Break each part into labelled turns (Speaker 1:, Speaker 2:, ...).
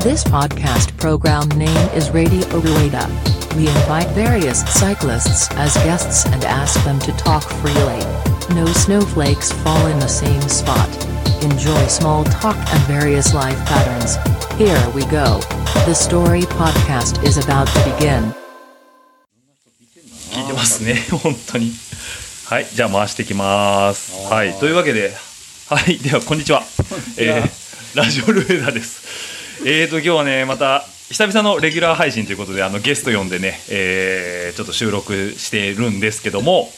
Speaker 1: This podcast program name is Radio Rueda. We invite various cyclists as guests and ask them to talk freely. No snowflakes fall in the same spot. Enjoy small talk and various life patterns. Here we go. The story podcast is about to begin.
Speaker 2: 聞いてますね本当にはいじゃあ回していきますはいというわけではいではこんにちはえーラジオルエダですえーと今日はねまた久々のレギュラー配信ということであのゲスト呼んでね、えーちょっと収録してるんですけども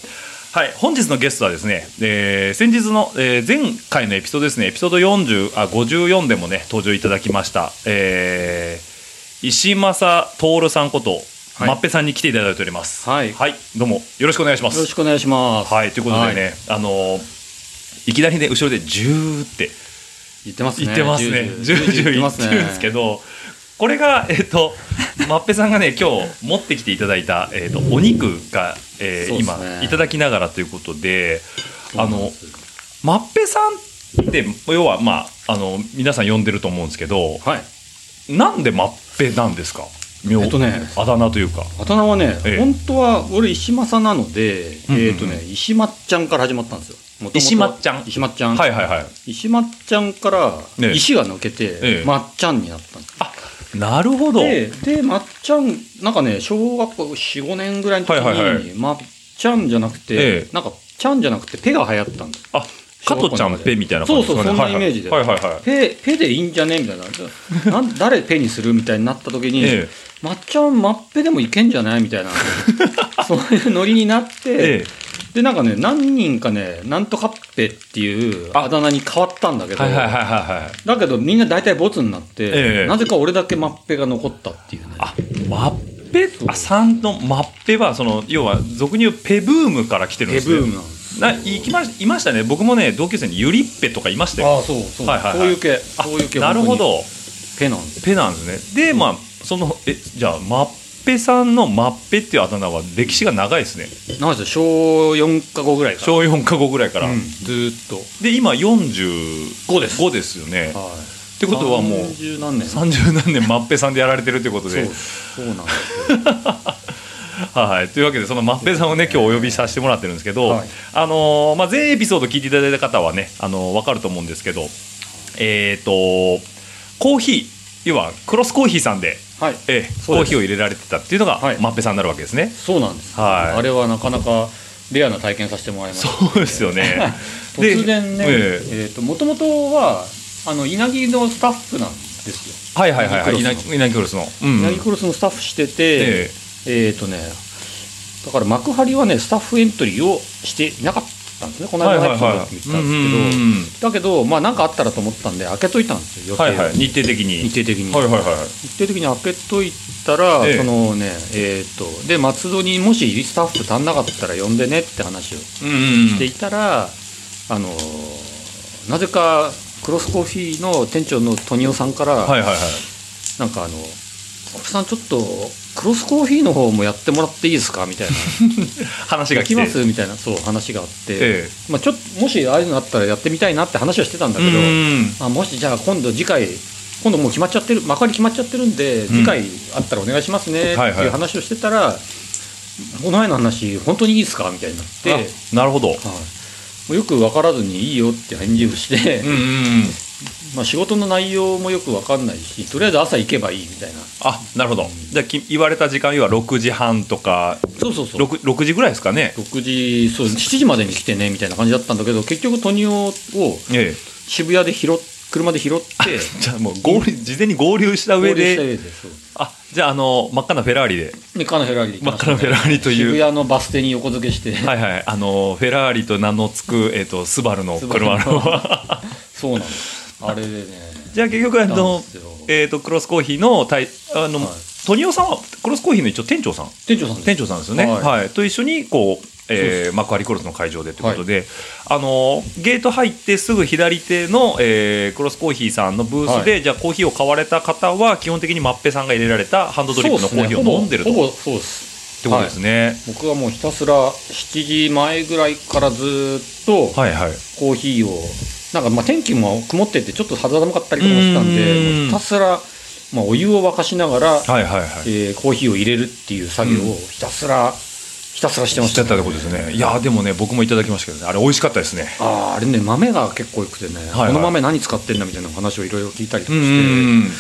Speaker 2: はい本日のゲストはですね、えー先日の、えー前回のエピソードですねエピソード40あ54でもね登場いただきました、えー石政徹さんこと、
Speaker 3: はい
Speaker 2: まっぺさんに来ていただいております
Speaker 3: はい
Speaker 2: はい、どうもよろしくお願いしま
Speaker 3: よろし
Speaker 2: す。
Speaker 3: くお願いします。
Speaker 2: はい、ということでね、あのーいきなりね後ろでジューって
Speaker 3: 言ってますね。
Speaker 2: 言ってますね、ジュージュー言ってるんですけ
Speaker 3: ど。
Speaker 2: ど、これがえっ、とまっぺさんがね今日持ってきていただいたえっ、とお肉が、えー
Speaker 3: そうっすね
Speaker 2: 今いただきながらということで、あ
Speaker 3: うな
Speaker 2: の
Speaker 3: んです
Speaker 2: まっぺさんって要はまああの皆さん呼んでると思うんですけど、
Speaker 3: はい。
Speaker 2: なんでまっぺなんですか？名
Speaker 3: えっとね
Speaker 2: あだ名というか。
Speaker 3: あだ名はね、
Speaker 2: ええ
Speaker 3: 本当は俺石政なので、
Speaker 2: うんうんうん
Speaker 3: えっ、とね石まっちゃんから始まったんですよ。もともと
Speaker 2: 石まっちゃん
Speaker 3: 石まっちゃん。
Speaker 2: はいはいはい。
Speaker 3: 石まっちゃんから
Speaker 2: ええ
Speaker 3: 石が抜けて、
Speaker 2: ええ
Speaker 3: まっちゃんになったんです。
Speaker 2: あ、なるほど。
Speaker 3: ででまっちゃんなんかね小学校45年ぐらいの時に、
Speaker 2: はいはいはい
Speaker 3: まっちゃんじゃなくて、
Speaker 2: ええ
Speaker 3: なんかちゃんじゃなくてペが流行ったんです。
Speaker 2: あ、加藤ちゃんペみたいな感じですかね。
Speaker 3: そうそうそんなイメージで
Speaker 2: はいはいはいはい。
Speaker 3: ペペでいいんじゃねみたい ななん誰ペにするみたいになった時に、
Speaker 2: ええ
Speaker 3: まっちゃんまっぺでもいけんじゃないみたいな そういうノリになって、
Speaker 2: え
Speaker 3: でなんかね何人かねなんとかっぺっていうあだ名に変わったんだけ
Speaker 2: え
Speaker 3: ど、
Speaker 2: はいはいはいはいはい。
Speaker 3: だけどみんな大体ボツになって、
Speaker 2: ええ
Speaker 3: なぜか俺だけまっぺが残ったっていうね
Speaker 2: あ、マッペあさんのマッペはその要は俗に言うペブームから来てるん
Speaker 3: ペ
Speaker 2: です
Speaker 3: ブ
Speaker 2: ね。
Speaker 3: ームなんです
Speaker 2: な行きましいましたね。僕もね同級生にユリッペとかいましたよ。
Speaker 3: ああそうそう、
Speaker 2: はいはいはい
Speaker 3: そういう系そういう系
Speaker 2: なるほ
Speaker 3: 本当に
Speaker 2: ど。
Speaker 3: ペなんです
Speaker 2: ペなんですね。でまあそのえじゃあマッペさんのマッペっていうあだ名は歴史が長いですね。
Speaker 3: なんせ小4か5ぐらいから
Speaker 2: 小4か5ぐらいから。
Speaker 3: うんずーっ
Speaker 2: で今45です。5ですよね
Speaker 3: と。。はい
Speaker 2: ってことはもう
Speaker 3: 30何年
Speaker 2: 30何年マッペさんでやられてるということ
Speaker 3: そう
Speaker 2: で。
Speaker 3: そうなんです
Speaker 2: はい、というわけでそのまっぺさんをね今日お呼びさせてもらってるんですけど、
Speaker 3: はい
Speaker 2: あのーまあ、全エピソード聞いていただいた方はね、あのー、分かると思うんですけどえっ、とコーヒー要はクロスコーヒーさんで、
Speaker 3: はい
Speaker 2: ええ
Speaker 3: う
Speaker 2: コー
Speaker 3: です
Speaker 2: ヒーを入れられてたっていうのが、
Speaker 3: はい
Speaker 2: まっぺさんになるわけですね。
Speaker 3: そうなんです、
Speaker 2: はい
Speaker 3: あれはなかなかレアな体験させてもらいました
Speaker 2: そうですよね
Speaker 3: 突然ね
Speaker 2: で
Speaker 3: え
Speaker 2: え
Speaker 3: ーともともとはあの稲城のスタッフなんですよ、
Speaker 2: えはいはいはいはい
Speaker 3: 稲
Speaker 2: 稲
Speaker 3: 城
Speaker 2: 城稲城クロスの、うん
Speaker 3: 稲城クロスのスタッフしてて
Speaker 2: え
Speaker 3: えっ、とねだから幕張はねスタッフエントリーをしていなかったんですねこの
Speaker 2: はい
Speaker 3: 間
Speaker 2: はい
Speaker 3: の
Speaker 2: は
Speaker 3: ア
Speaker 2: い
Speaker 3: イコン見てたんですけど、
Speaker 2: うんうんうん
Speaker 3: だけどまあ何かあったらと思ったんで開けといたんですよ予定を、
Speaker 2: はいはい、日程的に
Speaker 3: 日程的に、
Speaker 2: はいはいはい
Speaker 3: 一定的に開けといたら、
Speaker 2: ええ
Speaker 3: そのねえー、とで松戸にもしスタッフ足んなかったら呼んでねって話をし
Speaker 2: うんうんうん
Speaker 3: ていたら、あのーなぜかクロスコーヒーの店長のトニオさんから、
Speaker 2: はいはいはい
Speaker 3: なんかあの「おさんちょっとクロスコーヒーの方もやってもらっていいですか?」みたいな
Speaker 2: 話
Speaker 3: 「
Speaker 2: が
Speaker 3: で
Speaker 2: 来て
Speaker 3: きます?」みたいなそう話があって、
Speaker 2: え
Speaker 3: まあ、ちょっともしああいうのあったらやってみたいなって話はしてたんだ
Speaker 2: えう
Speaker 3: けど、
Speaker 2: ん
Speaker 3: あもしじゃあ今度次回今度もう決まっちゃってる幕張決まっちゃってるんで、次回あったらお願いしますねって
Speaker 2: はいはい
Speaker 3: いう話をしてたら、この前の話本当にいいですかみたいになって、はい、
Speaker 2: あなるほど
Speaker 3: もうよく分からずにいいよって返事をして、
Speaker 2: うんうんうん
Speaker 3: まあ、仕事の内容もよく分かんないしとりあえず朝行けばいいみたいな
Speaker 2: あなるほどじゃあき言われた時間要は6時半とか
Speaker 3: そうそうそう 6,
Speaker 2: 6, 6時ぐらいですかね
Speaker 3: 時そう7時までに来てねみたいな感じだったんだけど結局トニオを
Speaker 2: ええ
Speaker 3: 渋谷で拾っ車で拾って
Speaker 2: じゃあもう合流事前に合流した 上
Speaker 3: 合流した
Speaker 2: で
Speaker 3: 上でそう
Speaker 2: あじゃああの真っ赤なフェラーリで
Speaker 3: でカナフェラーリで行き
Speaker 2: 真っ
Speaker 3: まし
Speaker 2: 赤
Speaker 3: た
Speaker 2: なフェラーリとい
Speaker 3: 渋
Speaker 2: う
Speaker 3: 谷のバス停に横付けして、
Speaker 2: はいはいあのフェラーリと名の付くえっ、とスバルの車の
Speaker 3: スそうなんです。あれでね。
Speaker 2: じゃあ結局あ
Speaker 3: なん
Speaker 2: の
Speaker 3: ですよ
Speaker 2: えっ、とクロスコーヒーのたいあの、
Speaker 3: はい
Speaker 2: トニオさんはクロスコーヒーの一応店長さん
Speaker 3: 店長さんです
Speaker 2: 店長さんですよね、
Speaker 3: はい
Speaker 2: はいと一緒にこう、えー、幕張クロスの会場でということで、あのーゲート入ってすぐ左手の、えークロスコーヒーさんのブースで、
Speaker 3: は
Speaker 2: じゃあコーヒーを買われた方は基本的にマッペさんが入れられたハンドドリップのコーヒーを飲んでると、
Speaker 3: そう
Speaker 2: っ
Speaker 3: っすねほぼほぼそうです。
Speaker 2: てことです
Speaker 3: ね。
Speaker 2: ね、
Speaker 3: 僕はもうひたすら7時前ぐらいからずっと
Speaker 2: はい、はい
Speaker 3: コーヒーを、なんかまあ天気も曇っててちょっと肌寒かったりとかもしたん
Speaker 2: う
Speaker 3: で、
Speaker 2: ーん
Speaker 3: もうひたすらまあ、お湯を沸かしながら、
Speaker 2: はいはいはい。
Speaker 3: えーコーヒーを入れるっていう作業をひたすら、ひたすらしてま
Speaker 2: し
Speaker 3: した
Speaker 2: ちゃったってことですね。いやーでもね僕もいただきましたけどねあれ美味しかったですね。
Speaker 3: あーあれね豆が結構よくてね、
Speaker 2: はいはい
Speaker 3: この豆何使ってんだみたいな話をいろいろ聞いたりと
Speaker 2: う
Speaker 3: か
Speaker 2: ん
Speaker 3: し
Speaker 2: う
Speaker 3: て、
Speaker 2: んうん。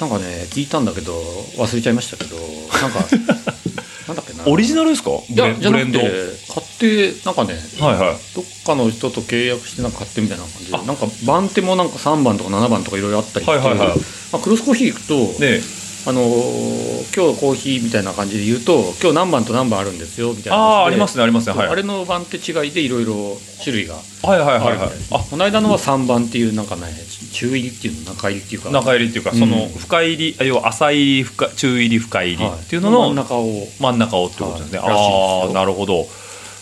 Speaker 3: なんかね聞いたんだけど忘れちゃいましたけどなんか なんだっけな
Speaker 2: オリジナルですか？
Speaker 3: い
Speaker 2: ブレ
Speaker 3: やじゃ
Speaker 2: ブレ
Speaker 3: なく
Speaker 2: ンド。
Speaker 3: て
Speaker 2: はい
Speaker 3: 買ってなんかね
Speaker 2: は
Speaker 3: どっかの人と契約してなんか買ってみたいな感じでなんか番手もなんか3番とか7番とかいろいろあったりして、
Speaker 2: はいはいはい
Speaker 3: まあ、クロスコーヒー行くと、
Speaker 2: い。ね
Speaker 3: あのー今日コーヒーみたいな感じで言うと今日何番と何番あるんですよみたいな
Speaker 2: ああーあ
Speaker 3: 感じで
Speaker 2: りますねありますね
Speaker 3: そう
Speaker 2: はい。
Speaker 3: あ
Speaker 2: はい
Speaker 3: れの番手違いでいろいろ種類が
Speaker 2: はいはい
Speaker 3: あ
Speaker 2: は
Speaker 3: る
Speaker 2: い
Speaker 3: みた
Speaker 2: はいい
Speaker 3: で。す、
Speaker 2: あ
Speaker 3: この間のは3番っていうなんかね中入りっていうの中入りっていうか
Speaker 2: 中入りっていうか
Speaker 3: うん
Speaker 2: その深入りあ要は浅入り深中入り深入り
Speaker 3: は
Speaker 2: っていうのの
Speaker 3: 真ん中を
Speaker 2: 真ん中をってことですね。
Speaker 3: はいらしいです
Speaker 2: あ
Speaker 3: よ
Speaker 2: あなるほど。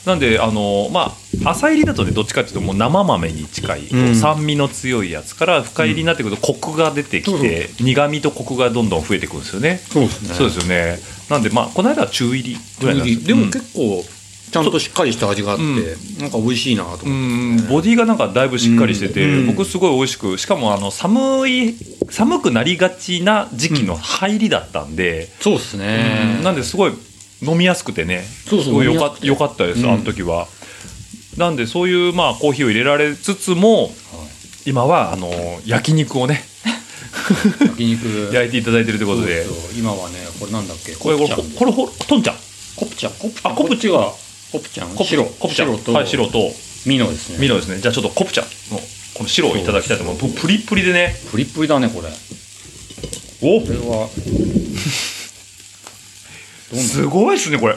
Speaker 2: なんであのまあ浅入りだとねどっちかっていうともう生豆に近い、こう
Speaker 3: うん
Speaker 2: 酸味の強いやつから深入りになってくるとコクが出てきて、苦味とコクがどんどん増えてくるんですよね。
Speaker 3: そうですね
Speaker 2: そうですよね。なんでまあこの間は中入りぐらいなんです
Speaker 3: でも
Speaker 2: うん
Speaker 3: 結構ちゃんとしっかりした味があって、
Speaker 2: う
Speaker 3: なんか美味しいなと思って、
Speaker 2: うんボディがなんかだいぶしっかりしてて、
Speaker 3: うん
Speaker 2: 僕すごい美味しくしかもあの寒い寒くなりがちな時期の入りだったんで、
Speaker 3: そうですね、
Speaker 2: なんですごい飲みやすくてね
Speaker 3: そうそう
Speaker 2: すごいよ
Speaker 3: 飲みや
Speaker 2: か
Speaker 3: すくて
Speaker 2: よかったです、
Speaker 3: うん
Speaker 2: あの時は。なんでそういうまあコーヒーを入れられつつも今はあの焼肉をね
Speaker 3: 焼肉
Speaker 2: 焼いていただいてるということで
Speaker 3: そうそう今はねこれなんだっけ
Speaker 2: これこれ
Speaker 3: コプチャン
Speaker 2: これほとんちゃん
Speaker 3: コプチャンコプ
Speaker 2: あコプチャン
Speaker 3: はコプチャン
Speaker 2: コプ
Speaker 3: 白
Speaker 2: コプチャン
Speaker 3: 白と、
Speaker 2: はい白と
Speaker 3: ミノですね
Speaker 2: ミノですねじゃあちょっとコプチャンのこの白をいただきたいと思いますプリップリでね
Speaker 3: プリップリだねこれ
Speaker 2: お
Speaker 3: これは
Speaker 2: すごいですねこれ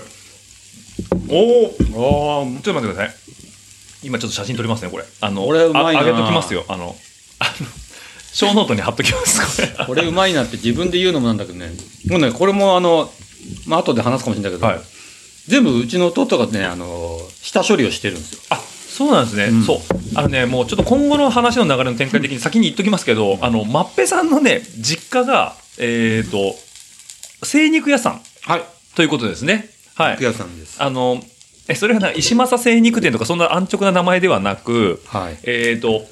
Speaker 2: おお
Speaker 3: ああ
Speaker 2: ちょっと待ってください。今ちょっと写真撮りますね、これ。あの、
Speaker 3: これうまいな
Speaker 2: あ上げときますよ。あの、あの、小ノートに貼っときます、これ。
Speaker 3: これうまいなって自分で言うのもなんだけどね。もうね、これもあの、まあ後で話すかもしれない けど、
Speaker 2: はい。
Speaker 3: 全部うちの弟がね、あの、下処理をしてるんですよ。
Speaker 2: あ、そうなんですね。
Speaker 3: うん
Speaker 2: そう。あのね、もうちょっと今後の話の流れの展開的に先に言っときますけど、あの、まっぺさんのね、実家が、えっ、と、精肉屋さん
Speaker 3: はい。
Speaker 2: ということですね。はい
Speaker 3: 肉。屋さんです。
Speaker 2: あの、え、それはな、石政精肉店とかそんな安直な名前ではなく、
Speaker 3: はい。
Speaker 2: えっ、と、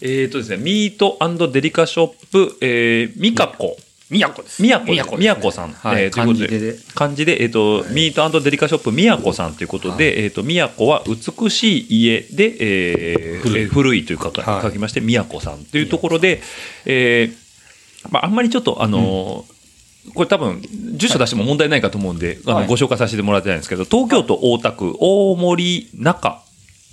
Speaker 2: えっ、とですね、ミートデリカショップ、えー、ミカコ。
Speaker 3: 宮古です。
Speaker 2: 宮古
Speaker 3: 宮
Speaker 2: 宮
Speaker 3: 古
Speaker 2: 古,、
Speaker 3: ですね
Speaker 2: さん、
Speaker 3: はい
Speaker 2: えーということ
Speaker 3: 漢字でね
Speaker 2: 漢字で、えーとミートデリカショップ宮古さんということで、
Speaker 3: は
Speaker 2: えー、と宮古は美しい家で、えー
Speaker 3: 古い
Speaker 2: えー古いという方、
Speaker 3: はい
Speaker 2: 書きまして宮古さんというところで、えーまあ、あんまりちょっとあのーこれ多分住所出しても問題ないかと思うんで、あ
Speaker 3: はい
Speaker 2: のご紹介させてもらいたいんですけど東京都大田区大森中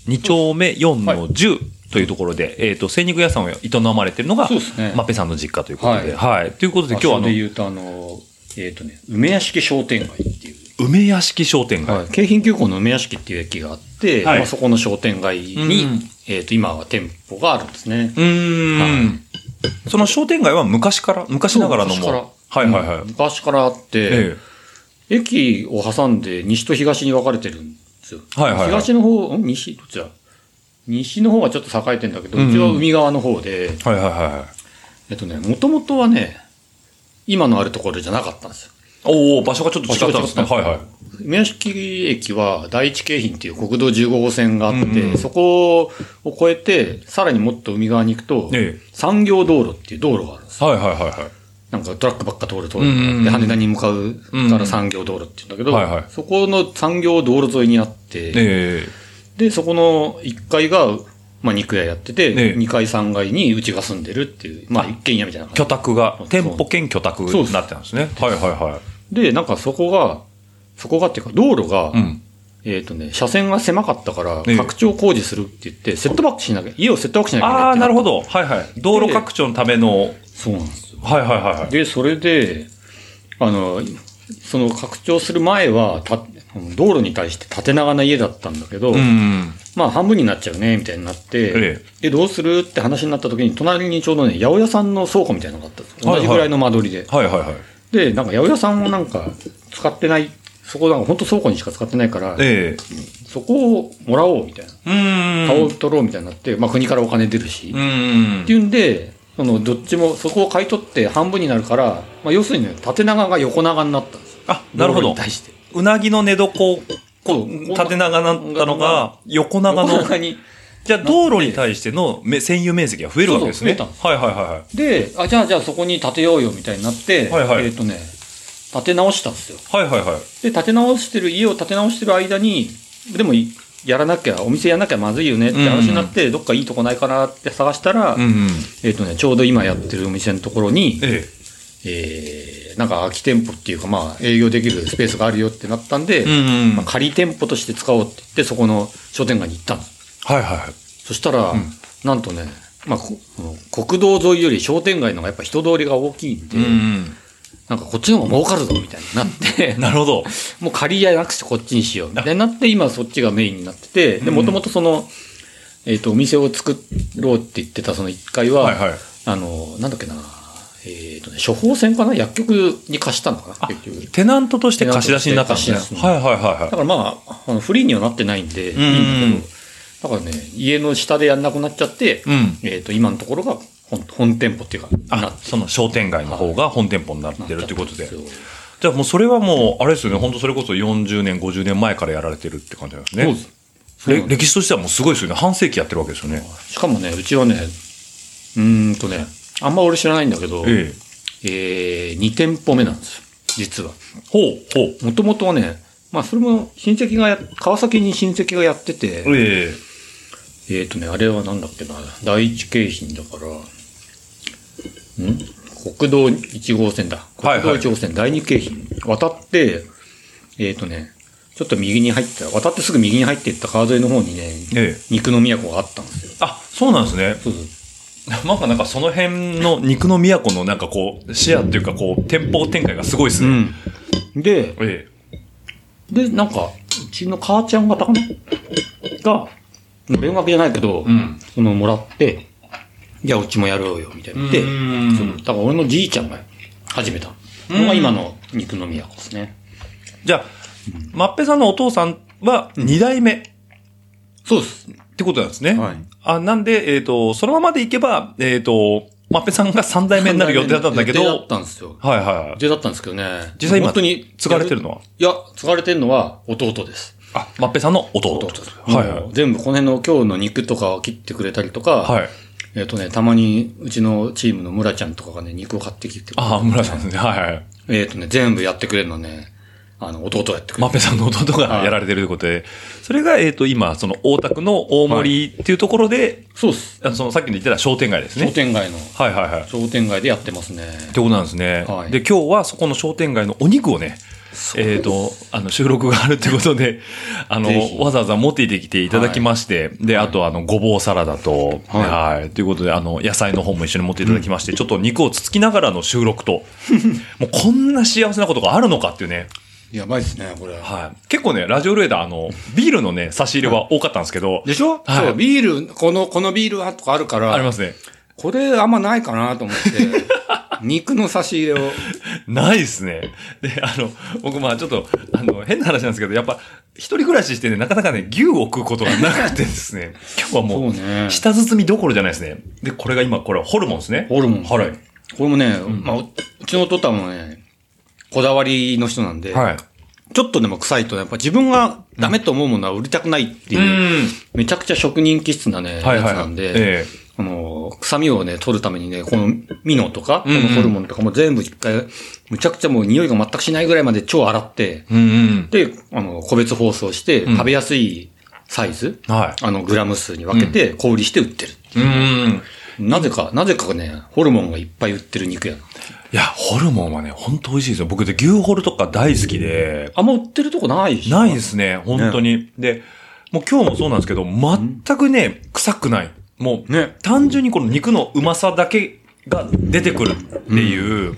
Speaker 2: 2丁目4の10というところで、えー、と精肉屋さんを営まれてるのが、
Speaker 3: そうですね
Speaker 2: まっぺさんの実家ということで。はいということで今
Speaker 3: 今日
Speaker 2: 日はあ
Speaker 3: で
Speaker 2: の
Speaker 3: 言うと、あの、えっ、とね、梅屋敷商店街っていう。
Speaker 2: 梅屋敷商店街、
Speaker 3: はい、京浜急行の梅屋敷っていう駅があって、
Speaker 2: はい
Speaker 3: まあ、そこの商店街に、
Speaker 2: うん
Speaker 3: えっ、と、今は店舗があるんですね。
Speaker 2: うーん、その商店街は昔から昔ながらのも
Speaker 3: そう
Speaker 2: はいはいはい、
Speaker 3: 昔からあって、
Speaker 2: え
Speaker 3: 駅を挟んで西と東に分かれてるんですよ。
Speaker 2: はいはいはい
Speaker 3: 東の方、ん西、どっちだ西の方はちょっと栄えてんだけど、
Speaker 2: うんうん
Speaker 3: うちは海側の方で、
Speaker 2: えはいはいはい
Speaker 3: えっとね、もともとはね、今のあるところじゃなかったんですよ。
Speaker 2: おお場所がちょっと違ったんですね
Speaker 3: 場所
Speaker 2: は
Speaker 3: が
Speaker 2: い
Speaker 3: 違った
Speaker 2: はい
Speaker 3: 宮敷駅は第一京浜っていう国道15号線があって、
Speaker 2: うんうん
Speaker 3: そこを越えて、さらにもっと海側に行くと、
Speaker 2: ええ
Speaker 3: 産業道路っていう道路があるんですよ
Speaker 2: はいはいはいはい
Speaker 3: なんかトラックばっか通る通
Speaker 2: う
Speaker 3: る
Speaker 2: んうんうん
Speaker 3: で、羽田に向かう
Speaker 2: うん
Speaker 3: か
Speaker 2: う
Speaker 3: ら
Speaker 2: ん
Speaker 3: 産業道路って言うんだけど、
Speaker 2: はいはい
Speaker 3: そこの産業道路沿いにあって、
Speaker 2: え
Speaker 3: で、そこの1階が、まあ、肉屋やってて、
Speaker 2: ええ
Speaker 3: 2階3階にうちが住んでるっていう、まあ、一軒家みたいな
Speaker 2: え居
Speaker 3: 感
Speaker 2: 宅が
Speaker 3: そう
Speaker 2: 店舗兼居宅になってたんですねはいはいは
Speaker 3: じ。で、なんかそこが、そこがっていうか、道路が、
Speaker 2: いうん
Speaker 3: えっ、とね、車線が狭かったから
Speaker 2: ええ、
Speaker 3: 拡張工事するって言って、セットバックしなきゃ、家をセットバックしなきゃいけない
Speaker 2: あ
Speaker 3: っ
Speaker 2: あ
Speaker 3: て
Speaker 2: なるほど
Speaker 3: ど。
Speaker 2: はいはい道路拡張のための
Speaker 3: そうなんですよ。
Speaker 2: はいはいはいはい
Speaker 3: で、それで、あの、その拡張する前は、た道路に対して縦長な家だったんだけど、
Speaker 2: うん
Speaker 3: まあ半分になっちゃうね、みたいになって、
Speaker 2: え
Speaker 3: で、どうするって話になった時に、隣にちょうどね、八百屋さんの倉庫みたいなのがあったんです
Speaker 2: はい
Speaker 3: 同じぐらいの間取りで。
Speaker 2: はいはいはい
Speaker 3: で、なんか八百屋さんをなんか使ってない、そこなんか本当倉庫にしか使ってないから、
Speaker 2: え
Speaker 3: そこをもらおうみたい
Speaker 2: えう
Speaker 3: な。
Speaker 2: ん
Speaker 3: 買おう取ろうみたいになって、まあ国からお金出るし、
Speaker 2: う
Speaker 3: っ
Speaker 2: ん
Speaker 3: ていうんで、そのどっちもそこを買い取って半分になるから、まあ要するにね、縦長が横長になったんですよ。
Speaker 2: あなるほど
Speaker 3: 道路に対して。
Speaker 2: うなぎの寝床こ
Speaker 3: そう
Speaker 2: う縦長だったのが横長
Speaker 3: 横
Speaker 2: の
Speaker 3: 長に
Speaker 2: じゃあ道路に対してのめ占有面積が増えるわけですね。
Speaker 3: そうそう
Speaker 2: はいはいはいはい。
Speaker 3: で、あ、じゃあ、じゃあそこに建てようよみたいになって、
Speaker 2: はいはい
Speaker 3: えっ、とね、建て直したんですよ。
Speaker 2: はいはいはい。
Speaker 3: で、建て直してる、家を建て直してる間に、でもい、やらなきゃ、お店やらなきゃまずいよねって話になって、どっかいいとこないかなって探したら、
Speaker 2: うんうん。
Speaker 3: えっ、とね、ちょうど今やってるお店のところに、
Speaker 2: え
Speaker 3: えー、なんか空き店舗っていうか、まあ、営業できるスペースがあるよってなったんで、
Speaker 2: え。うんうん。
Speaker 3: まあ、
Speaker 2: はい
Speaker 3: 仮店舗として使おうって言って、そこの商店街に行ったの。
Speaker 2: はいはい。
Speaker 3: そしたら、
Speaker 2: ん
Speaker 3: なんとね、まあ、こ国道沿いより商店街の方がやっぱ人通りが大きいんで、
Speaker 2: うん
Speaker 3: なんかこっちの方が儲かるぞみたいになって
Speaker 2: うん。、なるほど。
Speaker 3: もう借りじゃなくてこっちにしようみたいになって、今そっちがメインになってて、で、もともとその、えっ、と、お店を作ろうって言ってたその1階は、
Speaker 2: はいはい。
Speaker 3: あの、なんだっけな、えっ、とね、処方箋かな薬局に貸したのかな
Speaker 2: あ
Speaker 3: 結局。
Speaker 2: テナントとして貸し出しになったんですね。
Speaker 3: 貸し出しに
Speaker 2: はいはいはい
Speaker 3: だ
Speaker 2: は
Speaker 3: からまあ、あのフリーにはなってないんで、いいんだけど、だからね、家の下でやんなくなっちゃって、
Speaker 2: い。うん。
Speaker 3: えっ、と、今のところが本本店舗っていうか、な
Speaker 2: あ
Speaker 3: っ
Speaker 2: その商店街の方が本店舗になってるということで、
Speaker 3: なっちゃったんすよ
Speaker 2: じゃあもうそれはもう、あれですよね、本当それこそ40年、50年前からやられてるって感じなんですね。
Speaker 3: そうですそうなん
Speaker 2: れ
Speaker 3: で
Speaker 2: 歴史としてはもうすごいですよね、半世紀やってるわけですよね。
Speaker 3: す。しかもね、うちはね、うーんとね、あんま俺知らないんだけど、
Speaker 2: ええ。
Speaker 3: えー、2店舗目なんですよ、実は。
Speaker 2: ほうほう。
Speaker 3: もともとはね、まあ、それも親戚がや、川崎に親戚がやってて、
Speaker 2: ええ。
Speaker 3: えっ、とね、あれはなんだっけな、第一京浜だから、ん国道1号線だ。
Speaker 2: はいは
Speaker 3: 国
Speaker 2: い
Speaker 3: 道1号線、第二京浜。渡って、えっ、とね、ちょっと右に入った、渡ってすぐ右に入っていった川沿いの方にね、
Speaker 2: ええ
Speaker 3: 肉の都があったんですよ。
Speaker 2: あ、そうなんですね。
Speaker 3: そうそう。
Speaker 2: なんかなんかその辺の肉の都のなんかこう、シェアっていうかこう、店舗展開がすごいですね。
Speaker 3: うん。で、
Speaker 2: え
Speaker 3: で、なんか、うちの母ちゃん方かなが、連絡じゃないけど、
Speaker 2: え。ん。
Speaker 3: そのもらって、じゃあうちもやろうよ、みたいになって、
Speaker 2: うん
Speaker 3: そうだから俺のじいちゃんが始めたのが今の肉の都ですね。
Speaker 2: じゃあ、まっぺさんのお父さんは2代目っ
Speaker 3: そうです。
Speaker 2: てことなんですね。
Speaker 3: い。
Speaker 2: あ、なんで、えっ、と、そのままでいけば、えっ、と、まっぺさんが3代目になる予定だったんだけ
Speaker 3: 予定だ
Speaker 2: ど
Speaker 3: っ、たんですよ。
Speaker 2: はいは
Speaker 3: 予定だったんですけどね。
Speaker 2: 実際今
Speaker 3: 本当に
Speaker 2: 継がれてるのはい
Speaker 3: や、継がれてるのは弟です。
Speaker 2: い。あ、まっぺさんの弟。
Speaker 3: 弟です。
Speaker 2: はいは
Speaker 3: も
Speaker 2: い。
Speaker 3: う全部この辺の今日の肉とかを切ってくれたりとか、
Speaker 2: はい。
Speaker 3: えっ、とね、たまにうちのチームの村ちゃんとかがね、肉を買ってきてくれて
Speaker 2: ああ、村さんですね。はいはい。
Speaker 3: えっ、とね、全部やってくれるのね、あの、弟がやってくれ
Speaker 2: マ
Speaker 3: る。
Speaker 2: ペさんの弟がやられてるということで、それが、えっ、と、今、その大田区の大森っていうところで、
Speaker 3: そうっす。
Speaker 2: あのそのさっきの言ってた商店街です
Speaker 3: 商
Speaker 2: ね。
Speaker 3: 店街の
Speaker 2: はいはいはい。って
Speaker 3: 商店街でやってますね。
Speaker 2: ことなんですね。
Speaker 3: はい
Speaker 2: で、今日はそこの商店街のお肉をね、えっ、と、あの、収録があるってことで、あの
Speaker 3: ぜひ、
Speaker 2: わざわざ持ってきてきていただきまして、で、あと、あの、ごぼうサラダと、
Speaker 3: は
Speaker 2: はい、ということで、あの、野菜の方も一緒に持っていただきまして、ちょっと肉をつつきながらの収録 と、もうこんな幸せなことがあるのかっていうね、
Speaker 3: やばいですね、これ。
Speaker 2: はい。結構ね、ラジオルエダ、あの、ビールのね、差し入れは多かったんですけど、
Speaker 3: でしょ、
Speaker 2: はい
Speaker 3: そう、ビール、この、このビールはとかあるから、
Speaker 2: ありますね。
Speaker 3: これあんまないかなと思って、 肉の差し入れを。
Speaker 2: ないですね。で、あの、僕、まあちょっと、あの、変な話なんですけど、やっぱ、一人暮らししてね、なかなかね、牛を食うことがなくてですね、今日はもう、
Speaker 3: ね
Speaker 2: 舌包みどころじゃないですね。で、これが今、これはホルモンですね。
Speaker 3: ホルモン。
Speaker 2: はい。
Speaker 3: これもね、まあ、ううちのお父さんもね、こだわりの人なんで、
Speaker 2: はい。
Speaker 3: ちょっとでも臭いと、やっぱ自分がダメと思うものは売りたくないっていう、めちゃくちゃ職人気質なね、
Speaker 2: はい
Speaker 3: やつ
Speaker 2: はい。
Speaker 3: なんで、
Speaker 2: え
Speaker 3: あの、臭みをね、取るためにね、このミノとか、こ
Speaker 2: んうん
Speaker 3: のホルモンとかも全部一回、むちゃくちゃもう匂いが全くしないぐらいまで超洗って、
Speaker 2: えうんうん。
Speaker 3: で、あの、個別包装して、
Speaker 2: ん
Speaker 3: 食べやすいサイズ、
Speaker 2: は
Speaker 3: あの、グラム数に分けて、小売りして売ってる。
Speaker 2: い。うん。
Speaker 3: なぜか、なぜかね、ホルモンがいっぱい売ってる肉屋なんだよ
Speaker 2: いや、ホルモンはね、ほんと美味しいですよ。僕で牛ホルとか大好きで、
Speaker 3: あんま売ってるとこないし
Speaker 2: ないですね、本当に。で、もう今日もそうなんですけど、全くね、臭くない。もう、
Speaker 3: ね
Speaker 2: 単純にこの肉のうまさだけが出てくるっていう。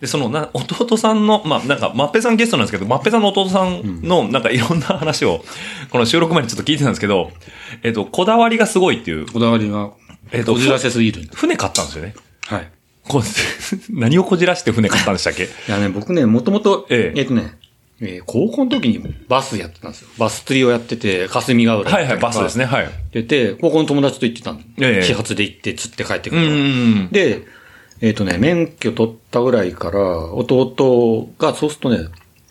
Speaker 2: で、そのな、弟さんの、まあ、なんか、まっぺさんゲストなんですけど、まっぺさんの弟さんの、なんかいろんな話を、この収録前にちょっと聞いてたんですけど、えっ、と、こだわりがすごいっていう、
Speaker 3: こだわりが、
Speaker 2: えっ、と、
Speaker 3: こじらせすぎるんだ。
Speaker 2: 船買ったんですよね。
Speaker 3: はい。
Speaker 2: こ 何をこじらして船買ったんでしたっけ
Speaker 3: いやね、僕ね、もともと、
Speaker 2: ええ
Speaker 3: っとね、えー高校の時にバスやってたんですよ。バス釣りをやってて、霞ヶ浦。
Speaker 2: はいはい、バスです
Speaker 3: ね。
Speaker 2: ね、はい。
Speaker 3: で、て高校の友達と行ってたん
Speaker 2: ええ
Speaker 3: 始発で行って釣って帰ってく
Speaker 2: うんうん
Speaker 3: る
Speaker 2: うん
Speaker 3: と。。で、えっ、とね、免許取ったぐらいから、弟が、そうするとね、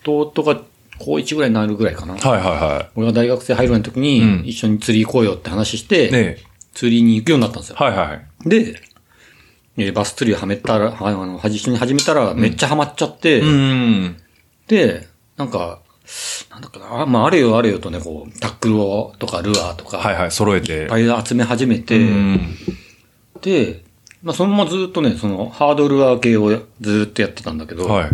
Speaker 3: 弟が高1ぐらいになるぐらいかな。
Speaker 2: はいは
Speaker 3: 俺が大学生入る前の時に、
Speaker 2: うん
Speaker 3: 一緒に釣り行こうよって話して、
Speaker 2: い。ねえ。
Speaker 3: 釣りに行くようになったんですよ。
Speaker 2: はいはい。
Speaker 3: で、えーバス釣りをはめたら、はあの、はじ一緒に始めたら、めっちゃハマっちゃって、
Speaker 2: うん。
Speaker 3: で、なんか、なんだっけな、あまあ、あれよあれよとね、こう、タックルを、とか、ルアーとか、
Speaker 2: はいはい、揃えて。
Speaker 3: いっぱい集め始めて、
Speaker 2: うん。
Speaker 3: で、まあ、そのままずっとね、その、ハードルアー系をずっとやってたんだけど、
Speaker 2: はい。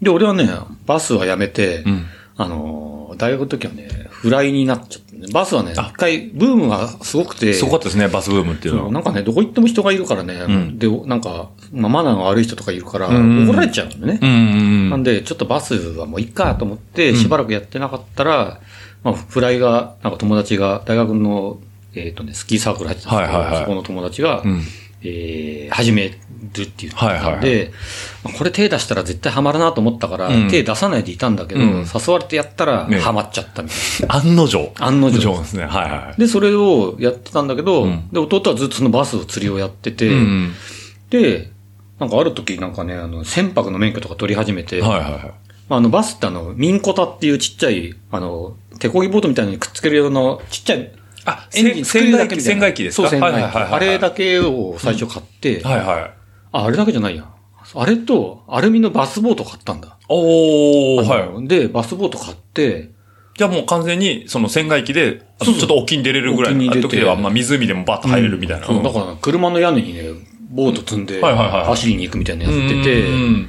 Speaker 3: で、俺はね、バスはやめて、
Speaker 2: うん。
Speaker 3: あのー、大学の時はね、フライになっちゃって、ね、バスはね、
Speaker 2: あ
Speaker 3: 一回、ブームがすごくて、
Speaker 2: すごかったですね、バスブームっていう
Speaker 3: そう
Speaker 2: のは。
Speaker 3: なんかね、どこ行っても人がいるからね、
Speaker 2: ん
Speaker 3: で、なんか、まあ、マナーが悪い人とかいるから、
Speaker 2: うん
Speaker 3: 怒られちゃうのね。
Speaker 2: うんうんう
Speaker 3: なん
Speaker 2: ん。
Speaker 3: で、ちょっとバスはもういっかと思って、しばらくやってなかったら、まあ、フライが、なんか友達が、大学の、えっ、とね、スキーサークル入ってたんですけど、
Speaker 2: はいはいはい
Speaker 3: そこの友達が、
Speaker 2: うん。
Speaker 3: えー始めるっていうので、
Speaker 2: はいはいは
Speaker 3: まあこれ手出したら絶対ハマるなと思ったから、
Speaker 2: うん
Speaker 3: 手出さないでいたんだけど、
Speaker 2: うん
Speaker 3: 誘われてやったら、
Speaker 2: ね
Speaker 3: ハマっちゃったみたい
Speaker 2: 案の定。
Speaker 3: 案の定です
Speaker 2: ですね。はいはい。
Speaker 3: な。で、それをやってたんだけど、
Speaker 2: うん
Speaker 3: で、弟はずっとそのバスを釣りをやってて、
Speaker 2: うん。
Speaker 3: で、なんかある時なんかね、あの、船舶の免許とか取り始めて、
Speaker 2: はいはいはい。
Speaker 3: まあ、あの、バスってあの、ミンコタっていうちっちゃい、あの、手漕ぎボートみたいなのにくっつけるような、ちっちゃい、
Speaker 2: あ、
Speaker 3: エンジン作
Speaker 2: 船
Speaker 3: るだ
Speaker 2: 外
Speaker 3: け
Speaker 2: 機、
Speaker 3: みたい
Speaker 2: 船
Speaker 3: な
Speaker 2: 外機です
Speaker 3: そう、
Speaker 2: か
Speaker 3: 船
Speaker 2: はい
Speaker 3: 外
Speaker 2: は
Speaker 3: 機
Speaker 2: いはいはい。
Speaker 3: あれだけを最初買って、
Speaker 2: はいはい。
Speaker 3: あ、あれだけじゃないや。あれと、アルミのバスボート買ったんだ。
Speaker 2: おー、は
Speaker 3: あ
Speaker 2: い。
Speaker 3: ので、バスボート買って、
Speaker 2: じゃあもう完全に、その船外機で、あのちょっと沖に出れるぐらい
Speaker 3: 沖に
Speaker 2: の
Speaker 3: 出て
Speaker 2: 時では、まあ湖でもバッと入れるみたいな。
Speaker 3: そうだから、車の屋根にね、ボート積んで、
Speaker 2: はいはいはい
Speaker 3: 走りに行くみたいなの
Speaker 2: うん
Speaker 3: やってて、
Speaker 2: うん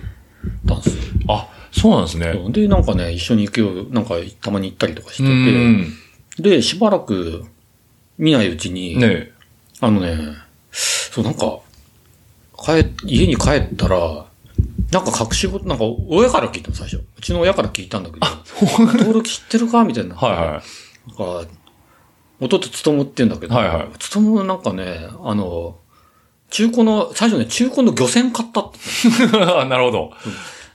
Speaker 3: たんですよ
Speaker 2: あ、そうなんですね。
Speaker 3: そうで、なんかね、一緒に行くよ、なんか、たまに行ったりとかし
Speaker 2: う
Speaker 3: て
Speaker 2: ん。
Speaker 3: て、で、しばらく見ないうちに、
Speaker 2: ねえ。
Speaker 3: あのね、そう、なんか、帰、家に帰ったら、なんか隠し事、なんか、親から聞いたの、最初。うちの親から聞いたんだけど、登録知ってるかみたいな。
Speaker 2: はいはい。
Speaker 3: なんか、弟つともって言うんだけど、
Speaker 2: はいはい
Speaker 3: つともなんかね、あの、中古の、最初ね、中古の漁船買ったって。
Speaker 2: なるほど。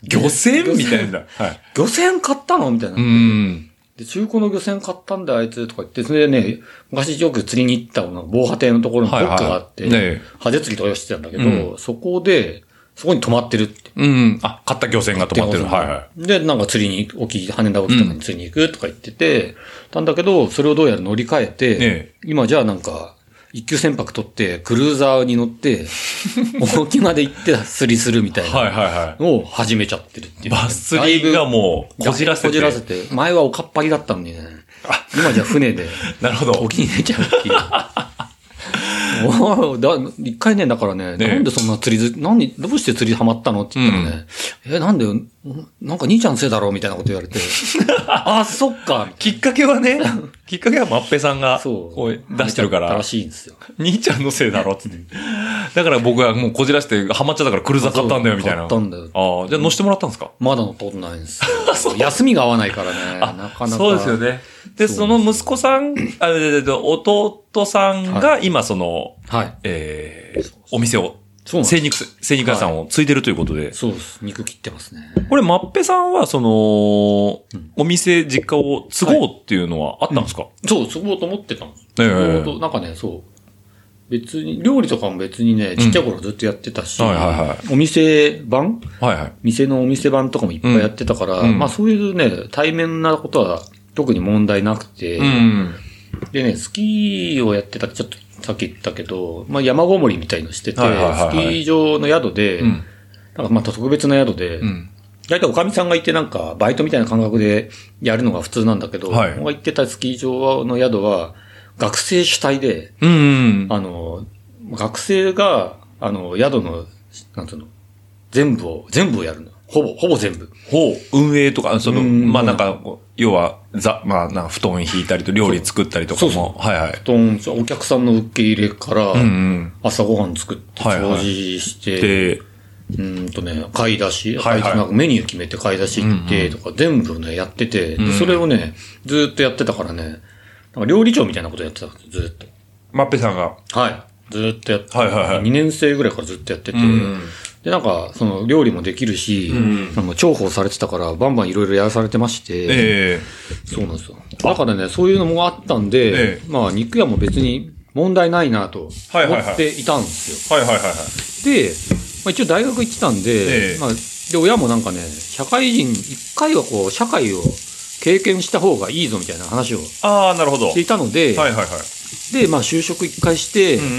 Speaker 2: 漁船みたいな。はい。
Speaker 3: 漁船買ったのみたいな、
Speaker 2: うん。
Speaker 3: で。中古の漁船買ったんだ、あいつとか言って、それでね、昔よく釣りに行った、なんか防波堤のところにポ
Speaker 2: はい
Speaker 3: ッ
Speaker 2: はい。
Speaker 3: カがあって、
Speaker 2: ねえ。
Speaker 3: ハゼ釣りとかしてたんだけど、そこで、そこに泊まってるって。
Speaker 2: うん。あ、買った漁船が止まってる。
Speaker 3: で
Speaker 2: はいはい。
Speaker 3: で、なんか釣りに、沖、羽田沖とかに釣りに行くとか言ってて、たんだけど、それをどうやら乗り換えて、
Speaker 2: え
Speaker 3: 今じゃあなんか、一級船舶取って、クルーザーに 乗って、沖まで行って釣りするみたい
Speaker 2: はい
Speaker 3: な
Speaker 2: はいは
Speaker 3: のを始めちゃってるってい
Speaker 2: い。
Speaker 3: う。
Speaker 2: バス釣りがもう、
Speaker 3: だ
Speaker 2: こ
Speaker 3: いぶ
Speaker 2: じらせて。
Speaker 3: こじらせて。前はおかっぱりだったのにね。今じゃ船 で
Speaker 2: なるほど。
Speaker 3: 沖に出ちゃうっていう。 おーだ一回ね、だから
Speaker 2: ね
Speaker 3: ね、
Speaker 2: え
Speaker 3: なんでそんな釣りず、なんでどうして釣りハマったのって言ったらね、え、なんで、んなんか兄ちゃんのせいだろうみたいなこと言 われて、あ、そっか、
Speaker 2: きっかけは ね、きっかけはまっぺさんが、
Speaker 3: そう
Speaker 2: こう出してるか
Speaker 3: だった
Speaker 2: ら
Speaker 3: ら、しいんですよ。
Speaker 2: 兄ちゃんのせいだろっつって。だから僕はもうこじらせて、ハマっちゃったからクルーザー買ったんだよ、みたいな。
Speaker 3: 買ったんだよ。
Speaker 2: ああ、じゃあ乗してもらったんですか
Speaker 3: まだ乗ったことないんです よ。休みが合わないからね、なかなか。
Speaker 2: そうですよ。ね。で、その息子さん、あ、ででで弟さんが今その、
Speaker 3: はい。
Speaker 2: えーお店を、
Speaker 3: そうなんです
Speaker 2: 精肉す、精肉屋さんを継いでるということで、
Speaker 3: そうです。肉切ってますね。
Speaker 2: これ、まっぺさんは、その、お店、実家を継ごうっていうのはあったんですか、
Speaker 3: そう、そこうと思ってたんです。
Speaker 2: ええ
Speaker 3: そうとなんかね、そう。別に、料理とかも別にね、ちっちゃい頃ずっとやってたし、
Speaker 2: はいはいは
Speaker 3: お店版
Speaker 2: はいはい。
Speaker 3: 店のお店版とかもいっぱいやってたから、
Speaker 2: うん
Speaker 3: まあそういうね、対面なことは特に問題なくて、
Speaker 2: うん。
Speaker 3: でね、スキーをやってた、ちょっとさっき言ったけど、まあ山ごもりみたいのしてて、
Speaker 2: はいはいはいはい
Speaker 3: スキー場の宿で、
Speaker 2: うん。
Speaker 3: なんかまた特別な宿で、
Speaker 2: うん。
Speaker 3: 大体おかみさんがいてなんか、バイトみたいな感覚でやるのが普通なんだけど、
Speaker 2: はい
Speaker 3: 僕が行ってたスキー場の宿は、学生主体で、
Speaker 2: うん。
Speaker 3: あの、学生が、あの、宿の、なんつうの、全部を、全部をやるの。ほぼ、ほぼ全部。
Speaker 2: ほう、運営とか、その、
Speaker 3: うん
Speaker 2: まあなんか、要は、ざ、まあなんか布団引いたりと料理作ったりとかも、
Speaker 3: そうそ
Speaker 2: はいはい。
Speaker 3: とんお客さんの受け入れから、
Speaker 2: うんうん。
Speaker 3: 朝ごはん作って、
Speaker 2: はいはい
Speaker 3: 掃除して、
Speaker 2: で、
Speaker 3: うーんとね、買い出し、
Speaker 2: はいはい
Speaker 3: 買い出しなんかメニュー決めて買い出し行ってとか、全部ね、やってて、でそれをね、ずーっとやってたからね、なんか料理長みたいなことやってたんですよずーっと。
Speaker 2: まっぺさんが、
Speaker 3: はい。ずーっとやって、
Speaker 2: はいはいはい
Speaker 3: 2年生ぐらいからずっとやってて、
Speaker 2: ん
Speaker 3: で、なんか、その、料理もできるし、
Speaker 2: ん
Speaker 3: あの重宝されてたから、バンバンいろいろやらされてまして、
Speaker 2: え
Speaker 3: そうなんですよ。だからね、そういうのもあったんで、
Speaker 2: ええ
Speaker 3: まあ、肉屋も別に問題ないなと
Speaker 2: はい
Speaker 3: 思
Speaker 2: はいはい
Speaker 3: っていたんですよ。
Speaker 2: えはいはいはいはい。
Speaker 3: で、まあ、一応大学行ってたんで、
Speaker 2: ええ
Speaker 3: まあ、で、親もなんかね、社会人、一回はこう、社会を経験した方がいいぞみたいな話をし
Speaker 2: ああなるほどは
Speaker 3: て
Speaker 2: い
Speaker 3: いたので、
Speaker 2: はいはい
Speaker 3: で、まあ、就職一回して、
Speaker 2: うんうん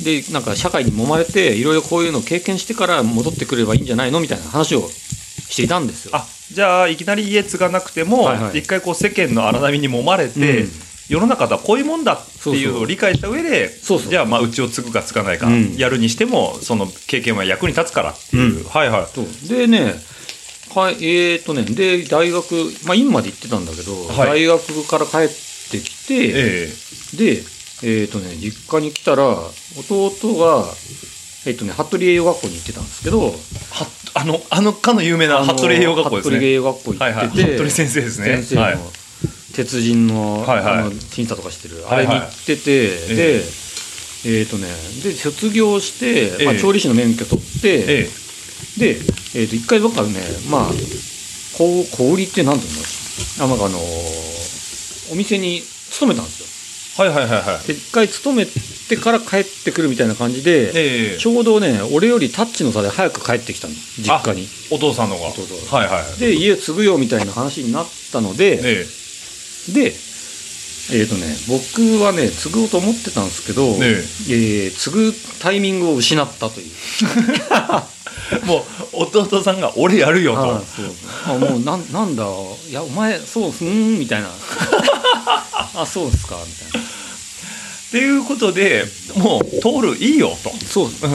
Speaker 3: で、なんか社会に揉まれて、いろいろこういうのを経験してから戻ってくればいいんじゃないのみたいな話をしていたんですよ。
Speaker 2: あじゃあいきなり家継がなくても、
Speaker 3: はいはい
Speaker 2: 一回こう世間の荒波に揉まれて、
Speaker 3: うん
Speaker 2: 世の中とはこういうもんだっていうのを理解した上で
Speaker 3: そうそう
Speaker 2: じゃあまあうちを継ぐか継がないか、
Speaker 3: うん
Speaker 2: やるにしてもその経験は役に立つからっていう、
Speaker 3: うん
Speaker 2: はいはい
Speaker 3: そうでね、はい、えーっとね、で、大学、まあ、院まで行ってたんだけど、
Speaker 2: はい
Speaker 3: 大学から帰ってきて、
Speaker 2: ええ
Speaker 3: で、えーっとね、実家に来たら、弟が、えーっとね、服部栄養学校に行ってたんですけど、
Speaker 2: はあのあのかの有名な
Speaker 3: あの
Speaker 2: 服部栄養学校です
Speaker 3: 服部
Speaker 2: ね
Speaker 3: 栄養学校
Speaker 2: はいは
Speaker 3: 行
Speaker 2: い
Speaker 3: ってて、
Speaker 2: 服部先生ですね
Speaker 3: 先生の、
Speaker 2: はい
Speaker 3: 鉄人の,、
Speaker 2: はいはい
Speaker 3: あの審査とかしてる、
Speaker 2: はいはい
Speaker 3: あれに行ってて、で、え
Speaker 2: え
Speaker 3: ーとね、で卒業して、
Speaker 2: え
Speaker 3: まあ、
Speaker 2: え
Speaker 3: 調理師の免許取って、
Speaker 2: ええ
Speaker 3: で、えー、と一回ばっかね、まあ、小小売りって何て言うのあなんかあのーお店に勤めたんですよ。
Speaker 2: はいはいはいはい
Speaker 3: で一回勤めてから帰ってくるみたいな感じで、
Speaker 2: ええ
Speaker 3: ちょうどね俺よりタッチの差で早く帰ってきたの実家に。
Speaker 2: お父さんのが
Speaker 3: そうそう
Speaker 2: はいはい
Speaker 3: で家継ぐよみたいな話になったので、
Speaker 2: え
Speaker 3: でえっ、とね僕はね継ごうと思ってたんですけど、
Speaker 2: え
Speaker 3: えー継ぐタイミングを失ったという
Speaker 2: えもう弟さんが俺やるよと、
Speaker 3: あそう あもうなんなんだいやお前そうふーんみたいな あそうですかみたいな
Speaker 2: っていうことでもう通るいいよと
Speaker 3: そう
Speaker 2: うん、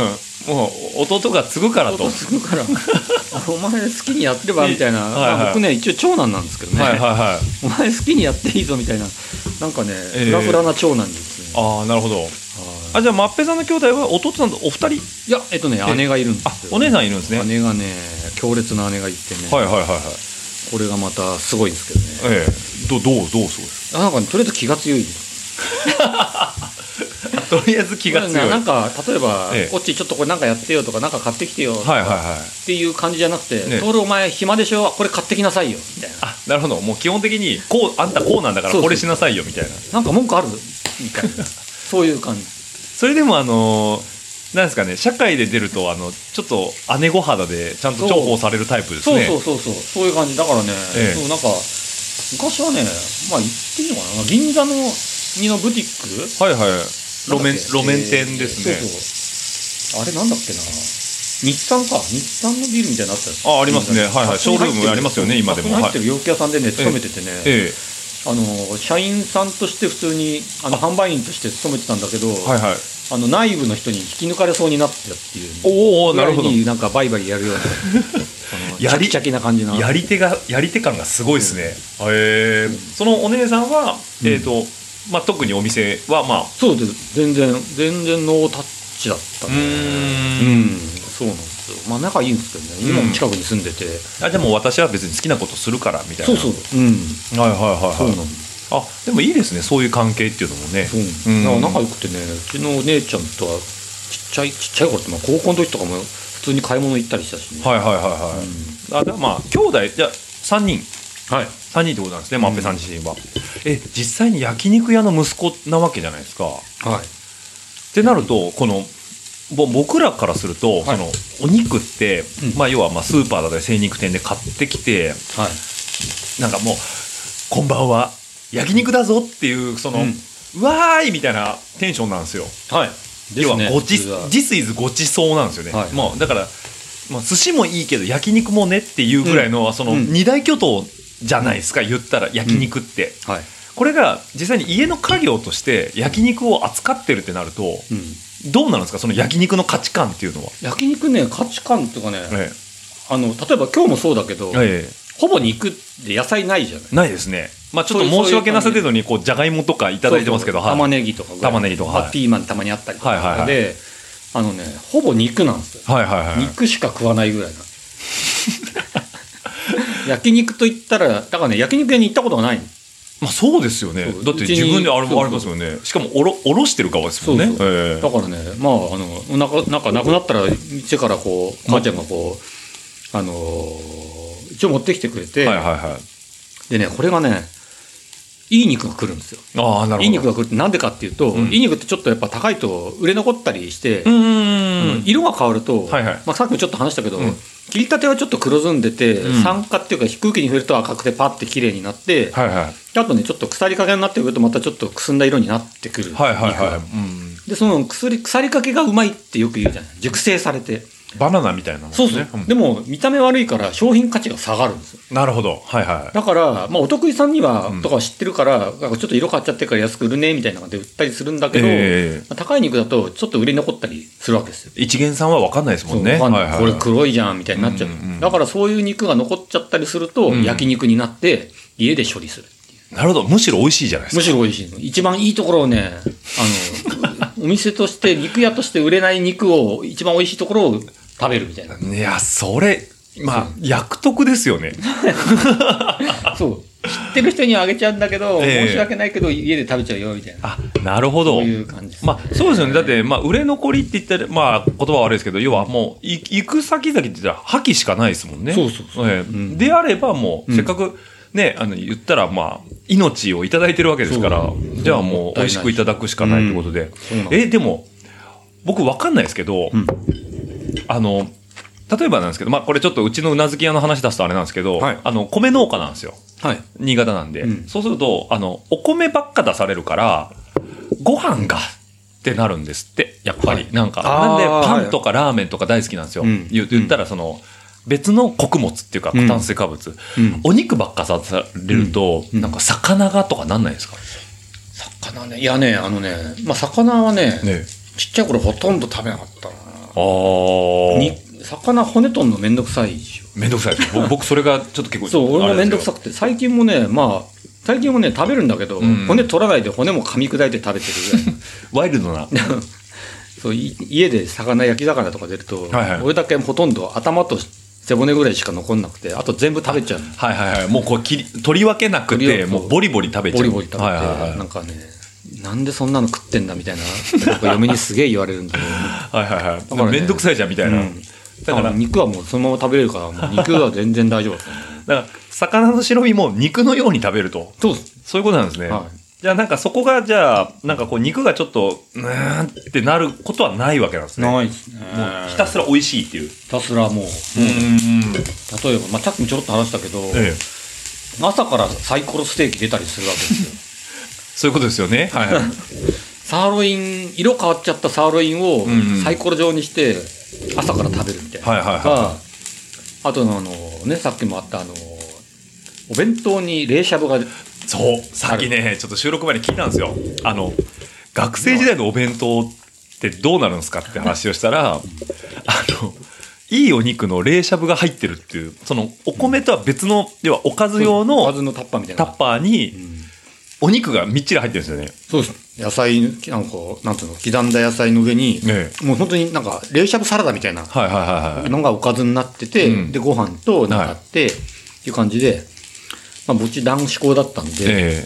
Speaker 2: もう弟が継ぐからと。
Speaker 3: 継 ぐからあお前好きにやってればみたいな、
Speaker 2: はいはい
Speaker 3: まあ僕ね一応長男なんですけど ね、
Speaker 2: はいはいはい。
Speaker 3: お前好きにやっていいぞみたいななんかね
Speaker 2: ええ
Speaker 3: フラフラな長男ですね、
Speaker 2: ああ、なるほど。
Speaker 3: はい
Speaker 2: あ、じゃあ、まっぺさんの兄弟は弟さんとお二人。
Speaker 3: いやえっとね
Speaker 2: え
Speaker 3: 姉がいるんで
Speaker 2: あ
Speaker 3: す、よ
Speaker 2: お姉さんいるんですね。
Speaker 3: 姉がね強烈な姉がいてね、
Speaker 2: はいはいはいはい。
Speaker 3: これがまたすごいんですけどね
Speaker 2: ええ、どう、どう、どうすごいです
Speaker 3: あなんかねとりあえず気が強いです
Speaker 2: か。 とりあえず気が
Speaker 3: これ
Speaker 2: 強い。
Speaker 3: ね
Speaker 2: は
Speaker 3: ないんか例えば、
Speaker 2: ええ
Speaker 3: こっちちょっとこれなんかやってよとかなんか買ってきてよ
Speaker 2: はいはい。
Speaker 3: っていう感じじゃなくて
Speaker 2: ね
Speaker 3: 「トールお前暇でしょこれ買ってきなさいよ」みたいな
Speaker 2: あ、なるほど。もう基本的に、こう、あんたこうなんだから、
Speaker 3: そうそう
Speaker 2: これしなさいよみたいな。
Speaker 3: 「なんか文句ある?」み たいなそういう感じ
Speaker 2: それでも、あのーなんですかね、社会で出ると、あの、ちょっと姉御肌で、ちゃんと重宝されるタイプです
Speaker 3: そう
Speaker 2: ね。
Speaker 3: そうそうそうそういう感じだからね、
Speaker 2: ええ
Speaker 3: そうなんか昔はねまあ言っていいのかな銀座のにのブティック
Speaker 2: はいはい。路面、
Speaker 3: なんだっけ
Speaker 2: 路面店ですね
Speaker 3: えー。そうそうあれなんだっけな日産か日産のビルみたいなのあった
Speaker 2: あありますねはいはいショールームありますよね今でも
Speaker 3: 入ってる洋服屋さんでね勤めててね、
Speaker 2: え
Speaker 3: あの社員さんとして普通にあの販売員として勤めてたんだけど、
Speaker 2: え。はいはい。
Speaker 3: あの内部の人に引き抜かれそうになってたっていう
Speaker 2: おーおー、なるほ
Speaker 3: ぐ
Speaker 2: ど
Speaker 3: らい。になんかバリバリや るようなあの
Speaker 2: やり
Speaker 3: チャキチャキな感じな
Speaker 2: やり手がやり手感がすごいですね。へえそのお姉さんは、
Speaker 3: うん
Speaker 2: えっ、とまあ特にお店はまあ
Speaker 3: そうです全然全然ノータッチだったね
Speaker 2: ー。
Speaker 3: うんんそうなんですよまあ仲いいんですけどね今も近くに住んでて、
Speaker 2: あでも私は別に好きなことするからみたい
Speaker 3: そ
Speaker 2: な。
Speaker 3: うそううん
Speaker 2: はいはいはい
Speaker 3: そうなん
Speaker 2: はい。
Speaker 3: です
Speaker 2: あでもいいですねそういう関係っていうのもね
Speaker 3: そ。う
Speaker 2: うん
Speaker 3: だから仲良くてねうちのお姉ちゃんとはちっちゃいちっちゃい頃ってまあ高校の時とかも普通に買い物行ったりしたしね
Speaker 2: はいはいはいはい。あではまあ兄弟じゃあ三人
Speaker 3: はい
Speaker 2: 三人ってことなんですねマッペさん自身は。え実際に焼肉屋の息子なわけじゃないですか。
Speaker 3: はい
Speaker 2: ってなるとこのぼ僕らからすると、
Speaker 3: はい
Speaker 2: そのお肉って、
Speaker 3: うん
Speaker 2: まあ、要はまあスーパーだったり精肉店で買ってきて
Speaker 3: はい
Speaker 2: なんかもう「こんばんは焼肉だぞ」っていうその「
Speaker 3: う
Speaker 2: うんわーい!」みたいなテンションなんですよ。
Speaker 3: はい
Speaker 2: 要はごち
Speaker 3: 普通は
Speaker 2: This is ごちそうなんですよね。
Speaker 3: はい
Speaker 2: まあ、だから、まあ、寿司もいいけど焼肉もねっていうぐらいの、その
Speaker 3: うん
Speaker 2: 二大巨頭じゃないですか、言ったら焼肉って。
Speaker 3: はい
Speaker 2: これが実際に家の家業として焼肉を扱ってるってなると、
Speaker 3: うん
Speaker 2: どうなんですかその焼肉の価値観っていうのは。
Speaker 3: 焼肉ね価値観とかね、
Speaker 2: え
Speaker 3: あの例えば今日もそうだけど、
Speaker 2: ええ
Speaker 3: ほぼ肉で野菜ないじゃない
Speaker 2: え、ないですね。まあちょっと
Speaker 3: そういう
Speaker 2: 申し訳なさ
Speaker 3: そうい
Speaker 2: 程度
Speaker 3: う
Speaker 2: にこうじゃがいもとかいただいてますけど、
Speaker 3: そうそう玉
Speaker 2: はい
Speaker 3: ねぎとかぐらい
Speaker 2: 玉ねぎとかはい
Speaker 3: まあピーマンたまにあったりとかで、
Speaker 2: はいはいはい
Speaker 3: あのねほぼ肉なんですよ、
Speaker 2: はいはいはい。
Speaker 3: 肉しか食わないぐらいな 焼肉と言ったらだからね焼肉屋に行ったことがないの
Speaker 2: まあそうですよね。
Speaker 3: そう
Speaker 2: だって
Speaker 3: うちに
Speaker 2: 自分であれ
Speaker 3: そうそう
Speaker 2: もありますよね。しかもおろおろしてる側ですもんね。
Speaker 3: そうそう
Speaker 2: ええ
Speaker 3: だからねまああのお腹なんかなくなったら店からこう母ちゃんがこうあのー一応持ってきてくれて、
Speaker 2: はいはいはい。
Speaker 3: でねこれがねいい肉が来るんですよ
Speaker 2: ああなるほど。
Speaker 3: いい肉が来るってなんでかっていうと、
Speaker 2: うん
Speaker 3: いい肉ってちょっとやっぱ高いと売れ残ったりして、
Speaker 2: う
Speaker 3: あの
Speaker 2: ーん。
Speaker 3: 色が変わると、
Speaker 2: はいはい
Speaker 3: まあ、さっきもちょっと話したけど、
Speaker 2: うん
Speaker 3: 切りたてはちょっと黒ずんでて、
Speaker 2: うん
Speaker 3: 酸化っていうか低い空気に触れると赤くてパッて綺麗になって、
Speaker 2: はいはい
Speaker 3: あとねちょっと腐りかけになってくるとまたちょっとくすんだ色になってくる
Speaker 2: はいはいはい、う
Speaker 3: 肉が
Speaker 2: ん、
Speaker 3: でその腐り腐りかけがうまいってよく言うじゃない熟成されて
Speaker 2: バナナみたいなもんね
Speaker 3: そうそう、
Speaker 2: ん
Speaker 3: でも見た目悪いから商品価値が下がるんですよ
Speaker 2: なるほどはいはい
Speaker 3: だから、まあ、お得意さんには
Speaker 2: ん
Speaker 3: とかは知ってるから、なんかちょっと色変わっちゃってるから安く売るねみたいな感じで売ったりするんだけど、
Speaker 2: ええ
Speaker 3: まあ高い肉だとちょっと売れ残ったりするわけですよ。
Speaker 2: 一元さんは分かんないですもんね
Speaker 3: そうわかんない
Speaker 2: はいはい
Speaker 3: これ黒いじゃんみたいになっちゃう、
Speaker 2: うんうんうん
Speaker 3: だからそういう肉が残っちゃったりすると、
Speaker 2: うん
Speaker 3: 焼肉になって家で処理するっていう
Speaker 2: なるほどむしろ美味しいじゃないです
Speaker 3: む
Speaker 2: か
Speaker 3: しろ美味しいの一番いいところをねあ のお店として肉屋として売れない肉を一番美味しいところを食べるみたいない
Speaker 2: やそれまあ役得ですよね
Speaker 3: そう知ってる人にはあげちゃうんだけど、
Speaker 2: ええ
Speaker 3: 申し訳ないけど家で食べちゃうよみたいな
Speaker 2: あなるほど
Speaker 3: そういう感じです
Speaker 2: まあそうですよねだって、まあ、売れ残りって言ったら、まあ、言葉は悪いですけど要はもうい行く先々って言ったら破棄しかないですもんね
Speaker 3: そうそうそう
Speaker 2: ええ
Speaker 3: ん
Speaker 2: であればもう、
Speaker 3: うん
Speaker 2: せっかくねあの言ったらまあ命をいただいてるわけですからじゃあもう美味しくいただくしかないってことで、
Speaker 3: そうなんで
Speaker 2: え
Speaker 3: す
Speaker 2: でも僕わかんないですけど、
Speaker 3: ん
Speaker 2: あの例えばなんですけど、まあ、これちょっとうちのうなずき屋の話出すとあれなんですけど、
Speaker 3: はい
Speaker 2: あの米農家なんですよ
Speaker 3: はい
Speaker 2: 新潟なんで、
Speaker 3: うん
Speaker 2: そうするとあのお米ばっか出されるからご飯がってなるんですってやっぱり、なんか
Speaker 3: あ
Speaker 2: なんで
Speaker 3: ー
Speaker 2: パンとかラーメンとか大好きなんですよ、
Speaker 3: うん
Speaker 2: 言う言ったらその別の穀物っていうか
Speaker 3: うん
Speaker 2: 炭水化物、
Speaker 3: うん
Speaker 2: お肉ばっか出されると、
Speaker 3: うん
Speaker 2: なんか魚がとかなんないですか、
Speaker 3: 魚ねいやねあのね、まあ、魚はね
Speaker 2: ね
Speaker 3: ちっちゃい頃ほとんど食べなかったな
Speaker 2: ああ
Speaker 3: に魚骨取んのめんどくさいでしょ
Speaker 2: めんどくさい です僕僕それがちょっと結構
Speaker 3: そう俺もめんどくさ
Speaker 2: く
Speaker 3: くて最近もねまあ最近もね食べるんだけど、
Speaker 2: ん
Speaker 3: 骨取らないで骨も噛み砕いて食べてる ぐらい
Speaker 2: ワイルドな
Speaker 3: そうい家で魚焼き魚とか出ると、
Speaker 2: はいはい
Speaker 3: 俺だけほとんど頭と背骨ぐらいしか残んなくてあと全部食べちゃうの
Speaker 2: はいはいはいもうこう切り取り分けなく
Speaker 3: 取り
Speaker 2: て
Speaker 3: 分け
Speaker 2: もうボリボリ食べちゃう
Speaker 3: ボリボリ食べて、
Speaker 2: はいはいはい
Speaker 3: なんかねなんでそんなの食ってんだみたいななんか嫁にすげえ言われるんだけど
Speaker 2: はいはいはい
Speaker 3: からね
Speaker 2: めんどくさいじゃんみたいな、
Speaker 3: う
Speaker 2: だ
Speaker 3: ん だ
Speaker 2: か
Speaker 3: からら肉はもうそのまま食べれるからもう肉は全然大丈夫だと思う
Speaker 2: だから魚の白身も肉のように食べると
Speaker 3: そうです
Speaker 2: そういうことなんですね、
Speaker 3: はい
Speaker 2: じゃあなんかそこがじゃあなんかこう肉がちょっとうーんってなることはないわけなんですね
Speaker 3: ないですね
Speaker 2: もうひたすら美味しいっていう
Speaker 3: ひたすらもう、
Speaker 2: うん
Speaker 3: 例えば、まあ、さっきもちょろっと話したけど、
Speaker 2: ええ
Speaker 3: 朝からサイコロステーキ出たりするわけです
Speaker 2: そ
Speaker 3: よ
Speaker 2: ういうことですよねはい
Speaker 3: サーロイン色変わっちゃったサーロインを
Speaker 2: んうん
Speaker 3: サイコロ状にして朝から食べるみたいな
Speaker 2: はいはいはい
Speaker 3: とかあとのあのねさっきもあったあのお弁当に冷しゃぶが
Speaker 2: そうさっきねちょっと収録前に聞いたんですよあの学生時代のお弁当ってどうなるんですかって話をしたらあのいいお肉の冷しゃぶが入ってるっていうそのお米とは別の要はおかず用
Speaker 3: おか
Speaker 2: の
Speaker 3: ずのタッパーみたい
Speaker 2: タ
Speaker 3: な
Speaker 2: ッパーにお肉がみっちり入ってるんですよね
Speaker 3: そうです野菜なんかなんていうの刻んだ野菜の上に、
Speaker 2: え
Speaker 3: もう本当になんか冷しゃぶサラダみたいな
Speaker 2: はいはいはいはい。
Speaker 3: のがおかずになってて、
Speaker 2: うん
Speaker 3: でご飯となんかあって、っていう感じで、まあ、ぼち男子校だったんで、
Speaker 2: え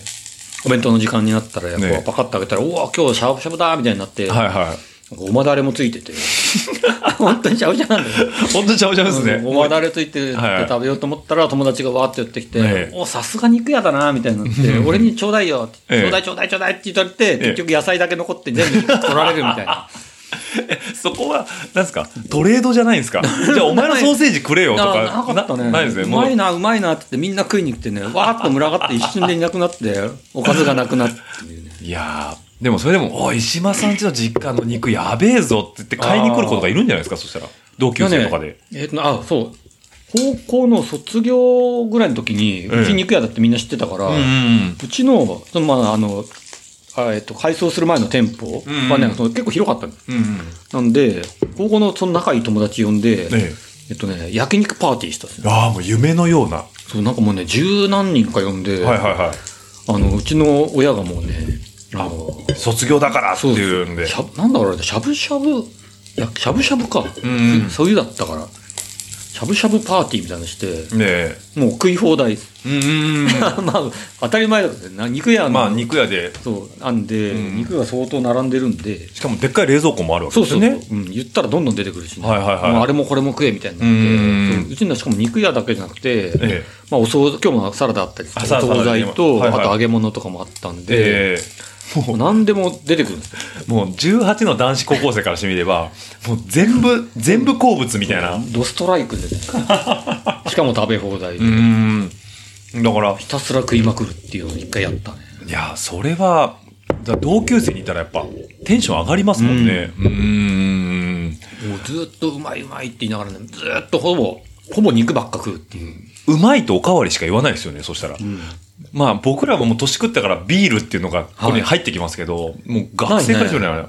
Speaker 3: お弁当の時間になったらやっぱ、
Speaker 2: ねえ
Speaker 3: パカッと開けたら「うわ今日しゃぶしゃぶだ」みたいになって、
Speaker 2: えはいはい。
Speaker 3: ごまだれもつい てて本当にしゃぶしゃぶなんだよ
Speaker 2: 本当にちゃうちゃうですね。
Speaker 3: ごまだれついてて
Speaker 2: はいはい
Speaker 3: 食べようと思ったら友達がわーって寄ってきて「
Speaker 2: ええ
Speaker 3: おさすが肉屋だな」みたいになって「俺にちょうだいよ」
Speaker 2: ええ
Speaker 3: ちょうだいちょうだいちょうだい」って言われて
Speaker 2: え
Speaker 3: 結局野菜だけ残って全部取られるみたいな
Speaker 2: そこは、なんですか、トレードじゃないん ですか。じゃあ、お前のソーセージくれよと
Speaker 3: あ
Speaker 2: か。
Speaker 3: なかったね
Speaker 2: なないですね。
Speaker 3: う
Speaker 2: も、
Speaker 3: まいうなうまいなって言ってみんな食いに来 てねわーっと群がって一瞬でいなくなっておかずがなくなっていうね
Speaker 2: いやーでもそれでも、おい、石間さんちの実家の肉やべえぞって言って買いに来る子とかいるんじゃないですか、そしたら。同級生とかで。
Speaker 3: えっ、と、あ、そう。高校の卒業ぐらいの時に、
Speaker 2: え
Speaker 3: うち肉屋だってみんな知ってたから、
Speaker 2: う
Speaker 3: うん
Speaker 2: うん。
Speaker 3: ちの、そのまあ、あの、あえっと、改装する前の店舗
Speaker 2: うん
Speaker 3: はね、その結構広かったの。
Speaker 2: うんうん。
Speaker 3: なんで、高校のその仲いい友達呼んで、
Speaker 2: ええ
Speaker 3: えっとね、焼肉パーティーしたんですよ。
Speaker 2: ああ、もう夢のような。は
Speaker 3: そう、なんかもうね、十何人か呼んで、
Speaker 2: いはいは
Speaker 3: あの、うちの親がもうね、あの、
Speaker 2: い。卒業だからって
Speaker 3: そう
Speaker 2: いうんで。
Speaker 3: しゃなんだろうね、しゃぶしゃぶ、いや、しゃぶしゃぶか。
Speaker 2: んうん
Speaker 3: そういうだったから、しゃぶしゃぶパーティーみたいなのして、
Speaker 2: ねえ。
Speaker 3: もう食い放題です。
Speaker 2: うんうんうん。
Speaker 3: まあ、当たり前だけどね、な肉屋の、
Speaker 2: まあ、肉屋で、
Speaker 3: そう、なんで、
Speaker 2: うん
Speaker 3: 肉が相当並んでるんで、
Speaker 2: しかもでっかい冷蔵庫もあるわけ
Speaker 3: そう
Speaker 2: です
Speaker 3: そう
Speaker 2: よね。
Speaker 3: うん、言ったらどんどん出てくるしね、
Speaker 2: はいはいはい
Speaker 3: もうあれもこれも食えみたいにな
Speaker 2: うん
Speaker 3: って、そううちのしかも肉屋だけじゃなくて、
Speaker 2: ええ
Speaker 3: まあ、お惣今日もサラダあったりして
Speaker 2: あサラダ
Speaker 3: お惣菜
Speaker 2: サラダ
Speaker 3: と、
Speaker 2: はいはい
Speaker 3: あと揚げ物とかもあったんで、
Speaker 2: ええ
Speaker 3: もう何でも出てくるんですよ
Speaker 2: もう18の男子高校生からしてみればもう全部全部好物みたいな
Speaker 3: ドストライク で、ね、しかも食べ放題で、
Speaker 2: うーんだから
Speaker 3: ひたすら食いまくるっていうのを一回やったね
Speaker 2: いやそれはだ同級生にいたらやっぱテンション上がりますもんねうーん
Speaker 3: もうずっとうまいうまいって言いながらねずっとほぼほぼ肉ばっか食うっていう
Speaker 2: うまいとおかわりしか言わないですよねそしたら、まあ僕らはもう年食ったからビールっていうのがここに入ってきますけど、もう学生からじゃない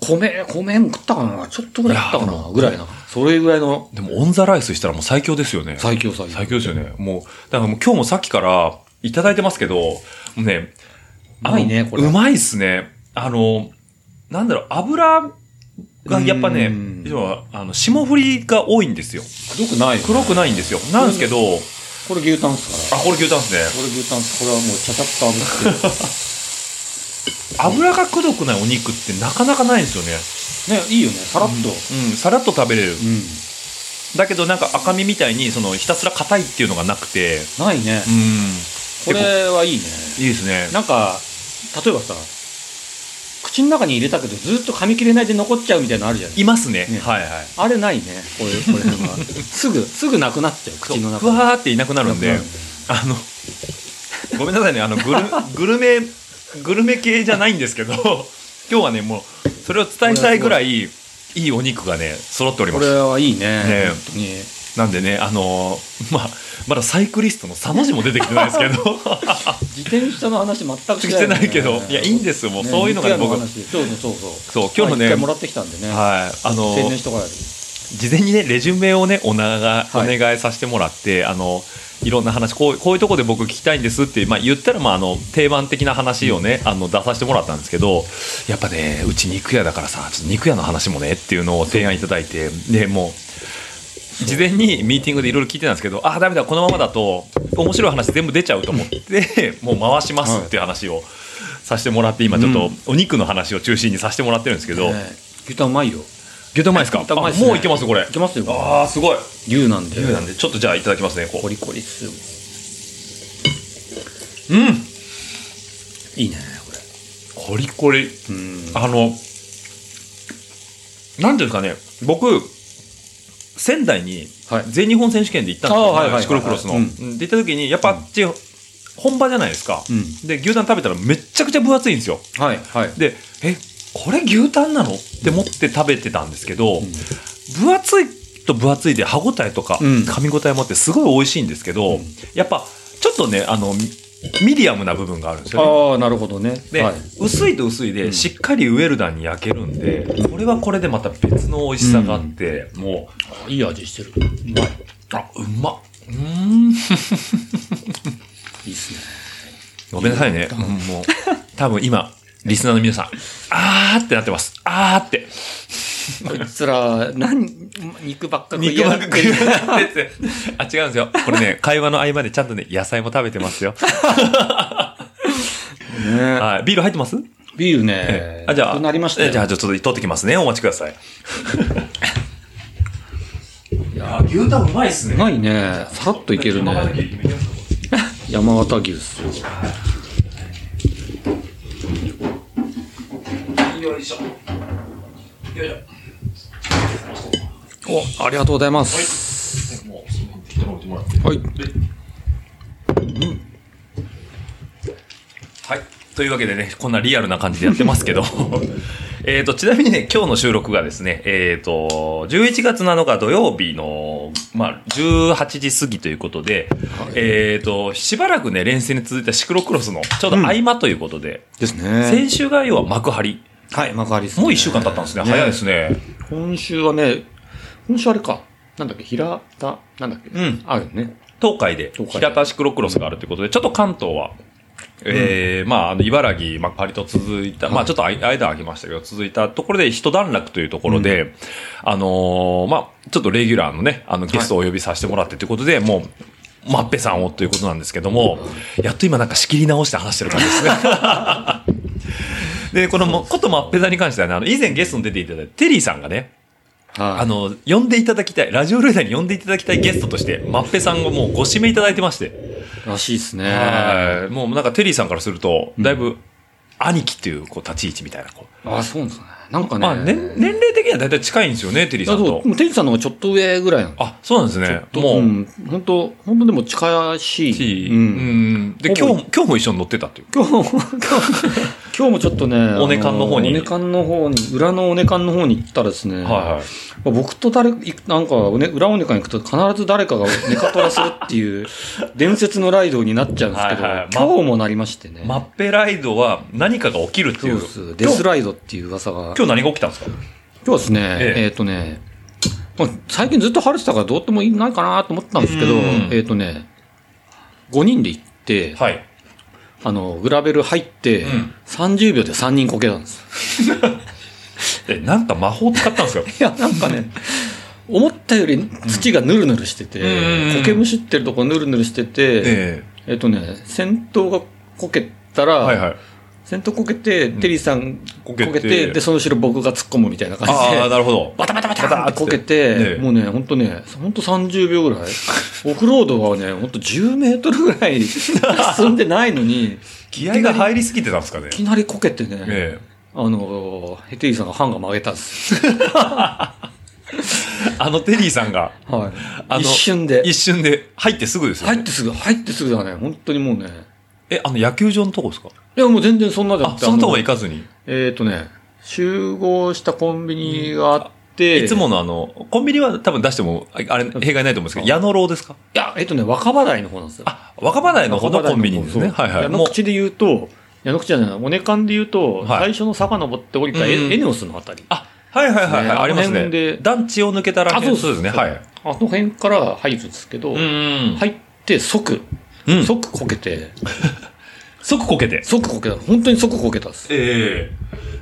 Speaker 3: 米米も食ったかなちょっとぐらい食ったかなぐらいなそれぐらいの
Speaker 2: でもオンザライスしたらもう最強ですよね
Speaker 3: 最強最強
Speaker 2: 最強ですよねもうだからもう今日もさっきからいただいてますけどもうねあの
Speaker 3: うまいねこれ
Speaker 2: うまいっすねあのなんだろう油がやっぱね
Speaker 3: うん
Speaker 2: 要はあの霜降りが多いんですよ
Speaker 3: 黒くないよ
Speaker 2: 黒くないんですよなんですけど
Speaker 3: これ牛タンっすか
Speaker 2: あこれ牛タンですね
Speaker 3: らこれ牛タンっすこれはもうちゃちゃっと炙って
Speaker 2: 油がくどくないお肉ってなかなかないんですよね
Speaker 3: ねいいよねさらっと
Speaker 2: うんさらっと食べれる
Speaker 3: うん、
Speaker 2: だけどなんか赤身みたいにそのひたすら硬いっていうのがなくて
Speaker 3: ないね
Speaker 2: うん
Speaker 3: これはいいね
Speaker 2: いいですね
Speaker 3: なんか例えばさ口の中に入れたけどずっと噛み切れないで残っちゃうみたいなのあるじゃん
Speaker 2: いますね
Speaker 3: ね
Speaker 2: はいはい
Speaker 3: あれないねこれこれ はすぐすぐなくなっちゃう口の中
Speaker 2: ふわーっていなくなるんで
Speaker 3: なくなるん
Speaker 2: あのごめんなさいねあのグルグルメグルメ系じゃないんですけど今日はねもうそれを伝えたいぐらいいいお肉がね揃っており
Speaker 3: こ
Speaker 2: ま
Speaker 3: れ
Speaker 2: す
Speaker 3: はいいね
Speaker 2: ね
Speaker 3: 本当に
Speaker 2: なんでねあのーまあまだサイクリストのサの字も出てきてないですけ ど
Speaker 3: 自転車の話全く
Speaker 2: してないけどいやいいん
Speaker 3: す
Speaker 2: ですよもう、そういうのがね僕は
Speaker 3: そうそうそうそう
Speaker 2: そう今日のね
Speaker 3: 一回もらってきたんでね、
Speaker 2: いあのー
Speaker 3: 宣伝しとかないと
Speaker 2: 事前にねレジュメをねおながお
Speaker 3: はい
Speaker 2: 願いさせてもらって、あのいろんな話こうこういうとこで僕聞きたいんですって、まあ、言ったらまああの定番的な話をね、あの出させてもらったんですけどやっぱねうち肉屋だからさちょっと肉屋の話もねっていうのを提案いただいてでもう事前にミーティングでいろいろ聞いてたんですけどああダメだこのままだと面白い話全部出ちゃうと思って もう回しますっていう話をさせてもらって今ちょっとお肉の話を中心にさせてもらってるんですけど、
Speaker 3: ね牛タンうまいよ
Speaker 2: ゲト前ですか
Speaker 3: 豚うまいっ
Speaker 2: あ
Speaker 3: すね
Speaker 2: もういけますこれ
Speaker 3: いけますよ
Speaker 2: ああすごい
Speaker 3: 牛なんで
Speaker 2: 牛なんでちょっとじゃあいただきますねこ
Speaker 3: コリコリっすよ
Speaker 2: ううん
Speaker 3: いいねこ
Speaker 2: コリコリ
Speaker 3: れうん
Speaker 2: あのなんていうんですかね僕仙台に
Speaker 3: はい
Speaker 2: 全日本選手権で行ったんですよ、
Speaker 3: あーはいはいはいはい
Speaker 2: シクロクロスの、
Speaker 3: うん
Speaker 2: うんで行った時にやっぱあっち本場じゃないですか、
Speaker 3: うん
Speaker 2: で牛タン食べたらめっちゃくちゃ分厚いんですよ
Speaker 3: はいはい
Speaker 2: でえこれ牛タンなのって思って食べてたんですけど、
Speaker 3: ん
Speaker 2: 分厚いと分厚いで歯ごたえとか
Speaker 3: うん
Speaker 2: 噛み応えもあってすごい美味しいんですけど、
Speaker 3: うん
Speaker 2: やっぱちょっとねあのミミディアムな部分があるんですよね。
Speaker 3: ああなるほどね
Speaker 2: で、
Speaker 3: はい、
Speaker 2: 薄いと薄い
Speaker 3: うん
Speaker 2: でしっかりウェルダンに焼けるんで、これはこれでまた別の美味しさがあって、も
Speaker 3: いい味してるうまいう
Speaker 2: あうまっうーん
Speaker 3: いいっすね
Speaker 2: ごめんなさ いね、うんもう多分今リスナーの皆さんあーってなってますあーって。
Speaker 3: こいつら何肉ばっか食い
Speaker 2: 肉
Speaker 3: や
Speaker 2: ば
Speaker 3: が
Speaker 2: っ
Speaker 3: っ
Speaker 2: か
Speaker 3: て
Speaker 2: 食いやがってって あ、違うんですよ。これ ね、会話の合間でちゃんとね、野菜も食べてますよ。
Speaker 3: ね
Speaker 2: はい。ビール入ってます
Speaker 3: ビールね
Speaker 2: あ、じゃあ。
Speaker 3: なくなりました
Speaker 2: え
Speaker 3: よ
Speaker 2: じゃあ、ちょっと取ってきますね。お待ちください。いや、牛タンうまいっす
Speaker 3: う。まいねさらっといけるね山形牛っすよ
Speaker 2: よいしょ。よいし
Speaker 3: おありがとうございます
Speaker 2: ょ。もう、その適当に置いてもらって。
Speaker 3: はい
Speaker 2: はい。というわけでね、こんなリアルな感じでやってますけど、 えっと、ちなみにね、今日の収録がですね、えっ、と、11月7日土曜日の、まあ、18時過ぎということで、えっ、と、しばらくね、連戦に続いたシクロクロスのちょうど合間ということで、
Speaker 3: ですね
Speaker 2: 先週が要は幕張。
Speaker 3: はい幕張っすね
Speaker 2: もう1週間経ったんですね。早いですね。
Speaker 3: 今週はね、今週あれか。なんだっけ、平田、なんだっけ。
Speaker 2: うん
Speaker 3: あるね。
Speaker 2: 東海で
Speaker 3: 東海で
Speaker 2: 平田シクロクロスがあるということで、ちょっと関東は、えーまあ、あの、茨城、まあ、パリと続いた、まあ、ちょっとあい間空きましたけど、続いたところで一段落というところで、あのーまあ、ちょっとレギュラーのね、あの、ゲストをお呼びさせてもらってということで、もう、まっぺさんをということなんですけども、やっと今なんか仕切り直して話してる感じ ですね。で、このも、ことまっぺさんに関してはね、あの、以前ゲストに出ていただいたテリーさんがね、
Speaker 3: はい。
Speaker 2: あの、呼んでいただきたい、ラジオルーダーに呼んでいただきたいゲストとして、マッペさんをもうご指名いただいてまして、
Speaker 3: らしいですね。
Speaker 2: はいもうなんかテリーさんからすると、だいぶ、兄貴っていうこう立ち位置みたいなこう
Speaker 3: あ、そうなんですね。なんかね。
Speaker 2: まあ、年年齢的には大体近いんですよねテリー
Speaker 3: だ
Speaker 2: さん
Speaker 3: と、
Speaker 2: と
Speaker 3: もう天使さんの方がちょっと上ぐらいなんで
Speaker 2: あそうなんですね
Speaker 3: す
Speaker 2: もう、
Speaker 3: ん、本当本当でも近しい。
Speaker 2: し
Speaker 3: う。
Speaker 2: うんん、で
Speaker 3: ほぼ
Speaker 2: 今日今日も一緒に乗ってたっていう
Speaker 3: 今日も、今日も今日もちょっとね、
Speaker 2: おねかんの方に
Speaker 3: あおねかんの方に、裏のおねかんの方に行ったらですね、
Speaker 2: はいはい
Speaker 3: まあ僕と誰、いなんか、ね、裏おねかん行くと必ず誰かがネカトラするっ ていう伝説のライドになっちゃうんですけど、
Speaker 2: はいはいま
Speaker 3: 今日もなりましてね。
Speaker 2: マッペライドは何かが起きるって
Speaker 3: そ
Speaker 2: いうう
Speaker 3: です。デ
Speaker 2: 今
Speaker 3: ス
Speaker 2: 日
Speaker 3: ライドっていう噂が。
Speaker 2: 今日何が起きたんですか
Speaker 3: 今日はですね、
Speaker 2: ええ
Speaker 3: えっ、とね、まあ最近ずっと晴れてたからどうってもいいないかなと思ってたんですけど、
Speaker 2: うん
Speaker 3: えっ、とね、5人で行って、
Speaker 2: はい
Speaker 3: あの、グラベル入って、
Speaker 2: うん
Speaker 3: 30秒で3人こけたんです。
Speaker 2: えなんか魔法使ったんですか
Speaker 3: いや、なんかね、思ったより土がヌルヌルしてて、
Speaker 2: うん
Speaker 3: 苔むしってるとこヌルヌルしてて、
Speaker 2: え
Speaker 3: えっ、とね、先頭がこけたら、
Speaker 2: えはいはい
Speaker 3: 先頭こけて、テリーさんこ
Speaker 2: こ
Speaker 3: け
Speaker 2: け
Speaker 3: て、
Speaker 2: て
Speaker 3: で、その後ろ僕が突っ込むみたいな感じで
Speaker 2: ああ、なるほど
Speaker 3: バタバタバタバタってこ
Speaker 2: ね
Speaker 3: けて、
Speaker 2: え
Speaker 3: もうね、ほんとね、ほんと30秒ぐらい。オフロードはね、ほんと10メートルぐ らい進んでないのに、
Speaker 2: 気合が入りすぎてたんですかね
Speaker 3: いきなりこけてね、
Speaker 2: え
Speaker 3: あの、ヘテリさんがハンガー曲げたんです。
Speaker 2: えあのテリーさんが
Speaker 3: は
Speaker 2: あの
Speaker 3: い。一瞬で。
Speaker 2: 一瞬で入ってすぐですよ、ね
Speaker 3: 入ってすぐ、入ってすぐだね、本当にもうね。
Speaker 2: えあの野球場のとこですか
Speaker 3: いや、もう全然そんなじゃな
Speaker 2: あ
Speaker 3: くて、
Speaker 2: そのとこ
Speaker 3: あ
Speaker 2: は行かずに
Speaker 3: えっ、とね、集合したコンビニがあって、
Speaker 2: いつものあのコンビニは多分出してもああれ弊害ないと思うんですけど矢野郎ですか
Speaker 3: いや、えっ、とね、若葉台の方なんですよ。
Speaker 2: あ若葉台の方のコンビニですね
Speaker 3: そ
Speaker 2: は
Speaker 3: う
Speaker 2: いはい
Speaker 3: 矢
Speaker 2: も
Speaker 3: 野
Speaker 2: う
Speaker 3: 口で言うと、矢野口じゃない、おねかんで言うと、
Speaker 2: はい
Speaker 3: 最初の坂登って降りた
Speaker 2: うんうん
Speaker 3: エエネオスのあたり。
Speaker 2: あはいはいはい、
Speaker 3: ね
Speaker 2: はい、あります
Speaker 3: あの辺で
Speaker 2: ね団地を抜けたら
Speaker 3: あそうそう
Speaker 2: ですねはい
Speaker 3: あの辺から入るんですけど、
Speaker 2: ん
Speaker 3: 入って即、
Speaker 2: うん
Speaker 3: 即こけて、
Speaker 2: 即こけて
Speaker 3: 即こけた。本当に即こけたんです。
Speaker 2: え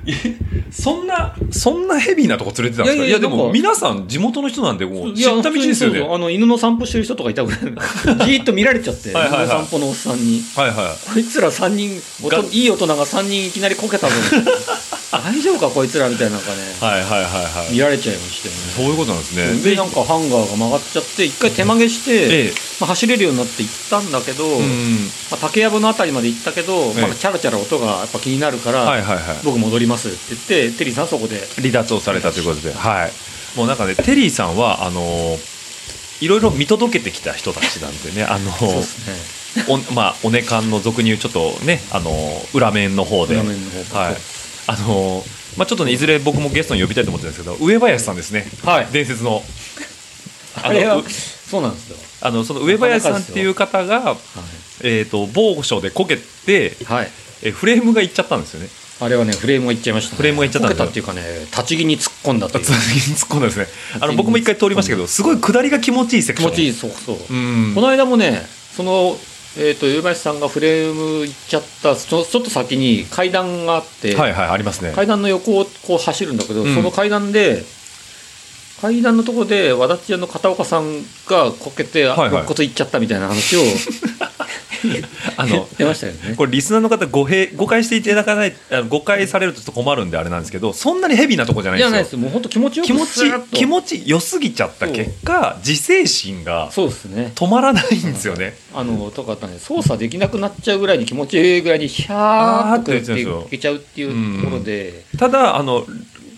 Speaker 2: えそんなそんなヘビーなとこ連れてたんですかい
Speaker 3: いや
Speaker 2: や
Speaker 3: いや
Speaker 2: で
Speaker 3: なん
Speaker 2: も
Speaker 3: か
Speaker 2: 皆さん地元の人なんでもう
Speaker 3: い
Speaker 2: 知
Speaker 3: や
Speaker 2: った道ですよ
Speaker 3: 普通にそう
Speaker 2: ね
Speaker 3: そうあの、犬の散歩してる人とかいたぐらい。 じーっと見られちゃって、犬
Speaker 2: はいはいはい
Speaker 3: の散歩のおっさんに。
Speaker 2: はいはい
Speaker 3: こいつら3人、おと
Speaker 2: が
Speaker 3: いい大人が3人いきなりこけたぞ。 大丈夫かこいつらみたいなのがね、
Speaker 2: はいはいはいはい
Speaker 3: 見られちゃいましたよね。
Speaker 2: そういうことなんですね
Speaker 3: で、なんかハンガーが曲がっちゃって、一回手曲げして、
Speaker 2: ええ
Speaker 3: まあ、走れるようになって行ったんだけど、
Speaker 2: うん
Speaker 3: まあ、竹やぶのあたりまで行ったけど、
Speaker 2: ええ
Speaker 3: まあ、チャラチャラ音がやっぱ気になるから、
Speaker 2: はいはいはい
Speaker 3: 僕戻りますって言って、テリーさんはそこで。
Speaker 2: 離脱をされたということで、はい、もうなんかね、テリーさんはあのーいろいろ見届けてきた人たちなんでね、あのー
Speaker 3: そうです
Speaker 2: お まあおねかんの俗に言うちょっとね、あのー裏面の方で、
Speaker 3: ね。画
Speaker 2: はい、
Speaker 3: 面の方
Speaker 2: あのーまあちょっとねいずれ僕もゲストに呼びたいと思ってるんですけど、上林さんですね、
Speaker 3: はい
Speaker 2: 伝説の。
Speaker 3: あ
Speaker 2: あ
Speaker 3: れは
Speaker 2: の、
Speaker 3: そうなんですよ。
Speaker 2: あのその上林さんっていう方が、えー、と某所でこけて
Speaker 3: はい。はい。
Speaker 2: えフレームがいっちゃったんですよね
Speaker 3: あれはね、フレームがいっちゃいました、ね。
Speaker 2: フレームがいっちゃったん
Speaker 3: こ
Speaker 2: で
Speaker 3: け
Speaker 2: すよ
Speaker 3: たっていうかね、立ち木に突っ込んだ っていう。
Speaker 2: 突っ込んだですねあの僕も一回通りましたけどすごい下りが気持ちいいセク
Speaker 3: 気
Speaker 2: ショ
Speaker 3: 持
Speaker 2: ン
Speaker 3: ちいい、そうそう。
Speaker 2: うん
Speaker 3: この間もね、その、えっ、と、上林さんがフレーム行っちゃった、ちょちょっと先に階段があって、
Speaker 2: はいはいありますね。
Speaker 3: 階段の横をこう走るんだけど、
Speaker 2: うん
Speaker 3: その階段で、階段のとこで、和田ち屋の片岡さんがこけて、
Speaker 2: はいはい
Speaker 3: 肋骨いっちゃったみたいな話を
Speaker 2: あ
Speaker 3: 言っ
Speaker 2: の
Speaker 3: てましたよね。
Speaker 2: これリスナーの方誤解誤解していただかないあの誤解されるとちょっと困るんであれなんですけどそんなにヘビーなとこじゃない
Speaker 3: じゃ
Speaker 2: ん
Speaker 3: な
Speaker 2: で
Speaker 3: いですす。
Speaker 2: よ。
Speaker 3: もう本当気持ちよく
Speaker 2: 気持ち
Speaker 3: スーッと
Speaker 2: 気持ち良すぎちゃった結果自制心が
Speaker 3: そうですね。
Speaker 2: 止まらないんですよね。
Speaker 3: あの、とかね、操作できなくなっちゃうぐらいに気持ちいいぐらいに、ひゃーっとや
Speaker 2: あーってて
Speaker 3: っ
Speaker 2: やつです
Speaker 3: い
Speaker 2: よ
Speaker 3: けちゃうっていうところで、
Speaker 2: ただあの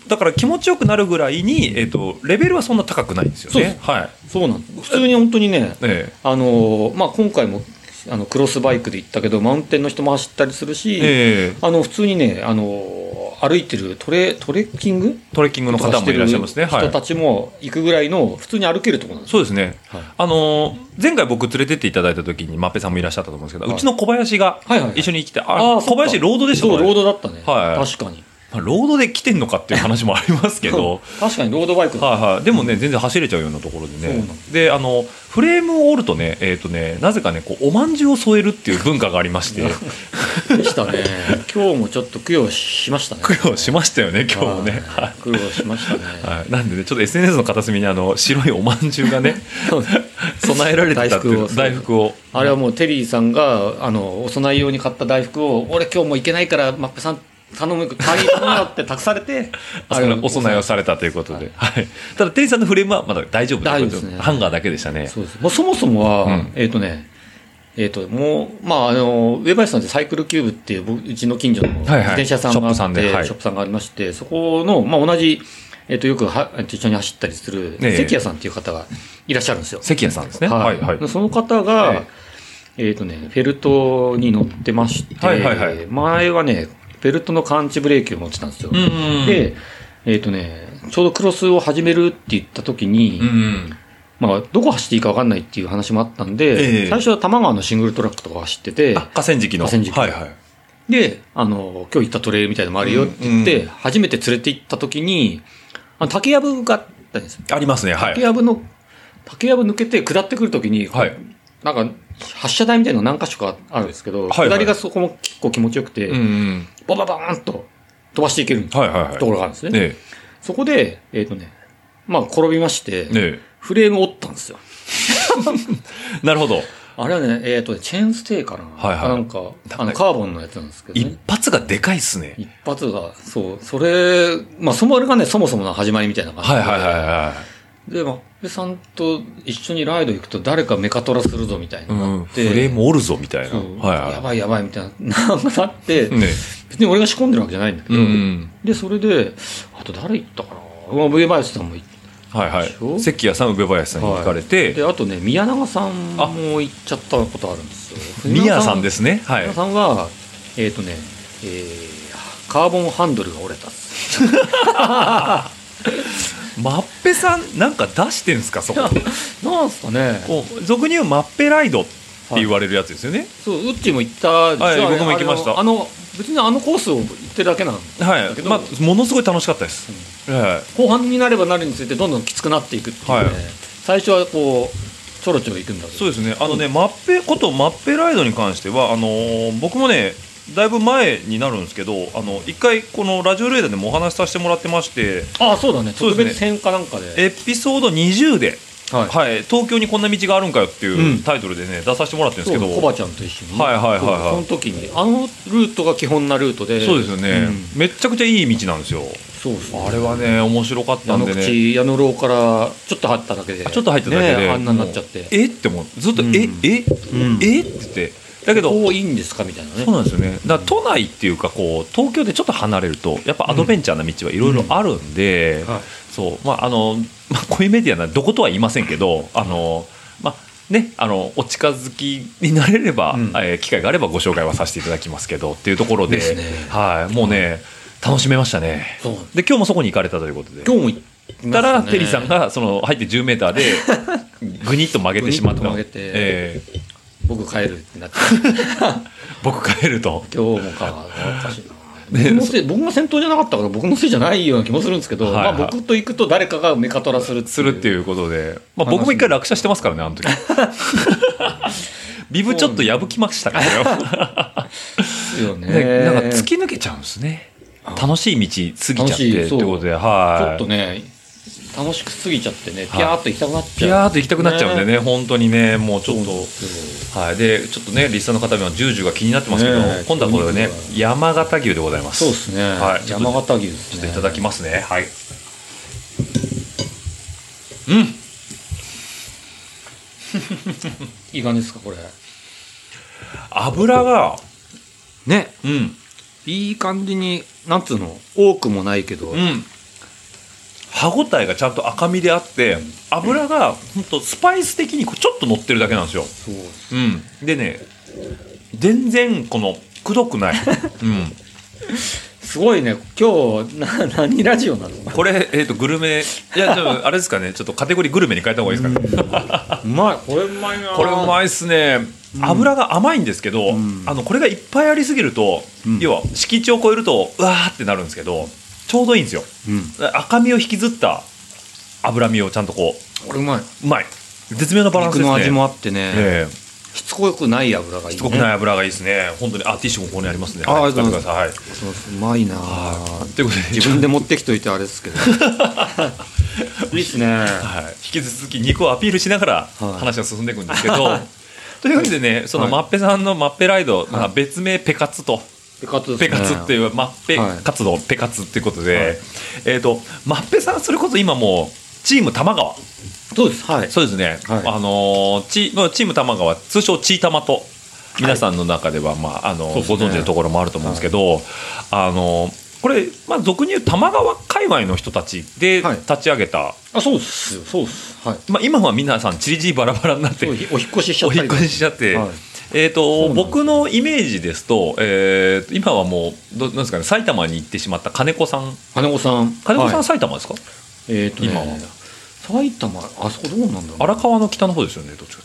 Speaker 2: だから気持ちよくなるぐらいにえっ、とレベルはそんな高くないんですよ
Speaker 3: そうで
Speaker 2: ね
Speaker 3: す。
Speaker 2: はい。
Speaker 3: そうなんです。普通に本当にね、
Speaker 2: え
Speaker 3: あのまあ、今回もあのクロスバイクで行ったけど、マウンテンの人も走ったりするし、
Speaker 2: ええ
Speaker 3: あの普通にね、あの歩いてるトレトレッキング
Speaker 2: えトレッキングの方もいらっしゃいますね。
Speaker 3: とか
Speaker 2: は
Speaker 3: してる人
Speaker 2: い。
Speaker 3: たちも行くぐらいの、普通に歩けるところなんですよ。
Speaker 2: そうですね。
Speaker 3: はい
Speaker 2: あのー前回僕連れてっていただいた時にマッペさんもいらっしゃったと思うんですけど、
Speaker 3: はいう
Speaker 2: ちの小林が
Speaker 3: はいはいはい
Speaker 2: 一緒に来て、
Speaker 3: あ
Speaker 2: あ
Speaker 3: ーそっか
Speaker 2: 小林ロードでした
Speaker 3: そ
Speaker 2: か
Speaker 3: う、
Speaker 2: ら
Speaker 3: ロ
Speaker 2: ね
Speaker 3: ードだったね。
Speaker 2: はい
Speaker 3: 確かに。
Speaker 2: まあロードで来てんのかっていう話もありますけど
Speaker 3: 確かにロードバイクだ。
Speaker 2: はい、はい、でもね全然走れちゃうようなところで
Speaker 3: そうな
Speaker 2: ね
Speaker 3: ん
Speaker 2: であのフレームを折るとね,、えー、とねなぜかねこうおまんじゅうを添えるっていう文化がありまして
Speaker 3: でしたね。今日もちょっと供養しましたね。
Speaker 2: 苦労しましたよね今日もね。
Speaker 3: は
Speaker 2: はい
Speaker 3: い苦労しましたね。
Speaker 2: はい、なんでねちょっと SNS の片隅にあの白いおまんじゅうが ね備えられてたっていう
Speaker 3: 大
Speaker 2: 大
Speaker 3: 福
Speaker 2: 福を
Speaker 3: あれはもうテリーさんが、あの、お供え用に買った大福を、俺今日も行けないから、マップさん頼む、買い頼むよって託されて、
Speaker 2: あそれお供えをされたということで、はい、ただ店員さんのフレームはまだ大丈夫ということ
Speaker 3: 大丈夫ですね
Speaker 2: ハンガーだけでしたね
Speaker 3: そうです。もうそもそもは、
Speaker 2: うん
Speaker 3: えっ、とね、えっ、と、もう、まあ、あの、上林さんでサイクルキューブっていう、僕うちの近所の自
Speaker 2: はいはい
Speaker 3: 転車屋さんがあって、
Speaker 2: ショップさんではい
Speaker 3: ショップさんがありまして、そこの、まあ、同じ、えっ、と、よくは、一緒に走ったりする、
Speaker 2: ええ
Speaker 3: 関谷さんっていう方がいらっしゃるんですよ。
Speaker 2: 関谷さんですね。
Speaker 3: は
Speaker 2: はいいはい。
Speaker 3: その方が、
Speaker 2: え
Speaker 3: えっ、とね、フェルトに乗ってまして、
Speaker 2: はいはいはい
Speaker 3: 前はね、フェルトの感知ブレーキを持ってたんですよ。
Speaker 2: うん
Speaker 3: で、えっ、とね、ちょうどクロスを始めるって言った時に、
Speaker 2: うん。
Speaker 3: まあ、どこ走っていいか分かんないっていう話もあったんで、
Speaker 2: ええ
Speaker 3: 最初は多摩川のシングルトラックとか走ってて
Speaker 2: あ、、河川敷の。
Speaker 3: 河川敷
Speaker 2: はいはい。
Speaker 3: で、あの、今日行ったトレイルみたいなのもあるよって言って、
Speaker 2: うん
Speaker 3: 初めて連れて行った時に、あの竹やぶがあったんですよ。
Speaker 2: ありますね、は
Speaker 3: 竹
Speaker 2: い。
Speaker 3: やぶの、竹やぶ抜けて下ってくる時に、
Speaker 2: はい。
Speaker 3: なんか、発射台みたいなの何箇所かあるんですけ
Speaker 2: は
Speaker 3: ど、
Speaker 2: いはい
Speaker 3: 下りがそこも結構気持ちよくて、
Speaker 2: うん。
Speaker 3: バババーンと飛ばしていけると
Speaker 2: はいはいはい。
Speaker 3: ころがあるんですね。
Speaker 2: え
Speaker 3: そこで、えっ、とね、まあ転びまして、
Speaker 2: え。え
Speaker 3: フレーム折ったんですよ。
Speaker 2: え。なるほど。
Speaker 3: あれはね、えっ、と、チェーンステーかな、
Speaker 2: はいはい
Speaker 3: なんか、あの、カーボンのやつなんですけど、
Speaker 2: 一
Speaker 3: ね、
Speaker 2: 発がでかいっすね。
Speaker 3: 一発が、そう、それ、まあ、そも、あれがね、そもそもの始まりみたいな感じ
Speaker 2: は
Speaker 3: で。
Speaker 2: いはいはいは
Speaker 3: で、マッペさんと一緒にライド行くと誰かメカトラするぞみたい
Speaker 2: い。う
Speaker 3: になっ
Speaker 2: ん。フ
Speaker 3: て、
Speaker 2: レームおるぞみたいな。
Speaker 3: そ
Speaker 2: は
Speaker 3: う
Speaker 2: い
Speaker 3: や
Speaker 2: は
Speaker 3: ばいやばいみたいな、なんか なって、
Speaker 2: い。ね
Speaker 3: 別に俺が仕込んでるわけじゃないんだけ
Speaker 2: う
Speaker 3: ど、
Speaker 2: ん。
Speaker 3: で、それで、あと誰行ったかなまあ、上林さんも行っ
Speaker 2: はいは
Speaker 3: でしょ
Speaker 2: い。関谷さん、上林さんに行かれ
Speaker 3: て、
Speaker 2: て、
Speaker 3: で、あとね、宮永さんも行っちゃったことあるんですよ。
Speaker 2: 宮さん
Speaker 3: で
Speaker 2: ですね。はい
Speaker 3: 皆。さんは、えっ、とね、えーカーボンハンドルが折れたっす。
Speaker 2: マッペさん、なんか出してんすか、そ こ。
Speaker 3: なんすかね。
Speaker 2: こう俗に言うマッペライドって言われるやつですよね。
Speaker 3: そう、ウッチーも行ったでしょ
Speaker 2: はい
Speaker 3: あれ
Speaker 2: 僕も行きました
Speaker 3: あの、あの別にあのコースを行ってるだけなんで
Speaker 2: はい
Speaker 3: だけ。ど
Speaker 2: まあ、ものすごい楽しかったです。え
Speaker 3: 後半になればなるにつれてどんどんきつくなっていくっていう
Speaker 2: は
Speaker 3: ね。
Speaker 2: い
Speaker 3: 最初はこう、ちょろちょろ行くんだけ
Speaker 2: え
Speaker 3: ど。
Speaker 2: そうですね。あのね、マッペことマッペライドに関しては、あのー僕もね。だいぶ前になるんですけど、あの一回このラジオレーダーでもお話しさせてもらってまして、
Speaker 3: ああ、そうだね。
Speaker 2: そう
Speaker 3: 特
Speaker 2: ですね
Speaker 3: 別戦かなんかで。
Speaker 2: エピソード20で、
Speaker 3: はい
Speaker 2: はい、東京にこんな道があるんかよってい
Speaker 3: うん
Speaker 2: うタイトルでね、出させてもらってるんです
Speaker 3: そう
Speaker 2: けど、
Speaker 3: コバちゃんと一緒にね、
Speaker 2: はいはいはいはい
Speaker 3: そうその時にあのルートが基本なルートで
Speaker 2: そうですよね、
Speaker 3: うん
Speaker 2: めっちゃくちゃいい道なんですよ。
Speaker 3: そうですね
Speaker 2: あれはね、面白かった
Speaker 3: 矢
Speaker 2: ん
Speaker 3: 野
Speaker 2: でね。
Speaker 3: 口矢野郎からちょっと入っただけで
Speaker 2: ちょっと入っただけで、
Speaker 3: ねあんなになっちゃって
Speaker 2: もうえって思うずっと、
Speaker 3: うん
Speaker 2: ええ
Speaker 3: うん
Speaker 2: えって言ってだけど
Speaker 3: こういいんですかみたいなね
Speaker 2: そうなんですよねだから都内っていうかこう東京でちょっと離れるとやっぱアドベンチャーな道はいろいろあるんで、
Speaker 3: はい
Speaker 2: そうまああの、まあ、こういうメディアならどことは言いませんけどあのまあね、あのお近づきになれれば、
Speaker 3: うん
Speaker 2: えー機会があればご紹介はさせていただきますけどっていうところで
Speaker 3: ですね
Speaker 2: はい、もうね楽しめましたね
Speaker 3: そう
Speaker 2: で今日もそこに行かれたということで
Speaker 3: 今日も行きま
Speaker 2: た
Speaker 3: し
Speaker 2: ら、
Speaker 3: ね
Speaker 2: テリーさんがその入って10メータ ーでぐにっと曲げてしまった
Speaker 3: ぐにっと曲げて
Speaker 2: ええ
Speaker 3: 僕帰るってなって
Speaker 2: 僕帰ると
Speaker 3: 今日もかおかしい な僕のせい僕も先頭じゃなかったから僕のせいじゃないような気もするんですけ
Speaker 2: は
Speaker 3: ど、
Speaker 2: いはい
Speaker 3: まあ、僕と行くと誰かがメカトラするっていう
Speaker 2: するっていうことで、まあ、僕も一回落車してますからねあ の時ビブちょっと破きましたから
Speaker 3: ですよね
Speaker 2: ねねなんか突き抜けちゃうんですね楽しい道過ぎちゃっ
Speaker 3: 楽
Speaker 2: て
Speaker 3: しい
Speaker 2: って
Speaker 3: そう
Speaker 2: ことで
Speaker 3: ち
Speaker 2: は
Speaker 3: ょっ
Speaker 2: い
Speaker 3: とね楽しく過ぎちゃってねピャーっと行きたくなっち
Speaker 2: ピ
Speaker 3: ゃう、
Speaker 2: ヤーっと行きたくなっちゃうんでね本当にねもうちょっと
Speaker 3: そう
Speaker 2: はいでちょっとねリスナーの方にはジュージュが気になってますけど、
Speaker 3: ねえ
Speaker 2: 今度はこれね
Speaker 3: お肉
Speaker 2: 山形牛でございます
Speaker 3: そうですね、
Speaker 2: はいちょっと
Speaker 3: 山形牛で
Speaker 2: ちょ
Speaker 3: す
Speaker 2: っと
Speaker 3: ね
Speaker 2: いただきますね。はい。うん。
Speaker 3: いい感じですかこれ
Speaker 2: 油が。
Speaker 3: ね
Speaker 2: うん。
Speaker 3: いい感じに、なんつうの、多くもないけど、
Speaker 2: うん。歯ごたえがちゃんと赤身であって、油が本当スパイス的にこうちょっと乗ってるだけなんですよ。
Speaker 3: そう
Speaker 2: うん。でね、全然このくどく ない。
Speaker 3: すごいね、今日、な何ラジオなの
Speaker 2: うん。これえっ、とグルメいやでもあれですかね。ちょっとカテゴリーグルメに変えた方がいいですかね。
Speaker 3: うまい、これうまいな
Speaker 2: これうまいっすね油が甘いんですけど、
Speaker 3: ん
Speaker 2: あのこれがいっぱいありすぎると、
Speaker 3: うん
Speaker 2: 要は敷地を超えるとうわーってなるんですけどちょうどいいんですよ
Speaker 3: うん、
Speaker 2: 赤身を引きずった脂身をちゃんとこ
Speaker 3: これうまい。
Speaker 2: ううまい絶妙なバランスです
Speaker 3: 肉
Speaker 2: ね
Speaker 3: の味もあってね、
Speaker 2: ええ
Speaker 3: しつこくない油がいい、ね。
Speaker 2: すごくない油がいいですね本当にあティッシュもここにありますね
Speaker 3: あ
Speaker 2: はい
Speaker 3: ありがとうございます
Speaker 2: 使ってください、はい
Speaker 3: そうそううまいな
Speaker 2: ということで
Speaker 3: 自分で持ってきといてあれですけど。いいっすね。
Speaker 2: はい、引き続き肉をアピールしながら
Speaker 3: はい
Speaker 2: 話が進んでいくんですけど、というわけでねその
Speaker 3: はい
Speaker 2: マッペさんのマッペライド、まあ別名ペカツと。
Speaker 3: ペカツです
Speaker 2: ペ
Speaker 3: ね
Speaker 2: カツっていう、マッペ
Speaker 3: はい
Speaker 2: 活動、ペカツっていうことで、
Speaker 3: はい
Speaker 2: えっ、と、マッペさん、それこそ今もう、チーム玉川、
Speaker 3: そうそうです。はい。
Speaker 2: そうですね、
Speaker 3: はい
Speaker 2: あのーチまあチーム玉川通称チー玉と皆さんの中では、まああのー
Speaker 3: そうです
Speaker 2: ご
Speaker 3: ね
Speaker 2: 存知のところもあると思うんですけど、あのーこれ、まあ、俗に言う玉川界隈の人たちで
Speaker 3: はい
Speaker 2: 立ち上げた、
Speaker 3: あ、そうですよ。そうです。はい。
Speaker 2: まあ、今は皆さんちりじりバラバラになって
Speaker 3: そうお引っ越ししちゃっ
Speaker 2: お引っ
Speaker 3: たりとか
Speaker 2: 越ししちゃって、
Speaker 3: はい
Speaker 2: えー、
Speaker 3: そう
Speaker 2: と
Speaker 3: なんです
Speaker 2: 僕のイメージですと,、えーと今はもうどなんですか、ね、埼玉に行ってしまった金子さん
Speaker 3: 金子さん。
Speaker 2: 金子さん、
Speaker 3: はい
Speaker 2: 埼玉ですか
Speaker 3: えっとね
Speaker 2: 今は
Speaker 3: 埼玉、あそこどうなんだろう。
Speaker 2: 荒川の北の方ですよねどっちか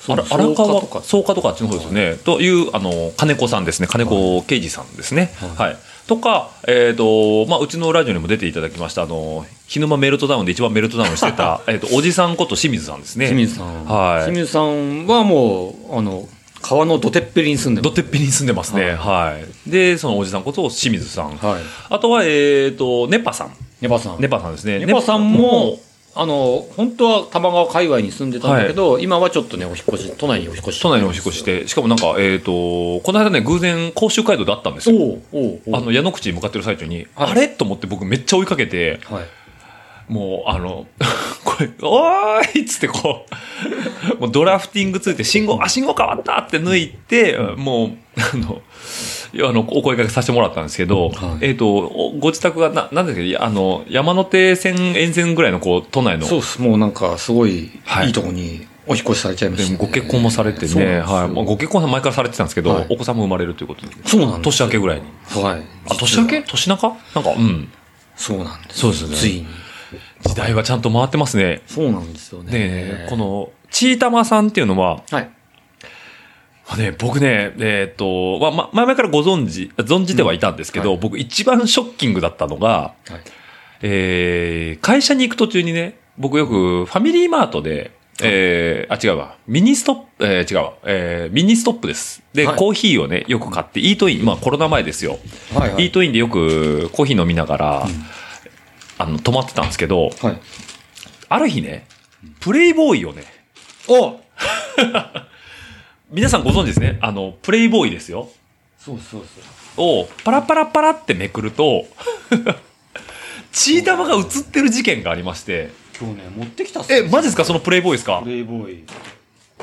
Speaker 3: そう
Speaker 2: あら荒
Speaker 3: 草加
Speaker 2: 川
Speaker 3: とか
Speaker 2: 草加とかあっちの方ですよね、というあの金子さんですね金子刑事さんですね、は
Speaker 3: はい
Speaker 2: とか、えーとまあ、うちのラジオにも出ていただきましたあの日沼メルトダウンで一番メルトダウンして たえーとおじさんこと清水さんですね
Speaker 3: 清水さん。
Speaker 2: はい
Speaker 3: 清水さんはもう、あの、川の土手っぺりに住んで
Speaker 2: ど
Speaker 3: ま
Speaker 2: てっぺりに住んでますね、はいでそのおじさんこと清水さん、
Speaker 3: す。はい。
Speaker 2: あとは、えー、とネパさん
Speaker 3: ネバさん。
Speaker 2: ネパさんですね
Speaker 3: ネパさんも、あの、本当は玉川界隈に住んでたんだけど、今はちょっとね、お引っ越し、都内にお引っ越し。
Speaker 2: 都内にお引っ越しし。てしかもなんか、えー、とこの間ね偶然甲州街道で会ったんです
Speaker 3: お
Speaker 2: よ
Speaker 3: うおうおう
Speaker 2: あの矢野口に向かってる最中に、
Speaker 3: はい
Speaker 2: あれと思って僕めっちゃ追いかけて、
Speaker 3: はい。
Speaker 2: もう、あの、 これ、おーいっつってこう、もうドラフティングついて、信号、あ、信号変わったって抜いて、もう、あの、いやあのお声掛けさせてもらったんですけど、
Speaker 3: はい
Speaker 2: えっ、と、おご自宅がな、なんですかいやあの、山手線沿線ぐらいの、こう、都内の、
Speaker 3: そうっす。もうなんか、すごい
Speaker 2: は、い
Speaker 3: いいとこにお引っ越しされちゃいま
Speaker 2: で
Speaker 3: した、ね。
Speaker 2: ご結婚もされて
Speaker 3: そうなん
Speaker 2: ね、
Speaker 3: ですよ
Speaker 2: はい。まあご結婚は前からされてたんですけど、
Speaker 3: はい
Speaker 2: お子さんも生まれるということで、
Speaker 3: そうなんで
Speaker 2: 年
Speaker 3: すよ。
Speaker 2: 明けぐらいに。
Speaker 3: けはい。
Speaker 2: あ、年明け年中なんか、うん。
Speaker 3: そうなんです。
Speaker 2: そうですね
Speaker 3: ついに。
Speaker 2: 時代はちゃんと回ってますね。
Speaker 3: そうなんですよね。
Speaker 2: で、こ。の、ちいたまさんっていうのは、
Speaker 3: はい。
Speaker 2: まあね、僕ね、えーっ、と、まあま、前々からご存知、存じてはいたんですけど、
Speaker 3: うんは
Speaker 2: 僕一番ショッキングだったのが、
Speaker 3: はい。
Speaker 2: えー、会社に行く途中にね、僕よくファミリーマートで、えー、あ、違うわ。ミニストップ、えー、違うわ。えー、ミニストップです。で、
Speaker 3: はい
Speaker 2: コーヒーをね、よく買って、イートイン、まあコロナ前ですよ。
Speaker 3: はい。は
Speaker 2: イ
Speaker 3: い
Speaker 2: ートインでよくコーヒー飲みながら、あの、泊まってたんですけど、
Speaker 3: はい。
Speaker 2: ある日ね、プレイボーイをね、
Speaker 3: お
Speaker 2: 皆さんご存知ですね。あの、プレイボーイですよ。
Speaker 3: そうそうそう。
Speaker 2: をパラパラパラってめくると チー玉が映ってる事件がありまして
Speaker 3: 今日ね、持ってきたっす
Speaker 2: えマジですかそのプレイボーイですか
Speaker 3: プレイボーイ。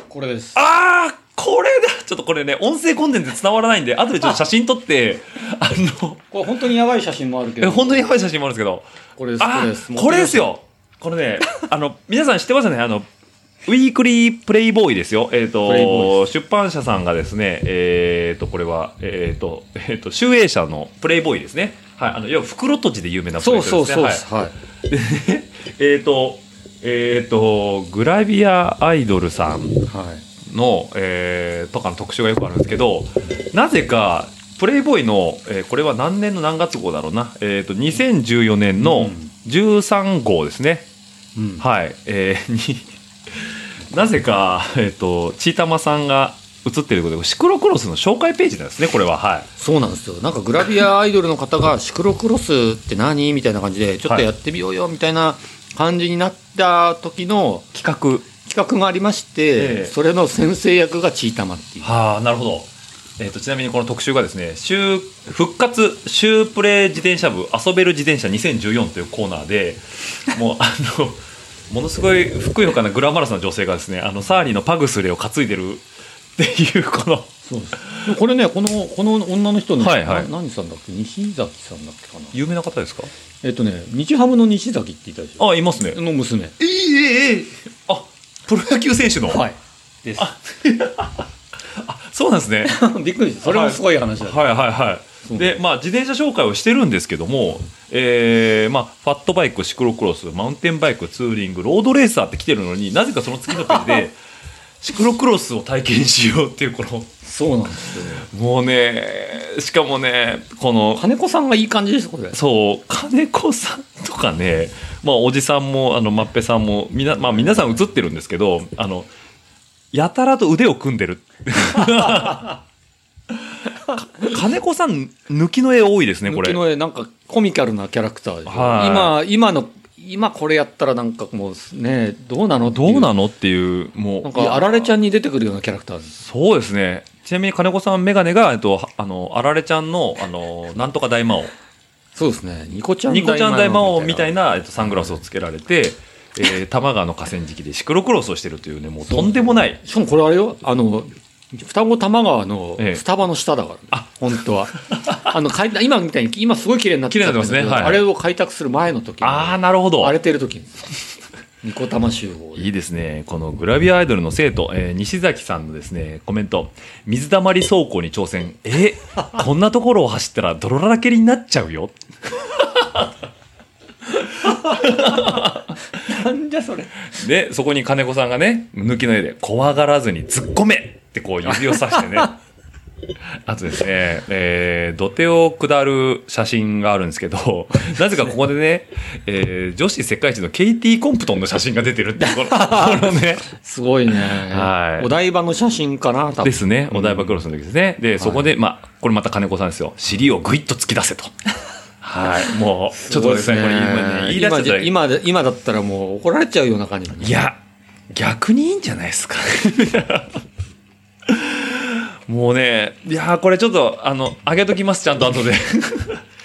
Speaker 3: これです。
Speaker 2: あーこれだちょっとこれね音声コンテンツ伝わらないんで後でちょっと写真撮って あの
Speaker 3: これ本当にやばい写真もあるけ
Speaker 2: え
Speaker 3: ど。
Speaker 2: 本当にやばい写真もあるんですけど
Speaker 3: これです。こ
Speaker 2: あ
Speaker 3: れです。
Speaker 2: ーこれです。よこれね あの皆さん知ってますよねあのウィークリープレイボーイですよ。えっ、
Speaker 3: プレイボ
Speaker 2: と、出版社さんがですね、えっ、と、これは、えっ、と、えっ、と、集英社のプレイボーイですね。はい。あの、要は袋とじで有名なプレ
Speaker 3: そ
Speaker 2: イボーイ
Speaker 3: う
Speaker 2: ですね。
Speaker 3: そうそう
Speaker 2: は
Speaker 3: で
Speaker 2: い
Speaker 3: す。はい。
Speaker 2: えっ、と、えっ、と、グラビアアイドルさん
Speaker 3: はい。
Speaker 2: の、えーとかの特集がよくあるんですけど、なぜか、プレイボーイの、えーこれは何年の何月号だろうな、えっ、と、2014年の13号ですね。
Speaker 3: うん。
Speaker 2: はい。えーに、なぜか、えっ、と、ちーたまさんが映ってることで、シクロクロスの紹介ページなんですね、これは。はい。
Speaker 3: そうなんですよなんかグラビアアイドルの方がシクロクロスって何みたいな感じでちょっとやってみようよみたいな感じになった時の
Speaker 2: 企画。
Speaker 3: 企画がありまして、
Speaker 2: ええ
Speaker 3: それの先生役がチータマっていう
Speaker 2: はあなるほど、えー、とちなみにこの特集がですね週復活週プレイ自転車部遊べる自転車2014というコーナーでもうあのものすごいふくよかなグラマラスな女性がですねあのサーリーのパグスレを担いでるっていうこの
Speaker 3: そうですこれねこのこの女の人の、
Speaker 2: はいはい
Speaker 3: な何さんだっけ西崎さんだっけかな
Speaker 2: 有名な方ですか
Speaker 3: えっとね日ハムの西崎って言ったでしょ
Speaker 2: あいますね
Speaker 3: の娘
Speaker 2: ええええあプロ野球選手の、
Speaker 3: はいです
Speaker 2: そうなんですね
Speaker 3: びっくりしたそれもすごい話だ、
Speaker 2: はいはいはい。で、まあ、自転車紹介をしてるんですけども、えーまあ、ファットバイク、シクロクロス、マウンテンバイク、ツーリング、ロードレーサーって来てるのになぜかその次のページで、シクロクロスを体験しようっていう、この、
Speaker 3: そうなんですよ
Speaker 2: もうね、しかもね、この、
Speaker 3: 金子さんがいい感じですこれ
Speaker 2: そう、金子さんとかね、まあ、おじさんも、あの、まっぺさんも、みな、まあ、皆さん映ってるんですけど、あの、やたらと腕を組んでる。 か金子さん、抜きの絵多いですね、こ
Speaker 3: 抜
Speaker 2: れ。
Speaker 3: きの絵なんかコミカルなキャラクターでしょ
Speaker 2: はい
Speaker 3: 今今の今これやったらなんかもうねどうなのって
Speaker 2: ど
Speaker 3: いう
Speaker 2: な
Speaker 3: の
Speaker 2: のっていう、もう。
Speaker 3: なんかあられちゃ
Speaker 2: ん。
Speaker 3: んに出てくるようなキャラクターです
Speaker 2: そうですね。ちなみに金子さん、メガネが、えっと、あの、あられちゃんの、あの、なんとか大魔王。
Speaker 3: そうですねニコちゃん
Speaker 2: ニコちゃん大魔王みたい
Speaker 3: な
Speaker 2: な、えっと、サングラスをつけられて、えー多摩川の河川敷でシクロクロスをしてるというね、もうとんでもない。
Speaker 3: しかもこれあれよ、あの、双子玉川の
Speaker 2: ええ
Speaker 3: スタバの下だからね。あ、本当は。 あの、開拓今みたいに、今すごい綺麗になってたんだけど
Speaker 2: 綺麗になってますねはい
Speaker 3: あれを開拓する前の時
Speaker 2: ああ、
Speaker 3: あ
Speaker 2: なるほど。
Speaker 3: 荒れてる時に。ニコ玉集合で。
Speaker 2: いいですね。このグラビアアイドルの生徒、えー西崎さんのですね、コメント。水溜り走行に挑戦。えこんなところを走ったら泥だらけになっちゃうよ。
Speaker 3: なんじゃそれ。
Speaker 2: で、そこに金子さんがね、抜きの絵で、怖がらずに突っ込めってこう指をさして ね。あとですね、えー土手を下る写真があるんですけど、なぜかここでね、えー女子世界一のケイティ・コンプトンの写真が出てるっていう、このこのね、
Speaker 3: すごいね。
Speaker 2: はい
Speaker 3: お台場の写真かな、多分。
Speaker 2: ですね、お台場クロスの時ですね。で、そこで、まあ、これまた金子さんですよ。尻をぐいっと突き出せ と。はい、もう、ちょっとですね、これ今ね、言い出しちゃったら
Speaker 3: 今今で今だったらもう怒られちゃうような感じだね
Speaker 2: いや、逆にいいんじゃないですか。 もうね、いやーこれちょっと、あの、上げときます、ちゃんと後 で。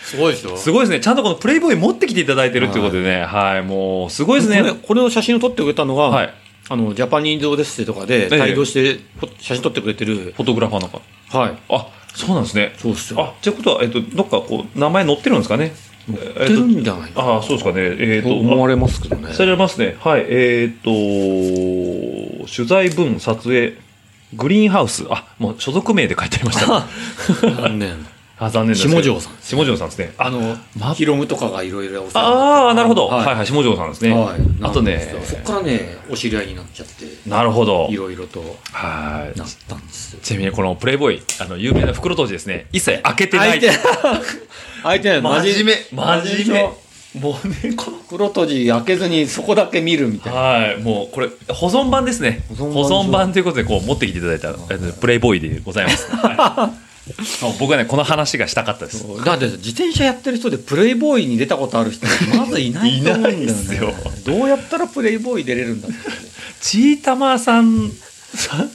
Speaker 3: すごいでしょ
Speaker 2: すごいですね。ちゃんとこのプレイボーイ持ってきていただいてるってことでね、はい、もう、すごいですね。
Speaker 3: これこれを写真を撮ってくれたのが、
Speaker 2: はい
Speaker 3: あのジャパニーズオデッセイとかで
Speaker 2: ええ
Speaker 3: 帯同してフォ写真撮ってくれてる、
Speaker 2: フォトグラファーの方。
Speaker 3: はい
Speaker 2: あ、そうなんですね。
Speaker 3: そうっすよ
Speaker 2: あ、ってことは、えっと、どっかこう、名前載ってるんですかね。載っ
Speaker 3: 売ってるんじゃないか
Speaker 2: ああ、そうですかね。えっ
Speaker 3: と
Speaker 2: と、
Speaker 3: 思われますけどね
Speaker 2: されますね。はい。えーっ、と、取材分、撮影、グリーンハウス。あ、もう所属名で書いてありました。
Speaker 3: 残念
Speaker 2: あ、残念です。
Speaker 3: 下條さん
Speaker 2: 下条さんですね。
Speaker 3: あ
Speaker 2: あ
Speaker 3: の、ヒロムとかがいろいろ
Speaker 2: あー、なるほど。はいはいい、下条さんですね。
Speaker 3: はい
Speaker 2: あとね
Speaker 3: なん、ですよそっからねお知り合いになっちゃって
Speaker 2: なるほど
Speaker 3: い。ろいろと
Speaker 2: はい
Speaker 3: な。ったんですよ
Speaker 2: ちなみにこのプレイボーイ、あの、有名な袋閉じですね。一切開けてない。
Speaker 3: 相 手
Speaker 2: 真面目。真面
Speaker 3: 目
Speaker 2: 目。もうね、この。
Speaker 3: 黒閉じ開けずにそこだけ見るみたいな
Speaker 2: はい、もうこれ保存版ですね。保
Speaker 3: 保存
Speaker 2: 存
Speaker 3: 版
Speaker 2: 版ということでこう持ってきていただいたえっとプレイボーイでござい ます。はいもう僕はねこの話がしたかったです。
Speaker 3: だって自転車やってる人でプレイボーイに出たことある人ってまずいないと思うんだよね
Speaker 2: いないっすよ
Speaker 3: どうやったらプレイボーイ出れるんだって
Speaker 2: チータマーさんさ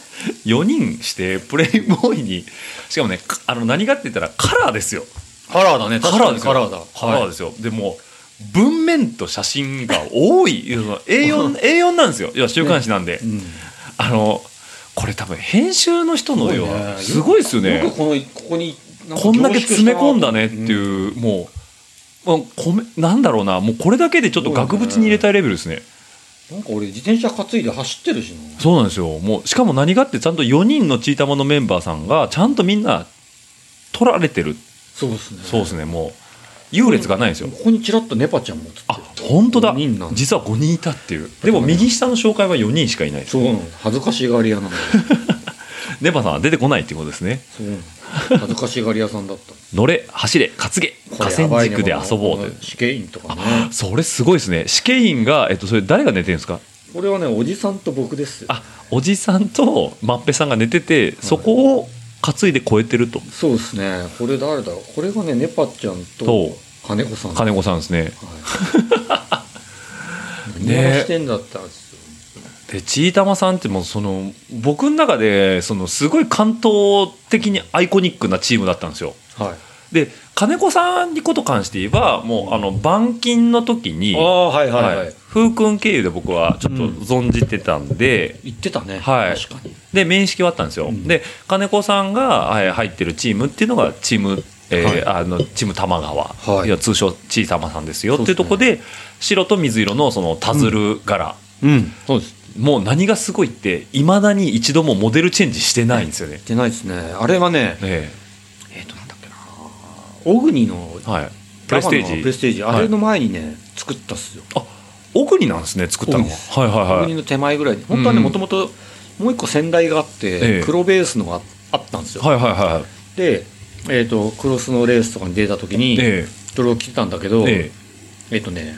Speaker 2: 4人してプレイボーイに しかもねかあの何がって言ったらカラーですよ。
Speaker 3: カラーだね
Speaker 2: カラーですよ。
Speaker 3: カラーだ
Speaker 2: カラーですよ。でもう文面と写真が多い要は A4, A4 なんですよ。いや週刊誌なんで、
Speaker 3: うん
Speaker 2: あのこれ多分編集の人のよ
Speaker 3: すご
Speaker 2: すごい
Speaker 3: いね
Speaker 2: ですよね。
Speaker 3: よくこのここになんか
Speaker 2: こんだけ詰め込んだねって
Speaker 3: 凝縮した
Speaker 2: いう、もう、もう米なんだろうな、もうこれだけでちょっと額縁に入れたいレベルですね。
Speaker 3: うんなんか俺自転車担いで走ってるしな
Speaker 2: そうなんですよ。もう、しかも何がって、ちゃんと4人のチータマのメンバーさんが、ちゃんとみんな、取られてる。
Speaker 3: そうですね
Speaker 2: そうですね、もう、優劣がないんですよ。
Speaker 3: ここにちらっとネパちゃんも映って
Speaker 2: あ、本当だ
Speaker 3: 五人なん。だ
Speaker 2: 実は5人いたっていう。でも、右下の紹介は4人しかいないです。
Speaker 3: そうなの恥ずかしがり屋なんだよ
Speaker 2: ネバさんは出てこないっていうことですね。
Speaker 3: そうなの恥ずかしがり屋さんだった
Speaker 2: 乗れ、走れ、担げ、
Speaker 3: こ
Speaker 2: 河
Speaker 3: れやば
Speaker 2: 川
Speaker 3: いね
Speaker 2: 軸で遊ぼうとい
Speaker 3: こ
Speaker 2: う
Speaker 3: の。試験員とかね
Speaker 2: それすごいですね。試験員が、えっと、それ誰が寝てるんですか
Speaker 3: これはねおじさんと僕ですよ
Speaker 2: あおじさんとまっぺさんが寝ててそこを担いで越えてると
Speaker 3: そうですねこれ誰だろうこれがねネパちゃん
Speaker 2: と
Speaker 3: と金子さん
Speaker 2: 金子さんですね
Speaker 3: は い、
Speaker 2: ね
Speaker 3: 何をしてんだったんですよ
Speaker 2: でちーたまさんってもうその僕の中でそのすごい関東的にアイコニックなチームだったんですよ
Speaker 3: はい
Speaker 2: で金子さんにこと関して言えばもうあの板金の時に
Speaker 3: ああはいはいはい、
Speaker 2: はい風君経由で僕はちょっと存じてたんで、
Speaker 3: 言ってたね、
Speaker 2: はい
Speaker 3: 確かに
Speaker 2: で面識はあったんですよ、
Speaker 3: ん
Speaker 2: で金子さんがはい入ってるチームっていうのがチーム、えー
Speaker 3: は
Speaker 2: あ
Speaker 3: い
Speaker 2: のチーム玉川、
Speaker 3: はい
Speaker 2: いや通称ちいさまさんですよっ
Speaker 3: そう
Speaker 2: てい
Speaker 3: で
Speaker 2: う
Speaker 3: すね
Speaker 2: とこで白と水色のそのタズル柄、
Speaker 3: うんそうです
Speaker 2: もう何がすごいっていまだに一度もモデルチェンジしてないんですよね、
Speaker 3: 言ってないですねあれはね
Speaker 2: え
Speaker 3: えっ、となんだっけな小国の
Speaker 2: えはい、プレステ
Speaker 3: ラガ
Speaker 2: ー
Speaker 3: の
Speaker 2: ジ
Speaker 3: プレステージ
Speaker 2: はい
Speaker 3: あれの前にね、作ったっすよ
Speaker 2: あ奥になんですね作ったのは
Speaker 3: 奥にです
Speaker 2: はい
Speaker 3: 小
Speaker 2: はい
Speaker 3: 国
Speaker 2: はい
Speaker 3: の手前ぐらいに本当はね
Speaker 2: うん
Speaker 3: もともともう一個先代があって、
Speaker 2: ええ
Speaker 3: 黒ベースのがあったんですよ、
Speaker 2: はいはいはい
Speaker 3: で、えー、とクロスのレースとかに出た時に、
Speaker 2: え
Speaker 3: それを着てたんだけど、
Speaker 2: え
Speaker 3: え
Speaker 2: ええ
Speaker 3: っ、とね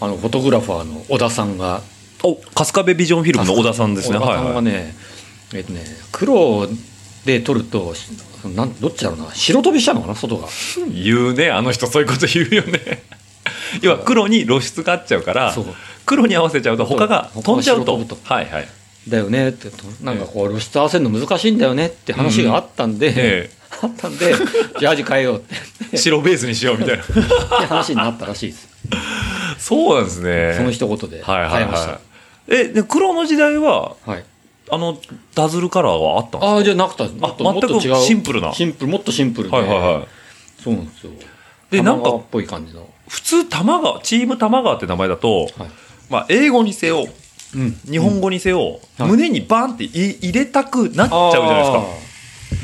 Speaker 3: あのフォトグラファーの小田さんが
Speaker 2: お春日部ビジョンフィルムの小田さんですね
Speaker 3: 小
Speaker 2: は
Speaker 3: 田
Speaker 2: い
Speaker 3: さん
Speaker 2: は
Speaker 3: が
Speaker 2: い
Speaker 3: ね、えっ、とね黒で撮るとしなんどっちだろうな白飛びしたのかな外が
Speaker 2: 言うねあの人そういうこと言うよね要は黒に露出があっちゃうから
Speaker 3: そう
Speaker 2: 黒に合わせちゃうと他が
Speaker 3: そう
Speaker 2: 飛んじゃうと
Speaker 3: 他が白飛ぶ
Speaker 2: はいはい
Speaker 3: だよねってなんかこう露出合わせるの難しいんだよねって話があったんで、
Speaker 2: え
Speaker 3: あったんでジャージ変えようって
Speaker 2: 白ベースにしようみたいな
Speaker 3: って話になったらしいです
Speaker 2: そうなんですね。
Speaker 3: その一言で
Speaker 2: はいは
Speaker 3: 変
Speaker 2: い
Speaker 3: えました。
Speaker 2: はい。え、で、黒の時代は、
Speaker 3: はい。
Speaker 2: あの、ダズルカラーはあったんです
Speaker 3: ああ、じゃあなくた。もっと
Speaker 2: 全
Speaker 3: もっと
Speaker 2: く
Speaker 3: 違う。
Speaker 2: シンプルな
Speaker 3: シンプル、もっとシンプルで。
Speaker 2: かはいはいはい。
Speaker 3: そうなんですよ。
Speaker 2: でなんか
Speaker 3: 玉川っぽい感じの。
Speaker 2: 普通、玉川、チーム玉川って名前だと、
Speaker 3: はい。
Speaker 2: まあ、英語にせよ、
Speaker 3: うん。
Speaker 2: 日本語にせよ、
Speaker 3: うんはい
Speaker 2: 胸にバンってい入れたくなっちゃうじゃないですか。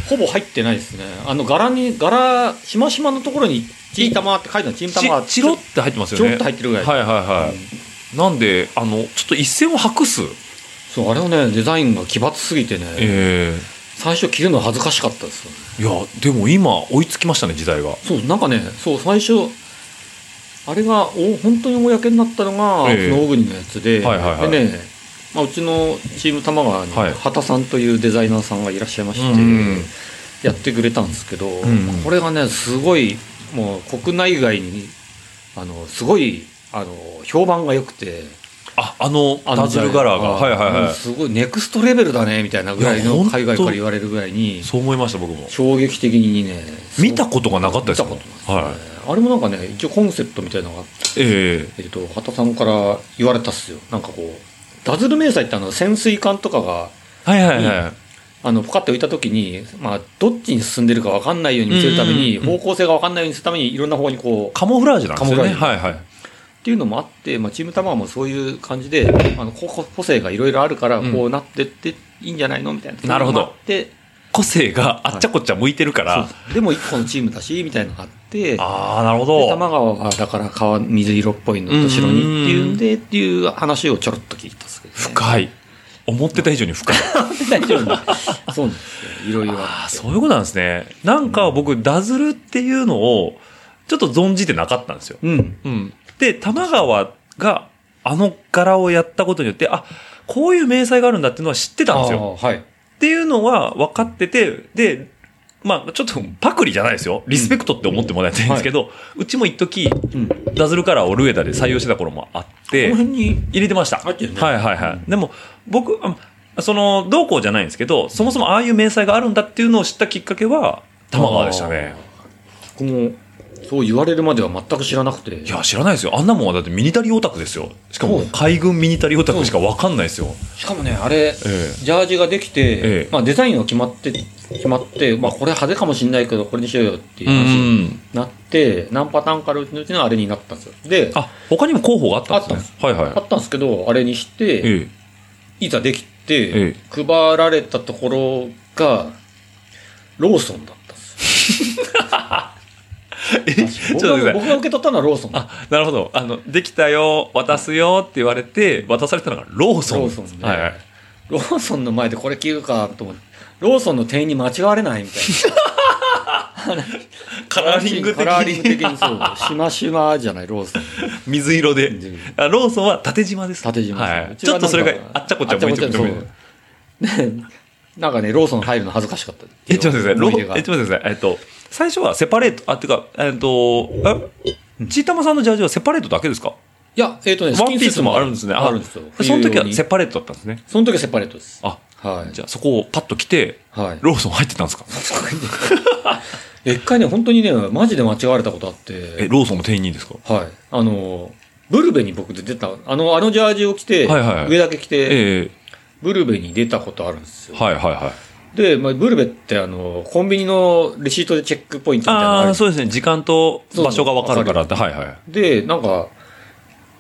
Speaker 3: すか。ほぼ入ってないですね。あの、柄に、柄、しましまのところに、チータマーって書いてあるチームタマー
Speaker 2: ちチロって入ってます
Speaker 3: ち
Speaker 2: よ
Speaker 3: ょろ
Speaker 2: ね。
Speaker 3: っと入ってるぐらい。
Speaker 2: はいはいはい、なんであのちょっと一線を吐くす、
Speaker 3: そう、あれはね、デザインが奇抜すぎてね、
Speaker 2: え
Speaker 3: 最初着るの恥ずかしかったですよね。
Speaker 2: えいやでも今追いつきましたね時代が
Speaker 3: そう、なんかね、そう、最初、あれが、お本当に公になったのが、
Speaker 2: ええ
Speaker 3: その小国のやつで、
Speaker 2: はいはいはい
Speaker 3: でね、まあ、うちのチーム玉川に、
Speaker 2: はい
Speaker 3: 畑さんというデザイナーさんがいらっしゃいまして、
Speaker 2: うん
Speaker 3: やってくれたんですけど、
Speaker 2: んうん
Speaker 3: これがね、すごい、もう国内外に、あの、すごい、あの、評判が良くて、
Speaker 2: ああの
Speaker 3: あの
Speaker 2: ダズル柄が
Speaker 3: あ
Speaker 2: はいはい
Speaker 3: も
Speaker 2: は
Speaker 3: うすごい、ネクストレベルだね、みたいなぐらい
Speaker 2: いや
Speaker 3: の
Speaker 2: 本当
Speaker 3: 海外から言われるぐらいに
Speaker 2: い、そう思いました僕も
Speaker 3: 衝撃的にね、すごく
Speaker 2: 見たことがなかったですもん
Speaker 3: 見たことない
Speaker 2: は
Speaker 3: ですねあれもなんかね、一応コンセプトみたいなのがあって、
Speaker 2: え
Speaker 3: えっ、と、畑さんから言われたっすよ。なんかこう、ダズル迷彩ってあの、潜水艦とかが、
Speaker 2: えはいはいはい、
Speaker 3: あの、ポカって浮いた時に、まあ、どっちに進んでるか分かんないように見せるために、
Speaker 2: うんうんうん
Speaker 3: 方向性が分かんないようにするために、いろんな方にこう、
Speaker 2: カモフラージュなんですよね
Speaker 3: カモフ
Speaker 2: は
Speaker 3: ラ
Speaker 2: い
Speaker 3: ージ
Speaker 2: は
Speaker 3: ュ
Speaker 2: い
Speaker 3: っていうのもあって、まあ、チームタマーもそういう感じで、あの、ここ個性がいろいろあるから、
Speaker 2: うん
Speaker 3: こうなってっていいんじゃないのみたいな。
Speaker 2: なるほど
Speaker 3: で、
Speaker 2: 個性があっちゃこっちゃ向いてるから、
Speaker 3: そうでも一個のチームだし、みたいなのがあって、
Speaker 2: ああなるほ
Speaker 3: で
Speaker 2: ど
Speaker 3: 多摩川はだから川水色っぽいのと白にっていうんでっていう話をちょろっと聞いたんですけど、ね、
Speaker 2: 深い思ってた以上に深い
Speaker 3: 大丈夫 そうなんですよいろいろ
Speaker 2: あ
Speaker 3: あ
Speaker 2: あ
Speaker 3: って
Speaker 2: そういうことなんですねなんか僕ダズルっていうのをちょっと存じてなかったんですよ
Speaker 3: うん
Speaker 2: うん、で玉川があの柄をやったことによってあこういう迷彩があるんだっていうのは知ってたんですよ
Speaker 3: あーはい
Speaker 2: っていうのは分かっててでまあちょっとパクリじゃないですよリスペクトって思ってもらいたいんですけど、うちも一時
Speaker 3: うんこ
Speaker 2: ダズルカラーをルエダで採用してた頃もあっ
Speaker 3: の
Speaker 2: て
Speaker 3: 辺に
Speaker 2: 入れてました、
Speaker 3: 入ってるね
Speaker 2: はいはいはい、でも僕あそのどうこうじゃないんですけどそもそもああいう迷彩があるんだっていうのを知ったきっかけは玉川でしたね
Speaker 3: 僕もそう言われるまでは全く知らなくて
Speaker 2: いや、知らないですよ。あんなもんはだってミニタリーオタクですよ。しかも
Speaker 3: そう
Speaker 2: 海軍ミニタリーオタクしかわかんないですよ。
Speaker 3: しかもねあれ
Speaker 2: ええ
Speaker 3: ジャージができて、
Speaker 2: ええ
Speaker 3: まあ、デザインは決まって決まって、まあ、これ派手かもしれないけどこれにしようよっていう話に
Speaker 2: ん。
Speaker 3: なって、何パターンかのうちのあれになったんですよであ
Speaker 2: あ、他にも候補があったんですね。はいはい。
Speaker 3: ったんですけどあれにして、
Speaker 2: ええ。
Speaker 3: いざでき
Speaker 2: え
Speaker 3: て、配られたところが、ローソンだったんです
Speaker 2: え、 ちょっと待ってくださ
Speaker 3: 僕が僕
Speaker 2: い。
Speaker 3: が受け取ったのはローソン。ロ
Speaker 2: あ、なるほど。あの、できたよ、渡すよって言われて、渡されたのがローソン。
Speaker 3: ローソンね
Speaker 2: はいはい。
Speaker 3: ーソンの前でこれ着るかと思って、ローソンの店員に間違われないみたいな。
Speaker 2: カラーリング
Speaker 3: カ
Speaker 2: 的
Speaker 3: ラーリング
Speaker 2: に
Speaker 3: 的にそう。しましまじゃない、ローソン。
Speaker 2: 水色で。あローソンは縦縞です。
Speaker 3: 縦縞です
Speaker 2: は
Speaker 3: う
Speaker 2: い。
Speaker 3: ち
Speaker 2: ちょ
Speaker 3: は
Speaker 2: っとそれ
Speaker 3: なん
Speaker 2: が
Speaker 3: か
Speaker 2: あっちゃこっちゃ向いてる
Speaker 3: あっちゃこっちゃねなんかね、ローソン入るの恥ずかしかったって
Speaker 2: え、
Speaker 3: いう
Speaker 2: ちょっと待ってください。ロ
Speaker 3: 思
Speaker 2: ー
Speaker 3: い出が
Speaker 2: え、ちょっと待ってください。えっと、最初はセパレート、あ、っていうか、えっと、えちいたまさんのジャージはセパレートだけですか
Speaker 3: いや、えっとね、
Speaker 2: ワンピースもあるんですね。
Speaker 3: あるんですよ。
Speaker 2: その時は
Speaker 3: 冬用に
Speaker 2: セパレートだったんですね。
Speaker 3: その時はセパレートです。
Speaker 2: あ、
Speaker 3: はい。
Speaker 2: じゃあそこをパッと来て、
Speaker 3: はい。
Speaker 2: ローソン入ってたんですか
Speaker 3: 一回ね、本当にね、マジで間違われたことあって。
Speaker 2: え、ローソンの店員にですか
Speaker 3: はい。あの、ブルベに僕で出た、あの、あのジャージを着て、
Speaker 2: はいはい
Speaker 3: 上だけ着て、
Speaker 2: え
Speaker 3: ブルベに出たことあるんです
Speaker 2: え
Speaker 3: よ。
Speaker 2: はいはいはい。
Speaker 3: で、まあ、ブルベってあの、コンビニのレシートでチェックポイントみたいなの
Speaker 2: あ
Speaker 3: る
Speaker 2: あ、そうですね。時間と場所がわかるからって。はいはい。
Speaker 3: で、なんか、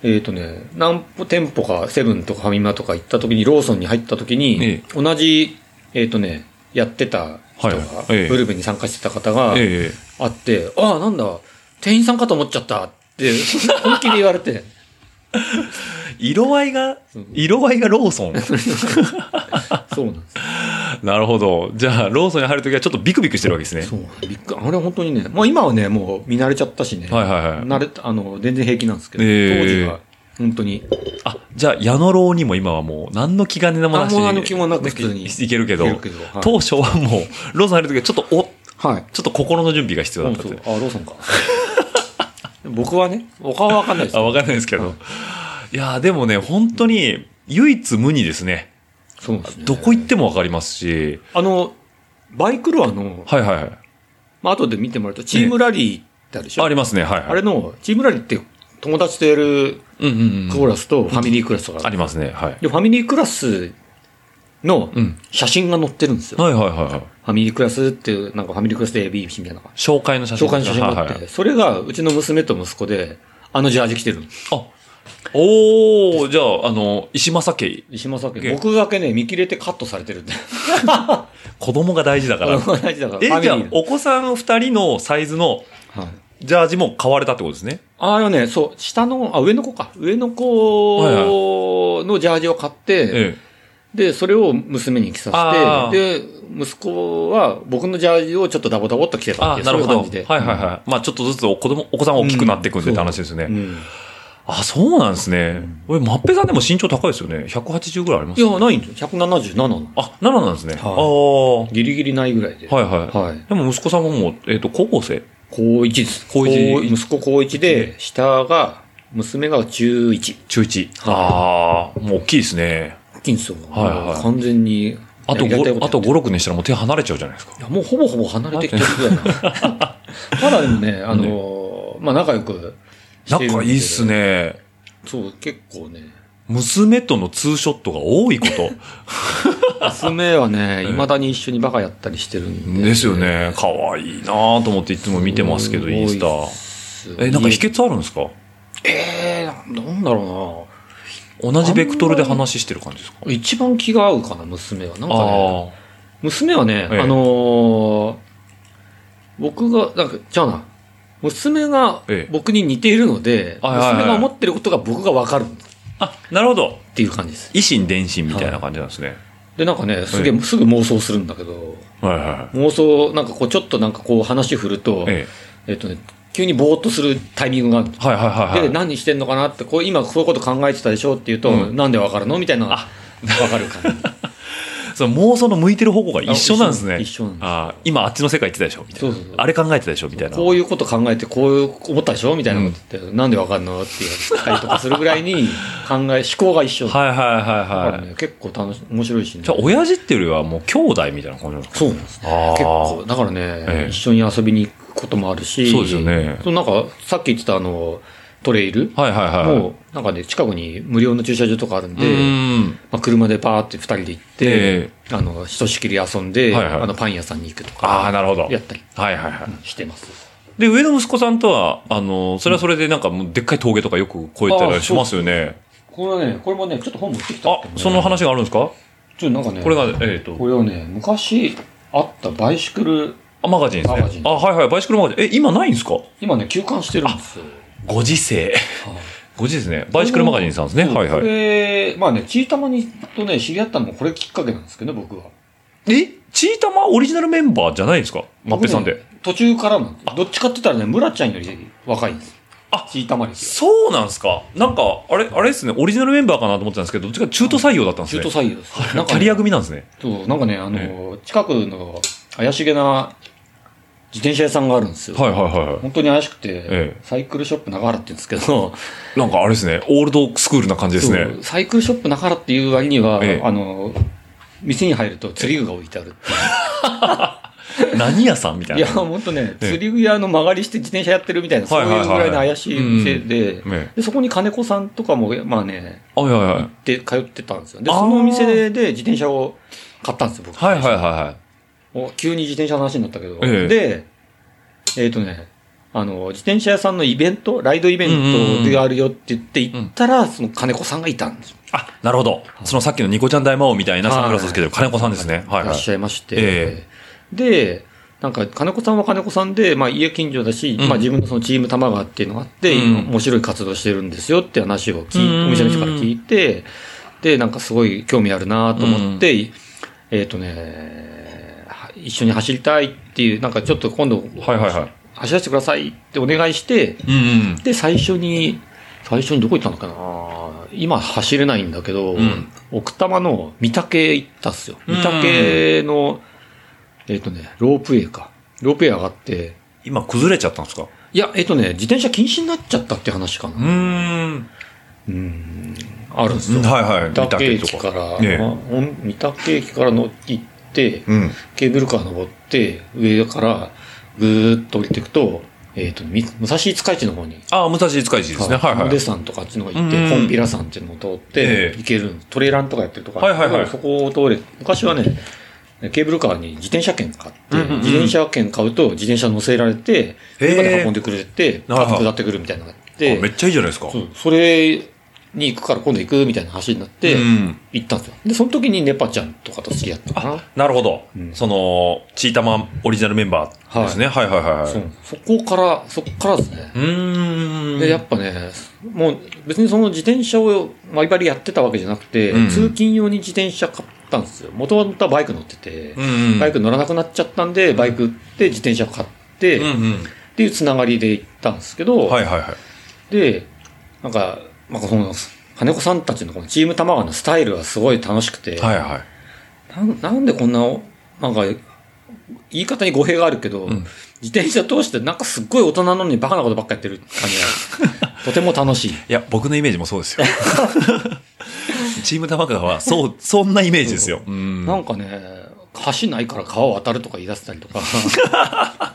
Speaker 3: えっ、とね、何歩店舗か、セブンとかファミマとか行った時に、ローソンに入った時に、
Speaker 2: え
Speaker 3: 同じ、えっ、とね、やってた人が、
Speaker 2: はいええ
Speaker 3: ブルベに参加してた方が、
Speaker 2: え
Speaker 3: あって、ああ、なんだ、店員さんかと思っちゃったって、本気で言われて。
Speaker 2: え色合いが
Speaker 3: うん、
Speaker 2: 色合いがローソン。
Speaker 3: そうなんです。
Speaker 2: なるほど。じゃあ、ローソンに入るときはちょっとビクビクしてるわけですね。
Speaker 3: そう、びっくり。あれ本当にね、まあ今はね、もう見慣れちゃったしね。
Speaker 2: はいはいはい。
Speaker 3: 慣れた、あの、全然平気なんですけど、
Speaker 2: えー
Speaker 3: 当時は。本当に。
Speaker 2: あ、じゃあ、矢野郎にも今はもう何の気兼ねもなしに
Speaker 3: あもう何の気もなく普通に
Speaker 2: いいけるけど
Speaker 3: いけるけどはい、
Speaker 2: 当初はもう、ローソン入るときはちょっとお、
Speaker 3: はい。
Speaker 2: ちょっと心の準備が必要だ
Speaker 3: う
Speaker 2: っ
Speaker 3: ん
Speaker 2: た
Speaker 3: そ
Speaker 2: と
Speaker 3: う。あ、ローソンか。 僕はね、お顔はわかんないです
Speaker 2: あ、
Speaker 3: よ。
Speaker 2: わかんないですけど。、
Speaker 3: はい
Speaker 2: やーでもね、本当に、唯一無二ですね。
Speaker 3: そうですね。
Speaker 2: どこ行ってもわかりますし。
Speaker 3: あの、バイクロアの、
Speaker 2: はいはいはい。
Speaker 3: まあ後で見てもらうと、チームラリーってあるでしょ、
Speaker 2: ありますね、はい、はい。
Speaker 3: あれの、チームラリーって、友達とやる
Speaker 2: うんうん
Speaker 3: クラスとファミリークラスとか
Speaker 2: ありますね。はい。
Speaker 3: で、ファミリークラスの
Speaker 2: うん
Speaker 3: 写真が載ってるんですよ。
Speaker 2: はいはいはいはい。
Speaker 3: ファミリークラスっていう、なんかファミリークラスで ABC みたいな。
Speaker 2: 紹介の写真
Speaker 3: 紹介の写真があ
Speaker 2: はい
Speaker 3: っ
Speaker 2: はい
Speaker 3: て、それがうちの娘と息子で、あのジャージ着てるの。
Speaker 2: あ、おおじゃあ、あの、石正家、
Speaker 3: 石間さん
Speaker 2: げえ
Speaker 3: 僕だけね、見切れてカットされてるんで。
Speaker 2: 子供が大事だから。
Speaker 3: 同じだから。
Speaker 2: え、じゃあ
Speaker 3: ファミリ、ー
Speaker 2: お子さん二人のサイズの
Speaker 3: はい
Speaker 2: ジャージも買われたってことですね。
Speaker 3: あのね、そう、下の、あ、上の子か。上の
Speaker 2: はい
Speaker 3: 子のジャージを買って、
Speaker 2: ええ。
Speaker 3: で、それを娘に着
Speaker 2: あ
Speaker 3: させて、で、息子は僕のジャージをちょっとダボダボっと着てたっ
Speaker 2: あ
Speaker 3: て、いう
Speaker 2: な
Speaker 3: そう
Speaker 2: る
Speaker 3: い
Speaker 2: ほど。
Speaker 3: う感
Speaker 2: はい
Speaker 3: じで。
Speaker 2: はいはい。まあちょっとずつお子供、お子さんが大きくなってくんでって話ですよね。
Speaker 3: うん
Speaker 2: あ、そうなんですね。俺、マッペさんでも身長高いですよね。180ぐらいありま
Speaker 3: い
Speaker 2: す
Speaker 3: や、ないんですよ。177なの。
Speaker 2: あ、7なんですね。ああ
Speaker 3: ギリギリないぐらいで。
Speaker 2: ー。はいはい。
Speaker 3: はい。
Speaker 2: でも息子さんももう、えっ、と、高校生
Speaker 3: 高1です。
Speaker 2: 高一
Speaker 3: 高息子高1で、下が、娘が中1。
Speaker 2: 中1。ああ、もう大きいですね。
Speaker 3: 金層
Speaker 2: はいはい
Speaker 3: 完全に。
Speaker 2: あと
Speaker 3: やりたいこ
Speaker 2: 5、あと
Speaker 3: やってる
Speaker 2: 5、6年したらもう手離れちゃうじゃないですか
Speaker 3: い。や、もうほぼほぼ離れてきてるぐらいな。ただでもね、あのー、まあ、仲良くしてるんですけど。
Speaker 2: 仲いいっすね。
Speaker 3: そう、結構ね。
Speaker 2: 娘とのツーショットが多いこと。
Speaker 3: 娘 はね、未だに一緒にバカやったりしてるんで。
Speaker 2: ですよね。可愛いなと思っていつも見てますけど、
Speaker 3: すご
Speaker 2: イ
Speaker 3: い
Speaker 2: ンスタ。
Speaker 3: す
Speaker 2: え、なんか秘訣あるんですか
Speaker 3: えー、なんだろ
Speaker 2: 同じベクトルで話してる感じですか
Speaker 3: うな。一番気が合うかな、娘は。なんかね。
Speaker 2: あ
Speaker 3: 娘はね、
Speaker 2: ええ
Speaker 3: あのー僕が、なんか、じゃあな、娘が
Speaker 2: ええ
Speaker 3: 僕に似ているので、
Speaker 2: はいはいはい
Speaker 3: 娘が思ってることが僕がわかるっ
Speaker 2: あ。あ、なるほど。
Speaker 3: ていう感じです。
Speaker 2: 維新伝心みたいな感じなんですね。
Speaker 3: で、なんかね、すげ
Speaker 2: え
Speaker 3: え、すぐ妄想するんだけど、
Speaker 2: はいは
Speaker 3: 妄想、なんかこう、ちょっとなんかこう話振ると
Speaker 2: い。、え
Speaker 3: えっとね、急にぼーっとするタイミングがある
Speaker 2: え。はいはいはい
Speaker 3: で、
Speaker 2: はい。
Speaker 3: 何してんのかなって、こう、今こういうこと考えてたでしょって言うと、
Speaker 2: うん
Speaker 3: なんでわかるのみたいなのが
Speaker 2: あ
Speaker 3: わかる感じ。
Speaker 2: その妄想の向いてる方向が一緒なんですね。
Speaker 3: 一緒一緒なんです
Speaker 2: あー今あっちの世界行ってたでしょみたいな。
Speaker 3: そうそうそう
Speaker 2: あれ考えてたでしょみたいな。
Speaker 3: こういうこと考えて、こういう思ったでしょみたいなことって、なんでわかるのって言ったりとかするぐらい に、考え、思考が一緒。
Speaker 2: はいはいはい
Speaker 3: だ
Speaker 2: は
Speaker 3: か
Speaker 2: い
Speaker 3: ら。ね、結構楽し、面白いしね。
Speaker 2: じゃあ、親父っていうよりはもう兄弟みたいな感じなんですか
Speaker 3: そうなんです
Speaker 2: あ
Speaker 3: ね。
Speaker 2: ー
Speaker 3: 結構、だからね、
Speaker 2: え
Speaker 3: 一緒に遊びに行くこともあるし、
Speaker 2: そうですよね
Speaker 3: そうなんか、さっき言ってたあの、トレイル、
Speaker 2: はいはいはい。
Speaker 3: もう、なんかね、近くに無料の駐車場とかあるん
Speaker 2: う
Speaker 3: で、
Speaker 2: ーん。
Speaker 3: まあ、車でバーって二人で行って、
Speaker 2: え
Speaker 3: あの、ひとしきり遊んで、
Speaker 2: はいはい
Speaker 3: あの、パン屋さんに行くと
Speaker 2: ああ、
Speaker 3: か、
Speaker 2: なるほど。
Speaker 3: やったり
Speaker 2: はいはいはい。
Speaker 3: してます。
Speaker 2: で、上の息子さんとは、あの、それはそれでなんかもうでっかい峠とかよく越えたりしますよね。
Speaker 3: これはね、これもね、ちょっと本持ってきたん
Speaker 2: あ
Speaker 3: だけど、ね
Speaker 2: その話があるんですか
Speaker 3: ちょっとなんかね、
Speaker 2: これが、えっと、
Speaker 3: これをね、昔あったバイシクル、
Speaker 2: あマガジンです
Speaker 3: マガジ
Speaker 2: ね
Speaker 3: ン。
Speaker 2: あ、はいはい、バイシクルマガジン。え、今ないんですか
Speaker 3: 今ね、休館してるんですよ。
Speaker 2: ご時世。
Speaker 3: はい
Speaker 2: ご時世ですね。バイシクルマガジンさんですね。
Speaker 3: そう
Speaker 2: はいは
Speaker 3: こ
Speaker 2: い。
Speaker 3: れ、まあね、ちいたまにとね、知り合ったのもこれきっかけなんですけどね、僕は。
Speaker 2: えチータマオリジナルメンバーじゃないんですかマッペさん
Speaker 3: 僕
Speaker 2: で
Speaker 3: ね。。途中からなんですよどっちかって言ったらね、村ちゃんより若いんです。
Speaker 2: あ
Speaker 3: ちいたまですよ。
Speaker 2: そうなんですかなんか、あれ、あれですね、オリジナルメンバーかなと思ってたんですけど、どっちか中途採用だったんです
Speaker 3: 中
Speaker 2: ね。
Speaker 3: 途採用です。なん
Speaker 2: キ
Speaker 3: か
Speaker 2: ャリア
Speaker 3: ね、
Speaker 2: 組なんですね。
Speaker 3: そうなんかね、あの、近くの怪しげな自転車屋さんがあるんですよ。
Speaker 2: はいはいはいは
Speaker 3: 本当に怪しくて
Speaker 2: え、
Speaker 3: サイクルショップ長原って言うんですけど、
Speaker 2: い。なんかあれですね、オールドスクールな感じですね
Speaker 3: そ。うサイクルショップ中原っていう割には、
Speaker 2: ええ
Speaker 3: あの、店に入ると釣り具が置いてあるっていう
Speaker 2: 何屋さんみたい
Speaker 3: い
Speaker 2: な。
Speaker 3: や、本当ね、
Speaker 2: ええ
Speaker 3: 釣り具屋の曲がりして自転車やってるみたいな、そう
Speaker 2: はい
Speaker 3: いう
Speaker 2: はいはい
Speaker 3: ぐらいの怪しい店で
Speaker 2: うんえ、
Speaker 3: で、そこに金子さんとかも、まあね、
Speaker 2: あはいはいはい。
Speaker 3: で、通ってたんですよ。で、
Speaker 2: あー
Speaker 3: そのお店で自転車を買ったんですよ、僕。
Speaker 2: はいはいはいはい。
Speaker 3: お急に自転車の話になったけど。
Speaker 2: ええ
Speaker 3: で、えっ、とね、あの、自転車屋さんのイベント、ライドイベントであるよって言って行ったら、その金子さんがいたんですよ。
Speaker 2: あ、なるほど。そのさっきのニコちゃん大魔王みたいな
Speaker 3: はい
Speaker 2: サングラスをつけてる金子さんですね。はい
Speaker 3: いら
Speaker 2: は
Speaker 3: っ
Speaker 2: い。
Speaker 3: しゃいまして、
Speaker 2: え
Speaker 3: で、なんか金子さんは金子さんで、まあ、家近所だし、
Speaker 2: うん
Speaker 3: まあ、自分のそのチーム玉川っていうのがあって、
Speaker 2: うん
Speaker 3: 面白い活動してるんですよって話を聞い
Speaker 2: うん
Speaker 3: お店の人から聞いて、で、なんかすごい興味あるなと思って、えっ、とね、は一緒に走りたいっていう、なんかちょっと今度、
Speaker 2: はいはいはい。
Speaker 3: 走らせてくださいってお願いして、
Speaker 2: うんうん。
Speaker 3: で、最初に、最初にどこ行ったのかな今走れないんだけど、
Speaker 2: うん
Speaker 3: 奥多摩の御嶽行ったっすよ。
Speaker 2: うん
Speaker 3: 御嶽の、えっ、とね、ロープウェイか。ロープウェイ上がって、
Speaker 2: 今崩れちゃったんですか
Speaker 3: いや、えっ、とね、自転車禁止になっちゃったって話か
Speaker 2: うー
Speaker 3: な。
Speaker 2: ん。
Speaker 3: うん、あるんです
Speaker 2: う
Speaker 3: よ。
Speaker 2: んはいはい。
Speaker 3: 御
Speaker 2: 見
Speaker 3: 嶽
Speaker 2: た
Speaker 3: 駅
Speaker 2: けど
Speaker 3: から、
Speaker 2: ええ
Speaker 3: まあほん御嶽駅から乗って行って、
Speaker 2: うん。
Speaker 3: ケーブルカー登って、上からぐーっと降りていくと、えっ、と、み武蔵五日市の方に。
Speaker 2: ああ、武蔵塚市ですね。はいはい。
Speaker 3: デ山とかあっちの方行っ
Speaker 2: うん
Speaker 3: て、
Speaker 2: うん
Speaker 3: 本ンピラ山っていうのを通って
Speaker 2: え、え
Speaker 3: 行ける、トレーランとかやってるとか、
Speaker 2: はいはいはい
Speaker 3: そこを通れ、昔はね、ケーブルカーに自転車券買っ
Speaker 2: う
Speaker 3: て、
Speaker 2: んうんうん
Speaker 3: 自転車券買うと自転車乗せられて、
Speaker 2: え
Speaker 3: 車で運んでくれて、
Speaker 2: なるほど
Speaker 3: 下ってくるみたいなのがあっ
Speaker 2: あめ
Speaker 3: て、
Speaker 2: っちゃいいじゃないですか。
Speaker 3: そうそれに行くから今度行くみたいな話になって
Speaker 2: う、ん。
Speaker 3: 行ったんですよ。で、その時にネパちゃんとかと付き合ったかな。
Speaker 2: なるほど。
Speaker 3: うん
Speaker 2: その、チータマオリジナルメンバーですね。はい、はい、はいはい。
Speaker 3: そう
Speaker 2: う
Speaker 3: そこから、そこからですね。
Speaker 2: ーん。
Speaker 3: で、やっぱね、もう別にその自転車をバリバリやってたわけじゃなくて、
Speaker 2: うん
Speaker 3: 通勤用に自転車買ったんですよ。元々はバイク乗ってて
Speaker 2: う、んうん。
Speaker 3: バイク乗らなくなっちゃったんで、バイク売って自転車買って、
Speaker 2: うん
Speaker 3: っ
Speaker 2: うん。
Speaker 3: ていうつながりで行ったんですけど、
Speaker 2: はい、はい、はい。
Speaker 3: で、なんか、まあ、その、金子さんたちのこのチーム玉川のスタイルはすごい楽しくて、
Speaker 2: はい、はい。
Speaker 3: なんなんでこんな、なんか、言い方に語弊があるけど、
Speaker 2: ん
Speaker 3: 自転車通してなんかすっごい大人なのにバカなことばっかやってる感 じが、とても楽しい。
Speaker 2: いや、僕のイメージもそうですよ。 チーム玉川は、そう、そんなイメージですよ。うん。
Speaker 3: なんかね、橋ないから川を渡るとか言い出したり とか。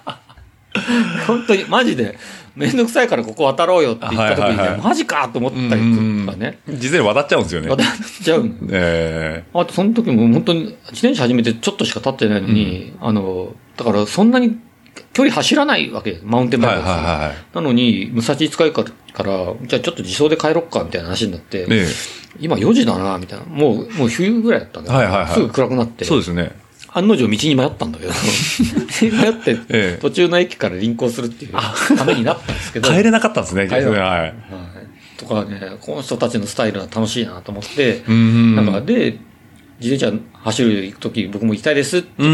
Speaker 3: 本当に、マジで、めんどくさいからここ渡ろうよって言った時にね、
Speaker 2: はいはいはい
Speaker 3: マジかと思っ
Speaker 2: うん
Speaker 3: たりとかね、
Speaker 2: 事前に渡っちゃうんですよね。
Speaker 3: 渡っちゃうの。
Speaker 2: え
Speaker 3: あと、その時も本当に、自転車始めてちょっとしか経ってないのに、あの、だからそんなに距離走らないわけですマウンテ
Speaker 2: え
Speaker 3: ンバ
Speaker 2: は
Speaker 3: イ
Speaker 2: い、
Speaker 3: ク
Speaker 2: は
Speaker 3: だから
Speaker 2: い、はい。
Speaker 3: なのに、武蔵五日市から、じゃあちょっと自走で帰ろっか、みたいな話になって、
Speaker 2: え
Speaker 3: 今4時だな、みたいな。もう、もう冬ぐらいだったんだよ
Speaker 2: はいはいはい
Speaker 3: すぐ暗くなっ
Speaker 2: え
Speaker 3: て。
Speaker 2: そうですね。
Speaker 3: 案の定道に迷ったんだけど、 迷って、
Speaker 2: ええ
Speaker 3: 途中の駅から輪行するっていうためになったんですけど、
Speaker 2: 帰れなかったんですね、
Speaker 3: 帰れなかった
Speaker 2: はい。
Speaker 3: はいとかね、この人たちのスタイルは楽しいなと思って、
Speaker 2: うん。
Speaker 3: なんかで、自転車走る行くとき僕も行きたいですって言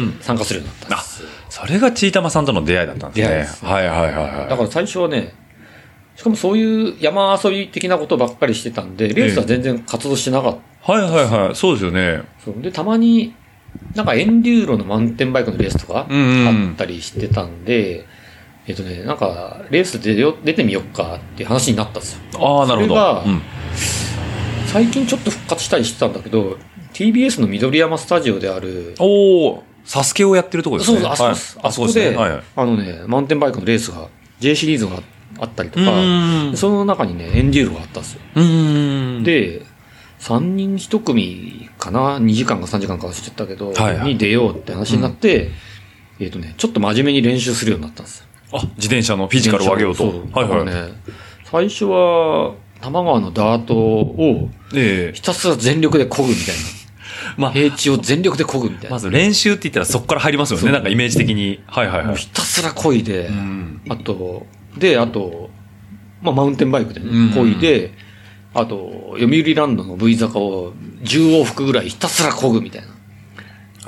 Speaker 2: う
Speaker 3: って参加するようになったんです。
Speaker 2: それがちーたまさんとの出会いだったんです
Speaker 3: 出会い
Speaker 2: ね
Speaker 3: で。す
Speaker 2: はいはいはいはい。
Speaker 3: だから最初はね、しかもそういう山遊び的なことばっかりしてたんで、レースは全然活動してなかった。
Speaker 2: はいはいはい。そうですよね。
Speaker 3: そうで、たまに、なんかエンデューロのマウンテンバイクのレースとか、
Speaker 2: うんうん
Speaker 3: あったりしてたんで、えっとね、なんか、レース出よ出てみよっかっていう話になったんですよ。
Speaker 2: ああ、なるほ
Speaker 3: それ
Speaker 2: ど
Speaker 3: が。
Speaker 2: うん
Speaker 3: 最近ちょっと復活したりしてたんだけど、TBS の緑山スタジオである、
Speaker 2: おお、サスケをやってるとこです
Speaker 3: そう
Speaker 2: ね。
Speaker 3: そう、あそこです。
Speaker 2: はいあ
Speaker 3: あ
Speaker 2: そ
Speaker 3: そ
Speaker 2: こで
Speaker 3: こ
Speaker 2: すね。
Speaker 3: で、
Speaker 2: はいはい。
Speaker 3: あのね、マウンテンバイクのレースが、J シリーズがあったりと
Speaker 2: う
Speaker 3: か、
Speaker 2: ん
Speaker 3: その中にね、エンデューロがあったんですよ。
Speaker 2: うん。
Speaker 3: で、3人1組かな、2時間か3時間かしてたけど、
Speaker 2: はいはい
Speaker 3: に出ようって話になって、えっ、とね、ちょっと真面目に練習するようになったんですよ。
Speaker 2: あ、自転車のフィジカルを上げようと。
Speaker 3: そ
Speaker 2: はい
Speaker 3: だか
Speaker 2: は
Speaker 3: ら
Speaker 2: い。
Speaker 3: ね、最初は、玉川のダートを
Speaker 2: ええ
Speaker 3: ひたすら全力で漕ぐみたい
Speaker 2: まあ
Speaker 3: な。平地を全力で漕ぐみたいな。
Speaker 2: まず練習って言ったらそこから入りますよ
Speaker 3: そ
Speaker 2: ね。
Speaker 3: う
Speaker 2: なんかイメージ的に。はいはいは
Speaker 3: もう
Speaker 2: い。
Speaker 3: ひたすら漕いで、
Speaker 2: うん。
Speaker 3: あと、で、あと、まあ、マウンテンバイクでね
Speaker 2: うん、
Speaker 3: 漕いで、あと、読売ランドの V 坂を10往復ぐらいひたすら漕ぐみたいな。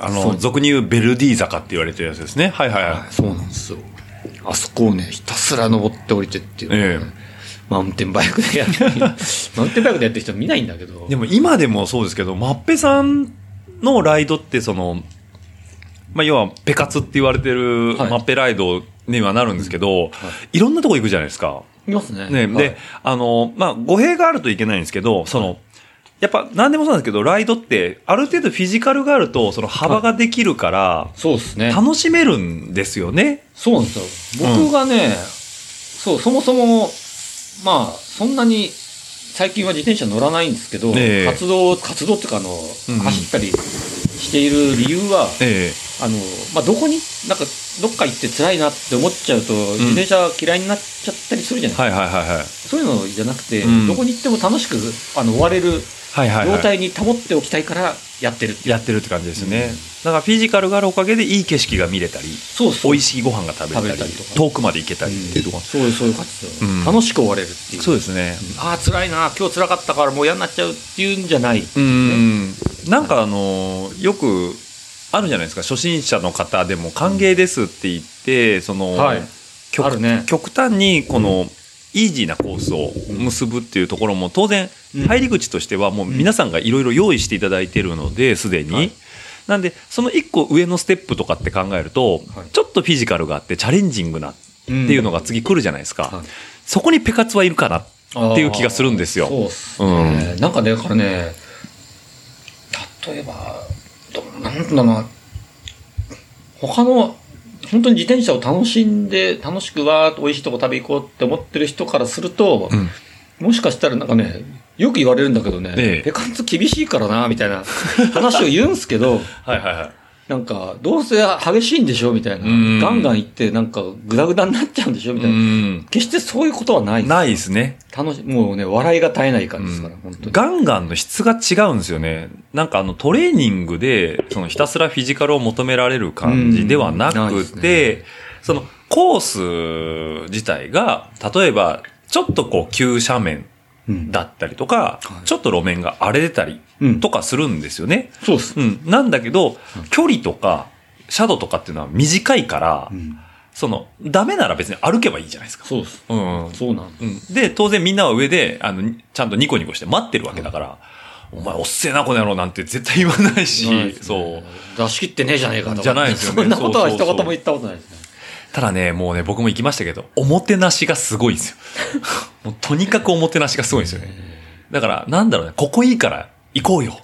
Speaker 2: あの、
Speaker 3: そう
Speaker 2: 俗に言うベルディ坂って言われてるやつですね。はいはいはい。
Speaker 3: そうなんですよ。あそこをね、ひたすら登って降りてっていうのをね、
Speaker 2: ええ
Speaker 3: マウンテンバイクでやる。 マウンテンバイクでやってる人見ないんだけど。
Speaker 2: でも今でもそうですけど、マッペさんのライドってその、まあ、要はペカツって言われてる
Speaker 3: はい
Speaker 2: マッペライドにはなるんですけど、い、ろんなとこ行くじゃないですか。
Speaker 3: いますね。
Speaker 2: ね、
Speaker 3: はい
Speaker 2: で、あの、まあ、語弊があるといけないんですけど、その、やっぱ何でもそうなんですけど、ライドってある程度フィジカルがあると、その幅ができるから、
Speaker 3: そうですね。
Speaker 2: 楽しめるんですよね。
Speaker 3: そうなんですよ。僕がね、そう、そもそも、まあ、そんなに、最近は自転車乗らないんですけど、
Speaker 2: ええ
Speaker 3: 活動、活動っていうか、あの、
Speaker 2: うんうん
Speaker 3: 走ったりしている理由は、
Speaker 2: え
Speaker 3: あの、まあ、どこに、なんか、どっか行って辛いなって思っちゃうと、自転車嫌いになっちゃったりするじゃないですか
Speaker 2: えはいはいはいはい。
Speaker 3: そういうのじゃなくて、
Speaker 2: うん
Speaker 3: どこに行っても楽しくあの終われる
Speaker 2: はいはい、はい。
Speaker 3: 状態に保っておきたいからやってるっていう。
Speaker 2: やってるって感じです
Speaker 3: う
Speaker 2: ね
Speaker 3: ん。
Speaker 2: だからフィジカルがあるおかげでいい景色が見れたり、
Speaker 3: そうそう。
Speaker 2: 美味しいご飯が食べれたり
Speaker 3: 食べたりとか
Speaker 2: 遠くまで行けたりっていうところ、
Speaker 3: そういう、そういう感じですよ、
Speaker 2: うん
Speaker 3: 楽しく終われるっていう。
Speaker 2: そうですね
Speaker 3: ああ、辛いな、今日辛かったからもう嫌になっちゃうっていうんじゃない。
Speaker 2: うんなんかあのよくあるじゃないですか初心者の方でも歓迎ですって言ってその、
Speaker 3: はいあ
Speaker 2: 極
Speaker 3: るね
Speaker 2: 極端にこの、イージーなコースを結ぶっていうところも当然
Speaker 3: うん
Speaker 2: 入り口としてはもう皆さんがいろいろ用意していただいてるのですでに、
Speaker 3: はい
Speaker 2: なんでその1個上のステップとかって考えると
Speaker 3: はい
Speaker 2: ちょっとフィジカルがあってチャレンジングなっていうのが次来るじゃないですか、そこにペカツはいるかなっていう気がするんですよ
Speaker 3: そうっすね。なんかね、だからね、例えば、どなんだろうな、他の本当に自転車を楽しんで、楽しくわーっと美味しいとこ食べ行こうって思ってる人からすると、
Speaker 2: うん
Speaker 3: もしかしたらなんかね、よく言われるんだけどね、
Speaker 2: ええ
Speaker 3: ペカンツ厳しいからな、みたいな話を言うんす けど、
Speaker 2: はいはいはい。
Speaker 3: なんか、どうせ激しいんでしょみたいな
Speaker 2: うん。
Speaker 3: ガンガン行って、なんか、グダグダになっちゃうんでしょみた
Speaker 2: う
Speaker 3: いな。
Speaker 2: ん。
Speaker 3: 決してそういうことはないです
Speaker 2: ないですね。
Speaker 3: 楽し、もうね、笑いが絶えない感じですから、
Speaker 2: うん
Speaker 3: 本当に。
Speaker 2: ガンガンの質が違うんですよね。なんかあのトレーニングで、そのひたすらフィジカルを求められる感じではな
Speaker 3: うんない
Speaker 2: く
Speaker 3: です
Speaker 2: て、そのコース自体が、例えばちょっとこう急斜面
Speaker 3: うん
Speaker 2: だったりとか
Speaker 3: は、い
Speaker 2: ちょっと路面が荒れてたり
Speaker 3: うん
Speaker 2: とかするんですよね。
Speaker 3: そうです。
Speaker 2: うん。なんだけど、距離とか、シャドウとかっていうのは短いから
Speaker 3: う、ん。
Speaker 2: その、ダメなら別に歩けばいいじゃないですか。
Speaker 3: そうです。
Speaker 2: うん。
Speaker 3: そうなんです。
Speaker 2: うん。で、当然みんなは上で、あの、にちゃんとニコニコして待ってるわけだから、お前おっせえな、この野郎なんて絶対言わないし、
Speaker 3: ないです
Speaker 2: そう。
Speaker 3: 出し切ってねえじゃねえかとか。
Speaker 2: じゃないですよね
Speaker 3: そんなことは
Speaker 2: そう
Speaker 3: 一
Speaker 2: そうそう
Speaker 3: 言も言ったことないですね。
Speaker 2: ただね、もうね、僕も行きましたけど、おもてなしがすごいんですよ。 もうとにかくおもてなしがすごいんですよね。だから、なんだろうね、ここいいから行こうよ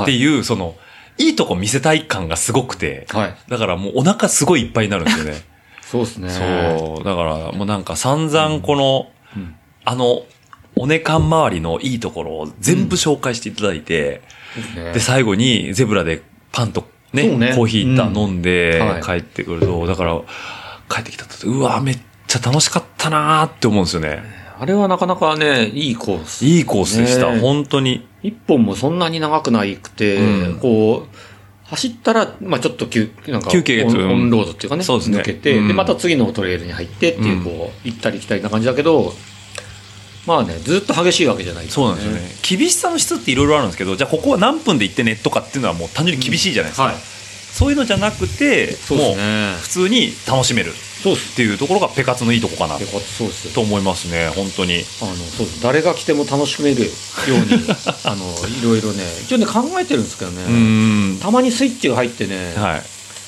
Speaker 2: っていう、その、いいとこ見せたい感がすごくて、
Speaker 3: はい。
Speaker 2: だからもうお腹すごいいっぱいになるんですよ ね。
Speaker 3: そうですね。
Speaker 2: そう。だから、もうなんか散々この、
Speaker 3: うん
Speaker 2: あの、おねかん周りのいいところを全部紹介していただいて、
Speaker 3: ですね
Speaker 2: で、最後にゼブラでパンと
Speaker 3: そ
Speaker 2: ね、
Speaker 3: うね
Speaker 2: コーヒーいった、
Speaker 3: うん
Speaker 2: 飲んで
Speaker 3: はい
Speaker 2: 帰ってくると、だから、帰ってきたと、うわ、めっちゃ楽しかったなーって思うんですよね。
Speaker 3: あれはなかなかね、いいコース。
Speaker 2: いいコースでした、
Speaker 3: ねえ
Speaker 2: 本当に。
Speaker 3: 一本もそんなに長くないくて、
Speaker 2: うん
Speaker 3: こう、走ったら、まあちょっと休、なんか、
Speaker 2: 休憩
Speaker 3: オン
Speaker 2: うん
Speaker 3: オンロードっていうかね、
Speaker 2: そうですね
Speaker 3: 抜けて、
Speaker 2: うん
Speaker 3: で、また次のトレイルに入ってっていうう、
Speaker 2: ん
Speaker 3: こう、行ったり来たりな感じだけど、まあね、ずっと激しいわけじゃない、
Speaker 2: そうなんですよね。。厳しさの質っていろいろあるんですけど、じゃあここは何分で行ってねとかっていうのはもう単純に厳しいじゃないですか。
Speaker 3: はい。
Speaker 2: そういうのじゃなくて、
Speaker 3: そうで
Speaker 2: も
Speaker 3: す
Speaker 2: う
Speaker 3: ね。
Speaker 2: 普通に楽しめる。
Speaker 3: そうっす。
Speaker 2: っていうところがペカツのいいとこかな
Speaker 3: よかった、そうです。
Speaker 2: と思いますね、本当に。
Speaker 3: あの、そうです。誰が来ても楽しめるよう に、あの、いろいろね、一応ね、考えてるんですけど
Speaker 2: う
Speaker 3: ね、
Speaker 2: ん。
Speaker 3: たまにスイッチが入ってね、
Speaker 2: はい。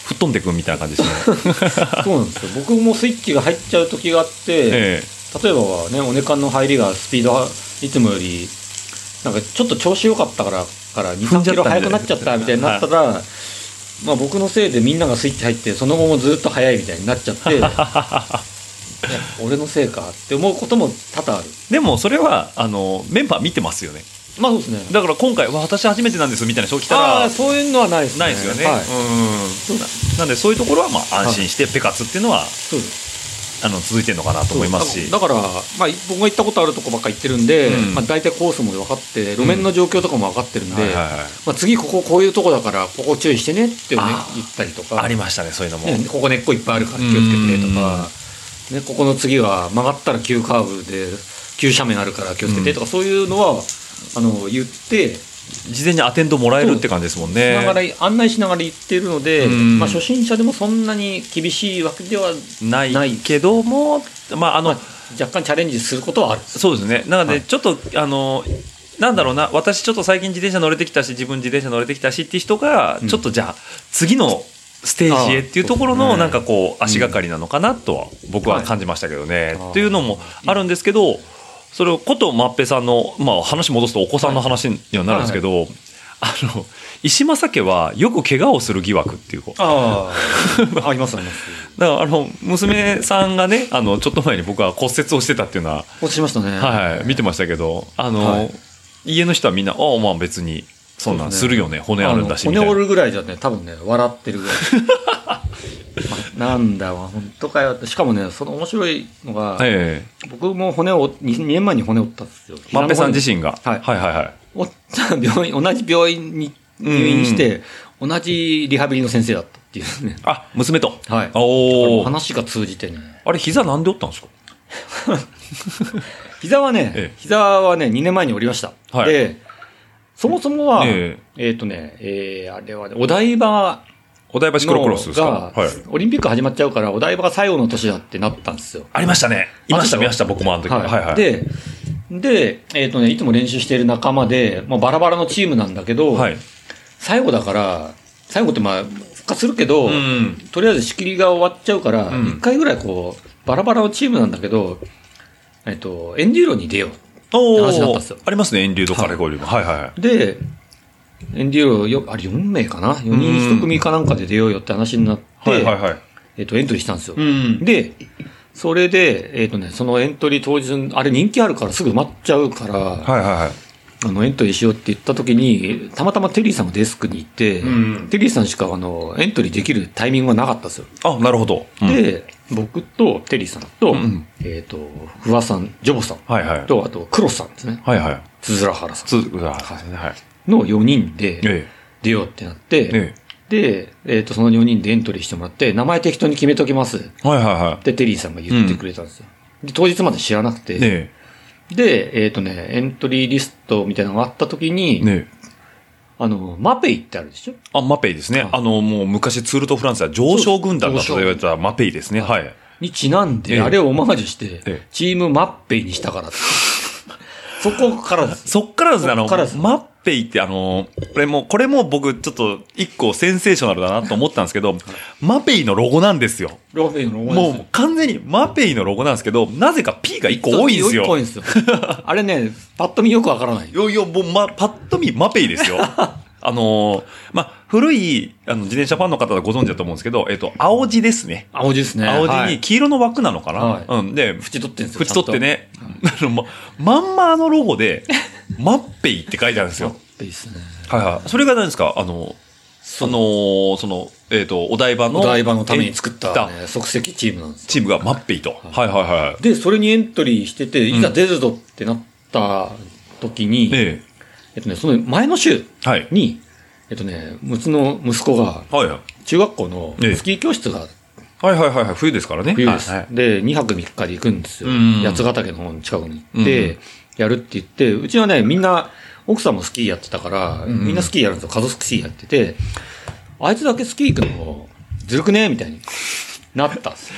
Speaker 2: 吹っ飛んでくみたいな感じですね。
Speaker 3: そうなんですよ。僕もスイッチが入っちゃう時があって、
Speaker 2: え
Speaker 3: 例えばはね、おねかんの入りがスピードがいつもより、なんかちょっと調子良かったから、から2、
Speaker 2: 踏ん
Speaker 3: 3
Speaker 2: じゃった
Speaker 3: キロ
Speaker 2: んだよ
Speaker 3: 速くなっちゃったみたいになったら、まあ僕のせいでみんながスイッチ入って、その後もずっと速いみたいになっちゃ って、いや俺のせいかって思うことも多々ある。
Speaker 2: えでもそれは、あの、メンバー見てますよね。
Speaker 3: まあそうですね。
Speaker 2: だから今回、わ私初めてなんですみたいな人来た
Speaker 3: ああー、
Speaker 2: ら、
Speaker 3: そういうのはないですね。
Speaker 2: ないですよね。
Speaker 3: はい、
Speaker 2: うん。ななんでそういうところは、まあ安心してペカツっていうのは、
Speaker 3: そうです。
Speaker 2: あの、続いてるのかなと思いますし
Speaker 3: だ。から、まあ、僕が行ったことあるとこばっか行ってるんで、
Speaker 2: うん
Speaker 3: まあ、大体コースも分かって、路面の状況とかも分かってるんで、
Speaker 2: はいはいはい
Speaker 3: まあ、次こここういうとこだからここ注意してねってね
Speaker 2: あー
Speaker 3: 言ったりとか
Speaker 2: ありましたね、そういうのも。
Speaker 3: ねここ根っこいっぱいあるから気をつけてとか、ね、ここの次は曲がったら急カーブで急斜面あるから気をつけてとか、そういうのはあの言って
Speaker 2: 事前にアテンドもらえるって感じですもん
Speaker 3: し
Speaker 2: ね。
Speaker 3: ながら案内しながら言ってるので、
Speaker 2: うん
Speaker 3: まあ、初心者でもそんなに厳しいわけでは
Speaker 2: ない
Speaker 3: ない
Speaker 2: けども、まあ、あの、
Speaker 3: 若干チャレンジすることはあるんです。
Speaker 2: そうですね。なので、
Speaker 3: はい
Speaker 2: ちょっと、あの、なんだろうな、私ちょっと最近自転車乗れてきたし、自分自転車乗れてきたしっていう人が、
Speaker 3: うん
Speaker 2: ちょっとじゃあ、次のステージへっていうところ
Speaker 3: あ
Speaker 2: の、
Speaker 3: あ
Speaker 2: なんかこう、足がかりなのかなとは、僕は感じましたけどね。
Speaker 3: はい
Speaker 2: っていうのもあるんですけど、それを、ことまっぺさんの、まあ、話戻すとお子さんの話にはなるんですけど、あの、石正家はよく怪我をする疑惑っていう子
Speaker 3: ああありますあり ます。
Speaker 2: だからあの娘さんがねあのちょっと前に僕は骨折をしてたっていうのは
Speaker 3: 落ちましたね。
Speaker 2: はい、見てましたけど、あの、
Speaker 3: はい
Speaker 2: 家の人はみんな、ああ、まあ別に、そんなんするよね、骨あるんだし、
Speaker 3: あ
Speaker 2: み
Speaker 3: の
Speaker 2: たい
Speaker 3: 骨
Speaker 2: な。
Speaker 3: 折るぐらいじゃね多分ね笑っ てるぐらいまなんだわ本当かよってしかもねその面白いのが、
Speaker 2: え
Speaker 3: 僕も骨を 2, 年前に骨折ったんですよ
Speaker 2: えまっぺさん自身が。は
Speaker 3: はいい
Speaker 2: はいはい。
Speaker 3: おっちゃん病院同じ病院に入院して、同じリハビリの先生だったっていうね
Speaker 2: あ、娘と。
Speaker 3: はい
Speaker 2: おお。
Speaker 3: 話が通じてね
Speaker 2: あれ、膝なんで折ったんですか
Speaker 3: 膝はね、
Speaker 2: ええ
Speaker 3: 膝はね2年前に折りました、
Speaker 2: はい
Speaker 3: でそもそもは、え
Speaker 2: ええ
Speaker 3: っ、とね、えーあれはね、お台場
Speaker 2: お台場シクロクロスですか
Speaker 3: のが
Speaker 2: はい。
Speaker 3: オリンピック始まっちゃうから、お台場が最後の年だってなったんですよ。
Speaker 2: ありましたね。いました、
Speaker 3: あ
Speaker 2: 見ました、僕もあの時。はいはい。、
Speaker 3: で、で、えっ、とね、いつも練習している仲間で、まあ、バラバラのチームなんだけど、
Speaker 2: はい。
Speaker 3: 最後だから、最後ってまあ、復活するけど、
Speaker 2: うん。
Speaker 3: とりあえず仕切りが終わっちゃうから、一
Speaker 2: うん
Speaker 3: 1回ぐらいこう、バラバラのチームなんだけど、えっ、と、エンデューロに出よう。
Speaker 2: お
Speaker 3: 話だったんです
Speaker 2: お
Speaker 3: よ。
Speaker 2: ありますね、遠流とカレゴリも。はいはいはい。
Speaker 3: で、エンデューロよ、あれ4名かな ?4 人1組かなんかで出ようよって話になって、
Speaker 2: はいはいはい。
Speaker 3: えっ、と、エントリーしたんですよ。
Speaker 2: うん。
Speaker 3: で、それで、えっ、とね、そのエントリー当日、あれ人気あるからすぐ埋まっちゃうから、
Speaker 2: はいはいはい。
Speaker 3: あの、エントリーしようって言った時に、たまたまテリーさんがデスクにいて、
Speaker 2: うん
Speaker 3: テリーさんしか、あの、エントリーできるタイミングがなかったんですよ。
Speaker 2: あ、なるほど。うん、
Speaker 3: で、僕とテリーさんと、
Speaker 2: うん
Speaker 3: えっ、と、不破さん、ジョボさん
Speaker 2: はいはい。
Speaker 3: と、あと、クロスさんですね。
Speaker 2: はいはい。
Speaker 3: つづらはらさ
Speaker 2: つ、うわそうですねはい。
Speaker 3: んの4人で
Speaker 2: え
Speaker 3: 出ようってなっ
Speaker 2: え。
Speaker 3: て、
Speaker 2: え
Speaker 3: で、えっ、と、その4人でエントリーしてもらって、名前適当に決めときますっ
Speaker 2: え。はいはいはい。
Speaker 3: てテリーさんが言ってくれたんですよ。で、当日まで知らなくて、
Speaker 2: ね
Speaker 3: で、えっ、とね、エントリーリストみたいなのがあった時
Speaker 2: え。
Speaker 3: に、
Speaker 2: ねえ。
Speaker 3: あの、マペイってあるでしょ
Speaker 2: あ、マペイですね。あの、もう昔ツールとフランスでは上昇軍団だと言われたマペイですね。はい。
Speaker 3: にちなん
Speaker 2: え
Speaker 3: で、
Speaker 2: え
Speaker 3: あれをオマージュして、
Speaker 2: ええ
Speaker 3: チームマッペイにし たからってそこからです。
Speaker 2: そっからですね、あの、
Speaker 3: そっからです
Speaker 2: マッペイってあの、これも、これも僕ちょっと一個センセーショナルだなと思ったんです けど、マペイのロゴなんですよ。
Speaker 3: ロペイのオマージ
Speaker 2: も
Speaker 3: ュです
Speaker 2: う完全にマペイのロゴなんですけど、なぜか P が一個多いんですよ。
Speaker 3: 多いんですよ。 あれね、パッと見よくわからない
Speaker 2: い。やいや、もう、ま、パッと見、マペイです よ。あのーまあ、古い、あの、自転車ファンの方はご存知だと思うんですけど、えっと、青字ですね。
Speaker 3: 青字ですね。
Speaker 2: 青字
Speaker 3: は
Speaker 2: に
Speaker 3: い
Speaker 2: 黄色の枠なのかな、
Speaker 3: はい
Speaker 2: うん。で、
Speaker 3: 縁取ってんですよ。
Speaker 2: 縁取って
Speaker 3: ち
Speaker 2: ね、あの、ま、まんまあのロゴ で、マッペイって書いてあるんです
Speaker 3: ゃんと。
Speaker 2: よ
Speaker 3: マ。ッペイですね。
Speaker 2: はいはい。それが何ですかあの、その、その、えっ、と、お台場の。
Speaker 3: お台場のために作った
Speaker 2: え
Speaker 3: ね、即席チームなんですよ。
Speaker 2: チームがマッペイと。はいはいはい。
Speaker 3: で、それにエントリーしてて、いざ出るぞってなった時に、
Speaker 2: え
Speaker 3: えっとね、その前の週
Speaker 2: え。はい。
Speaker 3: に、えっとね、うちの息子が、
Speaker 2: はいはい。
Speaker 3: 中学校の
Speaker 2: ええ
Speaker 3: スキー教室が
Speaker 2: はいはいはいはい。冬ですからね。
Speaker 3: 冬です。
Speaker 2: はいはい
Speaker 3: で、2泊3日で行くんですよ。
Speaker 2: うん
Speaker 3: 八ヶ岳の方の近くに行っ
Speaker 2: う
Speaker 3: て
Speaker 2: ん、
Speaker 3: やるって言って、うちはね、みんな、奥さんもスキーやってたから、
Speaker 2: ん
Speaker 3: みんなスキーやるんですよ。家族スキーやってて、あいつだけスキー行くの、ずるくねみたいになったんですよ。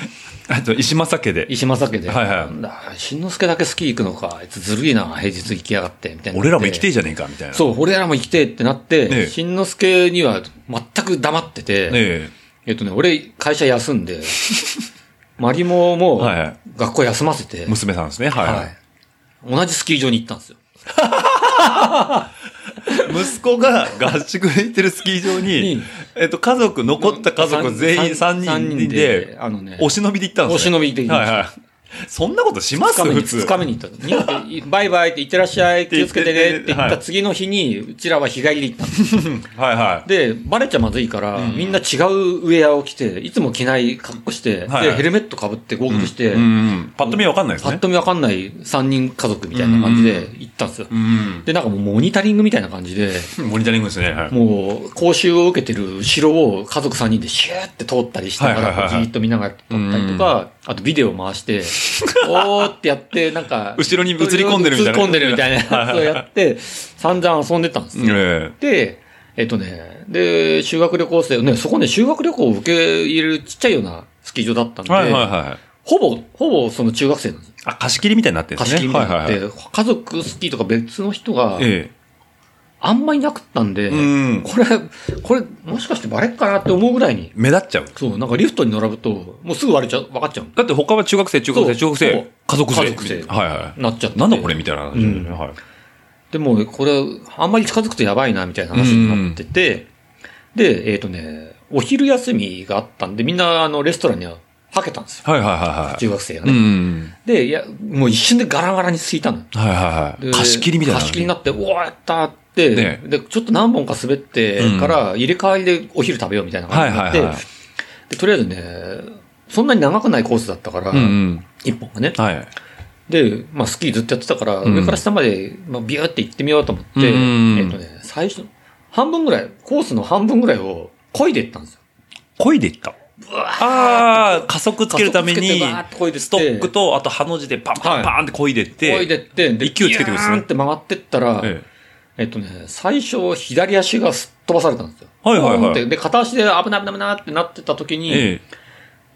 Speaker 2: あと、石正家で。
Speaker 3: 石正家で。
Speaker 2: はいはい
Speaker 3: なんだしんのすけだけスキー行くのか、あいつずるいな、平日行きやがって、みたいな。
Speaker 2: 俺らも生きてえ
Speaker 3: え
Speaker 2: じゃねえかみたいな。
Speaker 3: そう、俺らも生きてえってなっ
Speaker 2: ええ
Speaker 3: て、しんのすけには全く黙ってて、
Speaker 2: え
Speaker 3: えっとね、俺、会社休 んで、マリモも
Speaker 2: はいはい
Speaker 3: 学校休ませて、
Speaker 2: え娘さんですね。はい、
Speaker 3: はい同じスキー場に行ったんですよ。
Speaker 2: 息子が合宿に行ってるスキー場に
Speaker 3: に、
Speaker 2: えっと、家族、残った家族全員
Speaker 3: 三
Speaker 2: 3人
Speaker 3: 三
Speaker 2: で、
Speaker 3: あのね、
Speaker 2: お忍びで行ったんですね。
Speaker 3: お忍びで行きま
Speaker 2: はい
Speaker 3: した
Speaker 2: はい。そんなことします
Speaker 3: 二日目
Speaker 2: 普
Speaker 3: に
Speaker 2: 通
Speaker 3: 二。日目に行ったの二泊いバイバイって、行ってらっしゃい、気をつけてねって言っ
Speaker 2: は
Speaker 3: た
Speaker 2: い
Speaker 3: 次の日に、うちらは日帰りで行ったんです。
Speaker 2: はいは
Speaker 3: で、バレちゃまずいから、みんな違うウェアを着て、いつも着ない格好し
Speaker 2: は
Speaker 3: て、
Speaker 2: いはい
Speaker 3: で、ヘルメットかぶってゴーグルし
Speaker 2: い。
Speaker 3: て
Speaker 2: う、ん。パッと見はわかんないです
Speaker 3: ぱ
Speaker 2: ね
Speaker 3: っ。と見わかんない三人家族みたいな感じで行ったんですよ。
Speaker 2: うん。
Speaker 3: で、なんかもうモニタリングみたいな感じで、
Speaker 2: モニタリングですね。はい。
Speaker 3: もう、講習を受けてる後ろを家族3人でシューって通ったりしなが
Speaker 2: はいはい
Speaker 3: ら、
Speaker 2: はい
Speaker 3: じ
Speaker 2: はい
Speaker 3: ーっと見ながら撮ったりとか、あとビデオ 回して、おーってやって、なんか、
Speaker 2: 後ろに映り込んでるみたいな
Speaker 3: 映り込んでるみたいなやつをやって、散々遊んでたんですよ。
Speaker 2: え
Speaker 3: で、えっとね、で、修学旅行生、ね、そこね、修学旅行を受け入れるちっちゃいようなスキー場だったん
Speaker 2: え。はいはい
Speaker 3: で、
Speaker 2: はい。
Speaker 3: ほぼ、ほぼその中学生なんですよ。
Speaker 2: あ、貸し切りみたいになってるんで
Speaker 3: 貸
Speaker 2: すね。
Speaker 3: し切りみたいになっ
Speaker 2: はいはいはい
Speaker 3: て、家族スキーとか別の人が、
Speaker 2: え
Speaker 3: あんまいなくったんで、
Speaker 2: え。うん。
Speaker 3: これ、これ、もしかしてバレっかなって思うぐらいに。
Speaker 2: 目立っちゃう。
Speaker 3: そう、なんかリフトに並ぶと、もうすぐ割れちゃう、分かっちゃう。
Speaker 2: だって他は中学生、中学
Speaker 3: そ
Speaker 2: 生、
Speaker 3: う
Speaker 2: 中学
Speaker 3: そ
Speaker 2: 生
Speaker 3: う、
Speaker 2: 家族生。
Speaker 3: 家族生
Speaker 2: はいは
Speaker 3: なっちゃって。
Speaker 2: い。なんだこれみたいな話ですね。
Speaker 3: うん
Speaker 2: はい。
Speaker 3: でも、これ、あんまり近づくとやばいな、みたいな話になってて、で、えっ、とね、お昼休みがあったんで、みんな、あの、レストランには、はけたんですよ。
Speaker 2: はいはいはいはい。
Speaker 3: 中学生が
Speaker 2: う
Speaker 3: ね。
Speaker 2: ん。
Speaker 3: で、いや、もう一瞬でガラガラにすいたの。
Speaker 2: はいはいはい。
Speaker 3: で
Speaker 2: 貸し切りみたいな。
Speaker 3: 貸し切りになって、おお、やったーって、
Speaker 2: ね
Speaker 3: で、ちょっと何本か滑って
Speaker 2: うん
Speaker 3: から、入れ替わりでお昼食べようみたいな
Speaker 2: はい
Speaker 3: 感じにな
Speaker 2: は
Speaker 3: っ
Speaker 2: い
Speaker 3: て、
Speaker 2: はい。
Speaker 3: でとりあえずね、そんなに長くないコースだったから、
Speaker 2: うんうん。
Speaker 3: 一本がね。
Speaker 2: はい。
Speaker 3: で、まあ、スキーずっとやってたから、
Speaker 2: ん
Speaker 3: 上から下まで、まあ、ビューって行ってみようと思って、
Speaker 2: うんうんうん
Speaker 3: えっ、とね、最初、半分ぐらい、コースの半分ぐらいを漕いでったんですよ。
Speaker 2: 漕いでいった。ああ、加速つけるために、
Speaker 3: 加速つけてバーッと漕いでって
Speaker 2: ストックと、あとハの字でパンパンパンって漕いでって、
Speaker 3: 漕いでって、で
Speaker 2: 勢いつけてくるんですね
Speaker 3: ビヤーンって曲がってったら、え
Speaker 2: え
Speaker 3: っ、とね、最初、左足がすっ飛ばされたんですよ。
Speaker 2: はいはいはい
Speaker 3: ポーンってで、片足で危ない危ない危ないってなってた時
Speaker 2: え
Speaker 3: に、
Speaker 2: ええ。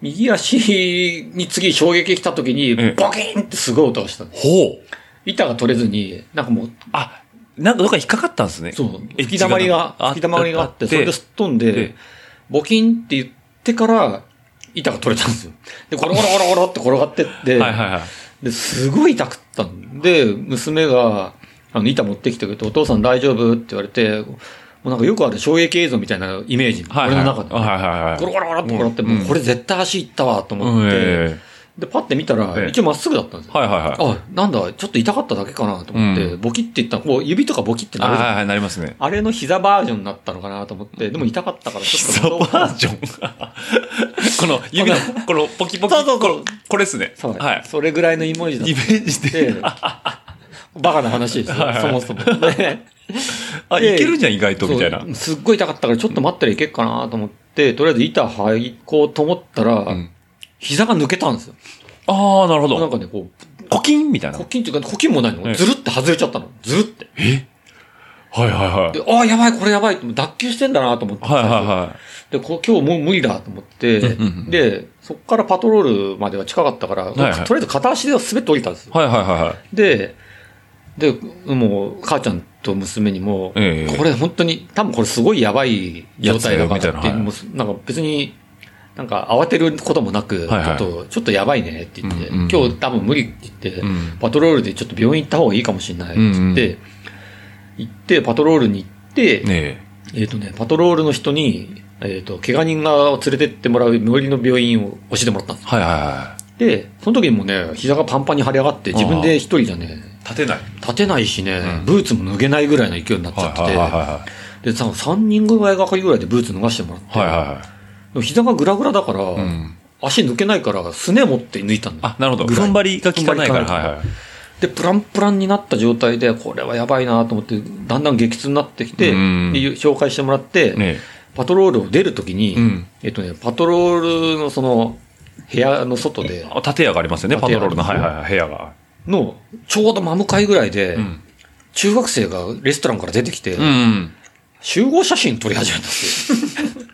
Speaker 3: 右足に次衝撃来た時に、
Speaker 2: ええ
Speaker 3: ボキーンってすごい音がしたんです。
Speaker 2: ほう。
Speaker 3: 板が取れずに、なんかもう、
Speaker 2: あ、なんかどっか引っかかったんですね。
Speaker 3: そう、
Speaker 2: エッ
Speaker 3: 吹き
Speaker 2: ジ
Speaker 3: 溜まりが、
Speaker 2: あ
Speaker 3: 吹き溜まりがあって、それですっ飛ん
Speaker 2: で
Speaker 3: で、ボキンって言ってから、板が取れたんですよ。で、ゴロゴロゴロゴロって転がってって、
Speaker 2: はいはいはい。
Speaker 3: で、すごい痛くったんで、娘が、あの、板持ってきてくれて、お父さん大丈夫って言われて、うなんかよくある衝撃映像みたいなイメージ。
Speaker 2: はい
Speaker 3: 俺の中で。
Speaker 2: はいはいはい
Speaker 3: ゴロゴロゴロって転って、
Speaker 2: うん
Speaker 3: もうこれ絶対足いったわと
Speaker 2: うん
Speaker 3: 思って、
Speaker 2: え
Speaker 3: で、パッて見たら、
Speaker 2: ええ
Speaker 3: 一応まっすぐだったんです
Speaker 2: え
Speaker 3: よ。
Speaker 2: はいはいはい
Speaker 3: あ、なんだ、ちょっと痛かっただけかなと思って、
Speaker 2: う
Speaker 3: ボキっていったら、こう指とかボキってな
Speaker 2: あ
Speaker 3: るじゃん
Speaker 2: はいはいなりますね
Speaker 3: あれの膝バージョンになったのかなと思って、でも痛かったから、ちょっ
Speaker 2: 膝
Speaker 3: と
Speaker 2: バージョン この指 のこのポキポキ
Speaker 3: そうそうそう
Speaker 2: これこれですね
Speaker 3: そう、
Speaker 2: はい
Speaker 3: それぐらいのイメージだっ
Speaker 2: イメージ
Speaker 3: て
Speaker 2: で、
Speaker 3: バカな話ですよ、そもそも。ね
Speaker 2: あ
Speaker 3: で
Speaker 2: いけるじゃん意外とみたいな
Speaker 3: そうすっごい痛かったから、ちょっと待ったらいけっかなと思って、とりあえず板履こうと思ったら、
Speaker 2: ん
Speaker 3: 膝が抜けたんですよ。
Speaker 2: ああなるほ
Speaker 3: なん
Speaker 2: ど
Speaker 3: かね、こう、
Speaker 2: コキンみたいな
Speaker 3: コキンっていうか、コキンもない
Speaker 2: え
Speaker 3: の
Speaker 2: え
Speaker 3: ずるって外れちゃったの。ずるって。
Speaker 2: はいはいはい
Speaker 3: でああ、やばい、これやばいって、脱臼してんだなと思って。
Speaker 2: はいはいは
Speaker 3: で、こ今日もう無理だと思って、
Speaker 2: うんうんうん
Speaker 3: で、そこからパトロールまでは近かったから、
Speaker 2: いはい
Speaker 3: とりあえず片足で滑って降りたんですよ。
Speaker 2: いはいはいはいはい
Speaker 3: で、で、もう、母ちゃんと娘にも、
Speaker 2: ええ
Speaker 3: これ本当に、多分これすごいやばい状態だか
Speaker 2: やつだよみ
Speaker 3: らった
Speaker 2: いな
Speaker 3: て、
Speaker 2: はい
Speaker 3: もうなんか別に、なんか慌てることもなく、
Speaker 2: はいはい
Speaker 3: ちょっと、ちょっとやばいねって言って、
Speaker 2: うんうん
Speaker 3: 今日多分無理って言って、
Speaker 2: うん
Speaker 3: パトロールでちょっと病院行った方がいいかもしれないって言って、行って、パトロールに行って、
Speaker 2: ね
Speaker 3: えっ、とね、パトロールの人に、えっ、と、怪我人が連れてってもらう最寄りの病院を教えてもらったんです
Speaker 2: えはいはいは
Speaker 3: で、その時にもね、膝がパンパンに腫れ上がって、自分で一人じゃね、
Speaker 2: い立てない
Speaker 3: 立てないしね、
Speaker 2: うん
Speaker 3: ブーツも脱げないぐらいの勢いになっちゃってて、
Speaker 2: はいはいは
Speaker 3: で、さ3人ぐらいがかりぐらいでブーツ脱がしてもらって、
Speaker 2: いはいはいはいは
Speaker 3: でも膝がグラグラだから、
Speaker 2: いうん
Speaker 3: 足抜けないから、すね持って抜いたんだよ
Speaker 2: あなるほど
Speaker 3: ぐらい
Speaker 2: 踏ん張りが効かないから
Speaker 3: 踏ん張
Speaker 2: は
Speaker 3: り
Speaker 2: い
Speaker 3: が
Speaker 2: はい
Speaker 3: で、プランプランになった状態で、これはやばいなと思って、だんだん激痛になってきて、
Speaker 2: う
Speaker 3: で
Speaker 2: ん
Speaker 3: 紹介してもらって、
Speaker 2: ね
Speaker 3: パトロールを出るときに、
Speaker 2: えうん
Speaker 3: えっとね、パトロールのその、部屋の外で、
Speaker 2: あ建屋がありますよねパ
Speaker 3: 建
Speaker 2: ト
Speaker 3: 屋
Speaker 2: ロールの
Speaker 3: あ
Speaker 2: はい
Speaker 3: りますよ
Speaker 2: はいはい部屋が
Speaker 3: の、ちょうど真向かいぐらいで、
Speaker 2: うん
Speaker 3: 中学生がレストランから出てきて、
Speaker 2: うん
Speaker 3: 集合写真撮り始めたんですよ。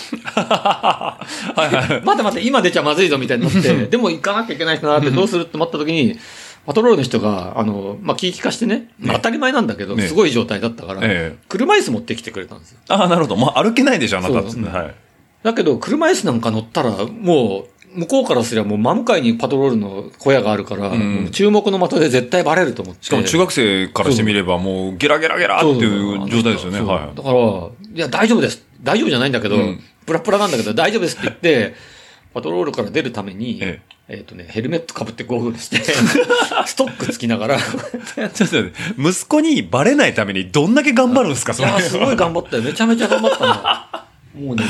Speaker 2: はいはい はい
Speaker 3: 待て待て、今出ちゃまずいぞみたいになって、でも行かなきゃいけない人なってどうするって思った時に、パトロールの人が、あの、まあ、聞きかしてね、まあ当たり前なんだけど、
Speaker 2: ね
Speaker 3: すごい状態だったから、
Speaker 2: ええ
Speaker 3: 車椅子持ってきてくれたんですよ。
Speaker 2: ああ、なるほど。もう歩けないでしょ、あなたっつって。
Speaker 3: そう
Speaker 2: はい。
Speaker 3: だけど、車椅子なんか乗ったら、もう、向こうからすればもう真向かいにパトロールの小屋があるから、
Speaker 2: ん
Speaker 3: もう注目の的で絶対バレると思って。
Speaker 2: しかも中学生からしてみれば、もうゲラゲラゲラっていう状態ですよね。
Speaker 3: そう
Speaker 2: は
Speaker 3: だから、いや、大丈夫です。大丈夫じゃないんだけど、
Speaker 2: うん
Speaker 3: プラプラなんだけど、大丈夫ですって言って、 パトロールから出るために、
Speaker 2: え
Speaker 3: えっ、とね、ヘルメットかぶってゴーグルして、 ストックつきな がら、い
Speaker 2: い。ちょっと待って息子にバレないためにどんだけ頑張るんですか、それ
Speaker 3: や、。すごい頑張ったよ。めちゃめちゃ頑張ったの。もうね、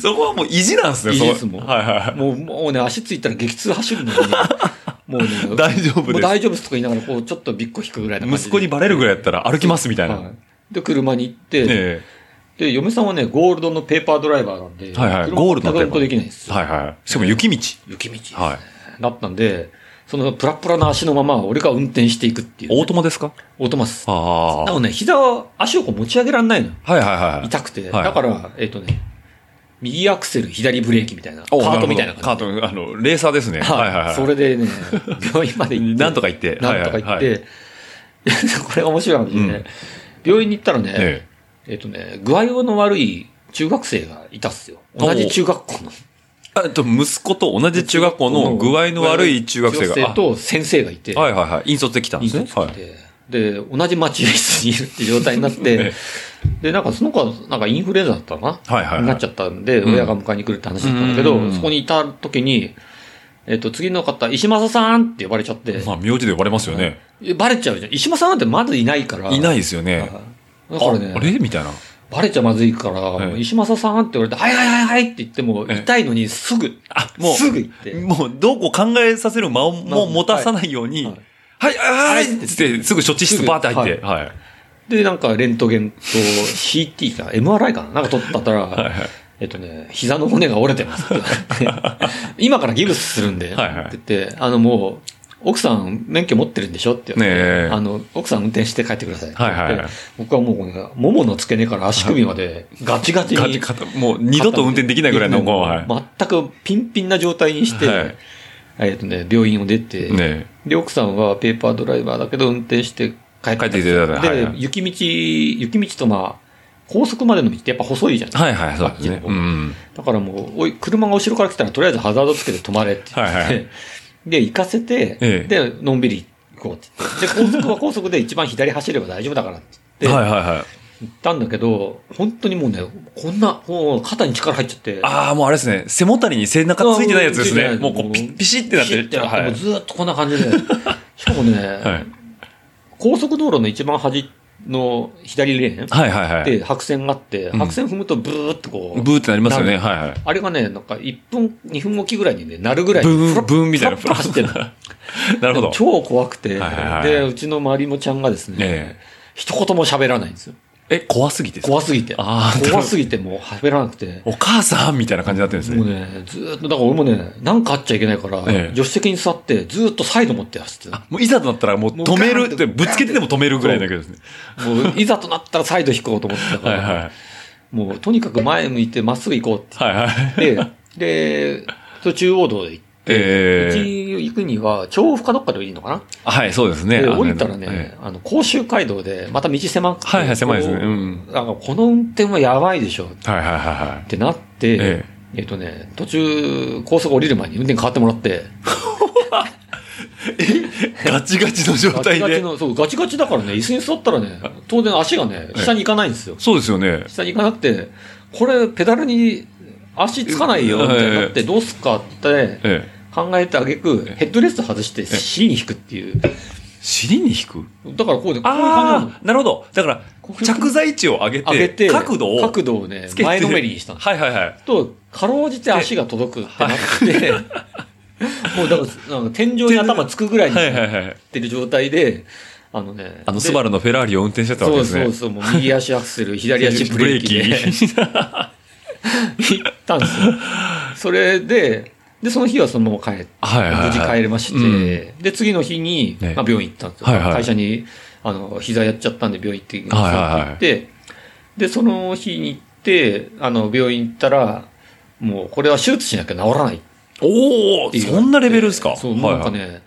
Speaker 2: そこはもう意地なんですね、
Speaker 3: イ
Speaker 2: そ
Speaker 3: ギ
Speaker 2: う
Speaker 3: リスも
Speaker 2: はいは、
Speaker 3: もう、もうね、足ついたら激痛走るのに、もうね
Speaker 2: 大丈夫です。
Speaker 3: もう大丈夫ですとか言いながら、こう、ちょっとびっこ引くぐらいない感じで。
Speaker 2: 息子にバレるぐらいだったら歩きますみたいな。
Speaker 3: は
Speaker 2: ね
Speaker 3: いで、車に行って、
Speaker 2: え
Speaker 3: で、嫁さんはね、ゴールドのペーパードライバーなんで、
Speaker 2: はいはい
Speaker 3: 車
Speaker 2: ゴールドのペーパー
Speaker 3: 全く運転できないんですよ。
Speaker 2: はいはい。しかも雪道。
Speaker 3: 雪道ですね
Speaker 2: はい。
Speaker 3: だったんで、そのプラプラな足のまま俺が運転していくっていう、
Speaker 2: オートマですか
Speaker 3: オートマス。
Speaker 2: あ
Speaker 3: な
Speaker 2: あ。
Speaker 3: のね、膝を、足をこう持ち上げられないのよ。
Speaker 2: はいはいはい。
Speaker 3: 痛くて。
Speaker 2: はい
Speaker 3: だから、えっ、とね、右アクセル、左ブレーキみたいな、カ
Speaker 2: おなる
Speaker 3: ー
Speaker 2: ほ
Speaker 3: ト
Speaker 2: ど
Speaker 3: みたいな感じ。
Speaker 2: カート、あの、レーサーですね。はいはいはい。
Speaker 3: それ でね、病院まで行って。
Speaker 2: なんとか行って。
Speaker 3: なんとか行っ
Speaker 2: はいはいはい。
Speaker 3: て、 これが面白い話でね、
Speaker 2: うん
Speaker 3: 病院に行ったらね、えっ、
Speaker 2: え
Speaker 3: とね、具合の悪い中学生がいたっすよ。同じ中学校の。
Speaker 2: えあと、息子と同じ中学校の具合の悪い中学生が。あ
Speaker 3: と先生がいて、
Speaker 2: はいはいはい。引率で来たんですね。
Speaker 3: 人
Speaker 2: は
Speaker 3: が来
Speaker 2: い。
Speaker 3: てで、同じ待合室にいるって状態になっ
Speaker 2: え
Speaker 3: て、で、なんかその子は、なんかインフルエンザだったかな、
Speaker 2: はいはいはい
Speaker 3: になっちゃったんで、
Speaker 2: ん
Speaker 3: 親が迎えに来るって話だったんだけど、
Speaker 2: うん
Speaker 3: そこにいた時に、えっ、と、次の方、石政さんって呼ばれちゃって、
Speaker 2: まあ、名字で呼ばれますよね。
Speaker 3: えバレちゃうじゃん。石政さんなんてまずいないから。
Speaker 2: いないですよね。
Speaker 3: だから
Speaker 2: あ
Speaker 3: ね、
Speaker 2: れみたいな。
Speaker 3: バレちゃまずいから、
Speaker 2: ええ
Speaker 3: もう石政さんって言われて、はいはいはいはいって言っても、
Speaker 2: ええ
Speaker 3: 痛いのにすぐ、
Speaker 2: あもう
Speaker 3: すぐ行って。
Speaker 2: もう、どうこう考えさせる間をもう持たさないように、
Speaker 3: はい
Speaker 2: はい、はい、はい、ってって、すぐ処置
Speaker 3: す
Speaker 2: 室
Speaker 3: ぐ
Speaker 2: バーって入って、はい。
Speaker 3: で、なんかレントゲンと CT か、MRI かななんか取ったら、
Speaker 2: はい、はい。
Speaker 3: えっとね、膝の骨が折れ てますって言われて今からギブスするん
Speaker 2: は
Speaker 3: で、
Speaker 2: いはい
Speaker 3: って言って、あのもう、奥さん免許持ってるんでしょって言われ
Speaker 2: ね
Speaker 3: て、
Speaker 2: え
Speaker 3: あの、奥さん運転して帰ってくださいって言って、
Speaker 2: はいはいはい
Speaker 3: 僕はもうこの、ももの付け根から足首までガチガチに、
Speaker 2: ガチガチもう二度と運転できないぐらいの、もう、はい。
Speaker 3: 全くピンピンな状態にして、
Speaker 2: はい
Speaker 3: えっとね、病院を出て、
Speaker 2: ね
Speaker 3: で、奥さんはペーパードライバーだけど運転して帰って
Speaker 2: 帰ってきてくださいはい
Speaker 3: で
Speaker 2: は、い
Speaker 3: 雪道、雪道とまあ、高速までの道ってやっぱ細いじゃない
Speaker 2: え。はいはい、そうですね。うん。
Speaker 3: だからもう、おい、車が後ろから来たら、とりあえずハザードつけて止まれって言って、
Speaker 2: はいはい
Speaker 3: で、行かせて、
Speaker 2: ええ
Speaker 3: で、のんびり行こうって言ってで、高速は高速で一番左走れば大丈夫だからって
Speaker 2: はい
Speaker 3: 言って、
Speaker 2: はいはい。
Speaker 3: 行ったんだけど、本当にもうね、こんな、もう肩に力入っちゃって。
Speaker 2: ああ、もうあれですね。背もたれに背中ついてないやつです
Speaker 3: あ
Speaker 2: ね。
Speaker 3: ー
Speaker 2: もうこうピッピシってなって
Speaker 3: ピシ
Speaker 2: る。
Speaker 3: てなって
Speaker 2: は
Speaker 3: も。
Speaker 2: いう
Speaker 3: ずーっとこんな感じで。しかもね、
Speaker 2: はい。
Speaker 3: 高速道路の一番端の左レーン
Speaker 2: はいはいはい。
Speaker 3: で白線があって、
Speaker 2: ん
Speaker 3: 白線踏むとブーってこう、
Speaker 2: ブーってなりますよね。
Speaker 3: な
Speaker 2: はいはい。
Speaker 3: あれがね、なんか1分、2分おきぐらいにね、なるぐらいに
Speaker 2: ブーン
Speaker 3: プロッ
Speaker 2: ブーンみ たいな
Speaker 3: プロップロップ走ってる。
Speaker 2: なるほど。
Speaker 3: 超怖くて、
Speaker 2: はいはいはい
Speaker 3: で、うちのまりもちゃんがですね、
Speaker 2: え
Speaker 3: 一言も喋らないんですよ。
Speaker 2: え。え、怖すぎてですか
Speaker 3: 怖すぎて。
Speaker 2: あー
Speaker 3: 怖すぎてもう喋らなくて。
Speaker 2: お母さんみたいな感じになってるんです
Speaker 3: もう
Speaker 2: ね。
Speaker 3: ね、ずーっと、だから俺もね、なんかあっちゃいけないから、
Speaker 2: ええ
Speaker 3: 助手席に座って、ずーっとサイド持って走ってた
Speaker 2: もういざとなったらもう止め
Speaker 3: もうガーン
Speaker 2: る
Speaker 3: と
Speaker 2: って、ぶつけてでも止めるぐらいだけどですね。
Speaker 3: もういざとなったらサイド引こうと思ってた か
Speaker 2: はい
Speaker 3: ら、
Speaker 2: はい。
Speaker 3: もうとにかく前向いてまっすぐ行こうって
Speaker 2: はいはい。
Speaker 3: 言って、で、そう中央道で行って、うち
Speaker 2: ええ。
Speaker 3: 行くには、調布かどっかでいいのかな、
Speaker 2: はい、そうですね。
Speaker 3: で
Speaker 2: あの
Speaker 3: 降りたらね、
Speaker 2: ええ
Speaker 3: あの、甲州街道で、また道狭くて。
Speaker 2: はいはい、狭いですね。う
Speaker 3: こ
Speaker 2: ん。
Speaker 3: うあのこの運転はやばいでしょっ
Speaker 2: はいはいはいはい。
Speaker 3: てなって、
Speaker 2: え
Speaker 3: えっとね、途中、高速降りる前に運転変わってもらって、
Speaker 2: え。ガチガチの状
Speaker 3: ガ
Speaker 2: 態
Speaker 3: チガチ
Speaker 2: で。
Speaker 3: の、そう、ガチガチだからね、椅子に座ったらね、当然足がね、下に行かないんですよ。
Speaker 2: そうですよね。
Speaker 3: 下に行かなくて、これ、ペダルに足つかないよ、みたいになって、どうすっかって
Speaker 2: え
Speaker 3: 考えてあげく、ヘッドレスト外して、尻に引くっていう。
Speaker 2: え。尻に引く
Speaker 3: だからこうで、こういう感じなの
Speaker 2: ああ、なるほど。だから、着座位置を上げて、
Speaker 3: 上げて、
Speaker 2: 角度を
Speaker 3: 角度をね
Speaker 2: つけ、て
Speaker 3: 前のめりにしたの。
Speaker 2: はいはいはい。
Speaker 3: と、かろうじて足が届くってなって、 もうだから、なんか天井に頭つくぐらいに
Speaker 2: はい
Speaker 3: な
Speaker 2: は
Speaker 3: っ
Speaker 2: いはい。
Speaker 3: てる状態で、あのね、
Speaker 2: あの、スバ
Speaker 3: ル
Speaker 2: ルのフェラーリを運転してたわけ
Speaker 3: そ
Speaker 2: ですね。
Speaker 3: うそうそう、もう右足アクセル、左足ブレーキで行 ったんですよ。それで、で、その日はそのまま帰って、
Speaker 2: はいはいはい。
Speaker 3: 無事帰れまして、
Speaker 2: う
Speaker 3: で、次の日に、
Speaker 2: ね
Speaker 3: まあ、病院行ったんですよ。
Speaker 2: はいはい
Speaker 3: 会社に、あの、膝やっちゃったんで病院行って、
Speaker 2: はいはいはい
Speaker 3: 行って、で、その日に行って、あの、病院行ったら、もう、これは手術しなきゃ治らないって
Speaker 2: おお
Speaker 3: 言われて
Speaker 2: そんなレベルですか
Speaker 3: そう、もうなんかね、
Speaker 2: はい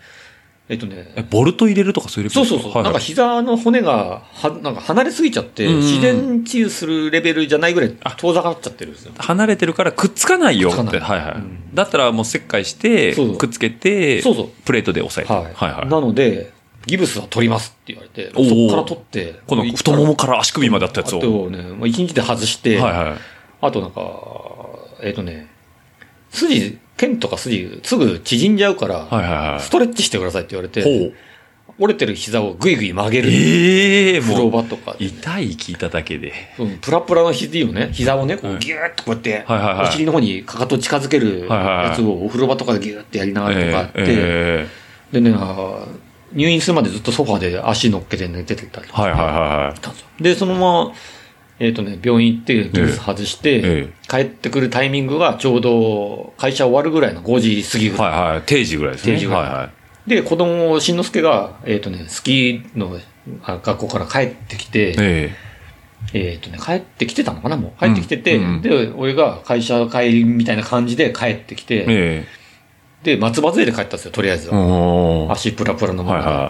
Speaker 3: えっと
Speaker 2: はいえ
Speaker 3: ね、
Speaker 2: ボルト入れるとかそういうレベ
Speaker 3: そう
Speaker 2: ル
Speaker 3: そうそ
Speaker 2: は
Speaker 3: う、
Speaker 2: いは
Speaker 3: ないんか膝の骨がは、なんか離れすぎちゃって、
Speaker 2: うんうんうん
Speaker 3: 自然治癒するレベルじゃないぐらい遠ざかっちゃってるんですよ。
Speaker 2: 離れてるからくっつかないよって。
Speaker 3: くっつかない
Speaker 2: はいはい、
Speaker 3: うん
Speaker 2: だったらもう切開して、
Speaker 3: そうそう
Speaker 2: くっつけて、
Speaker 3: そうそう
Speaker 2: プレートで押さえて。
Speaker 3: はい。
Speaker 2: はいはい
Speaker 3: なので、ギブスは取りますって言われて、
Speaker 2: おー
Speaker 3: そこから取って、
Speaker 2: この太ももから足首まであったやつ
Speaker 3: あ
Speaker 2: を。
Speaker 3: とね、まあ、一日で外して、
Speaker 2: はいはい。
Speaker 3: あとなんか、えっ、とね、筋、剣とか筋、すぐ縮んじゃうから、
Speaker 2: はいはいはい
Speaker 3: ス。トレッチしてくださいって言われて、
Speaker 2: ほう。
Speaker 3: 折れてる膝をぐいぐい曲げる。
Speaker 2: ええ
Speaker 3: 風呂
Speaker 2: もう、
Speaker 3: 場とかで、
Speaker 2: 痛い聞いただけで。
Speaker 3: うんプラプラの肘をね、膝をね、こ
Speaker 2: はいう
Speaker 3: ギューッとこうやって、
Speaker 2: はいはいはい
Speaker 3: お尻の方にかかと近づける
Speaker 2: はいはいはい
Speaker 3: やつをお風呂場とかでギューッてやりながらとかあって、
Speaker 2: ええ
Speaker 3: でね、あー入院するまでずっとソファーで足乗っけて寝てたりとか
Speaker 2: はいはいはいは
Speaker 3: ったんですよで、そのまま、えっ、とね、病院行って、ギブス外して、
Speaker 2: え
Speaker 3: 帰ってくるタイミングがちょうど会社終わるぐらいの5時過ぎ
Speaker 2: い。
Speaker 3: ぐらい。
Speaker 2: はいはい。定時ぐらいですね。
Speaker 3: 定時ぐらい
Speaker 2: はいはい。
Speaker 3: で、子供を、しんのすけが、えっ、とね、スキーのあ学校から帰ってきて、
Speaker 2: え
Speaker 3: えっ、とね、帰ってきてたのかな、もう。帰ってきてて、
Speaker 2: うんうん
Speaker 3: で、俺が会社帰りみたいな感じで帰ってきて
Speaker 2: え、え
Speaker 3: で、松葉杖で帰ったんですよ、とりあえず
Speaker 2: え。
Speaker 3: は。
Speaker 2: おー
Speaker 3: 足プラプラのま
Speaker 2: はい
Speaker 3: まで。
Speaker 2: は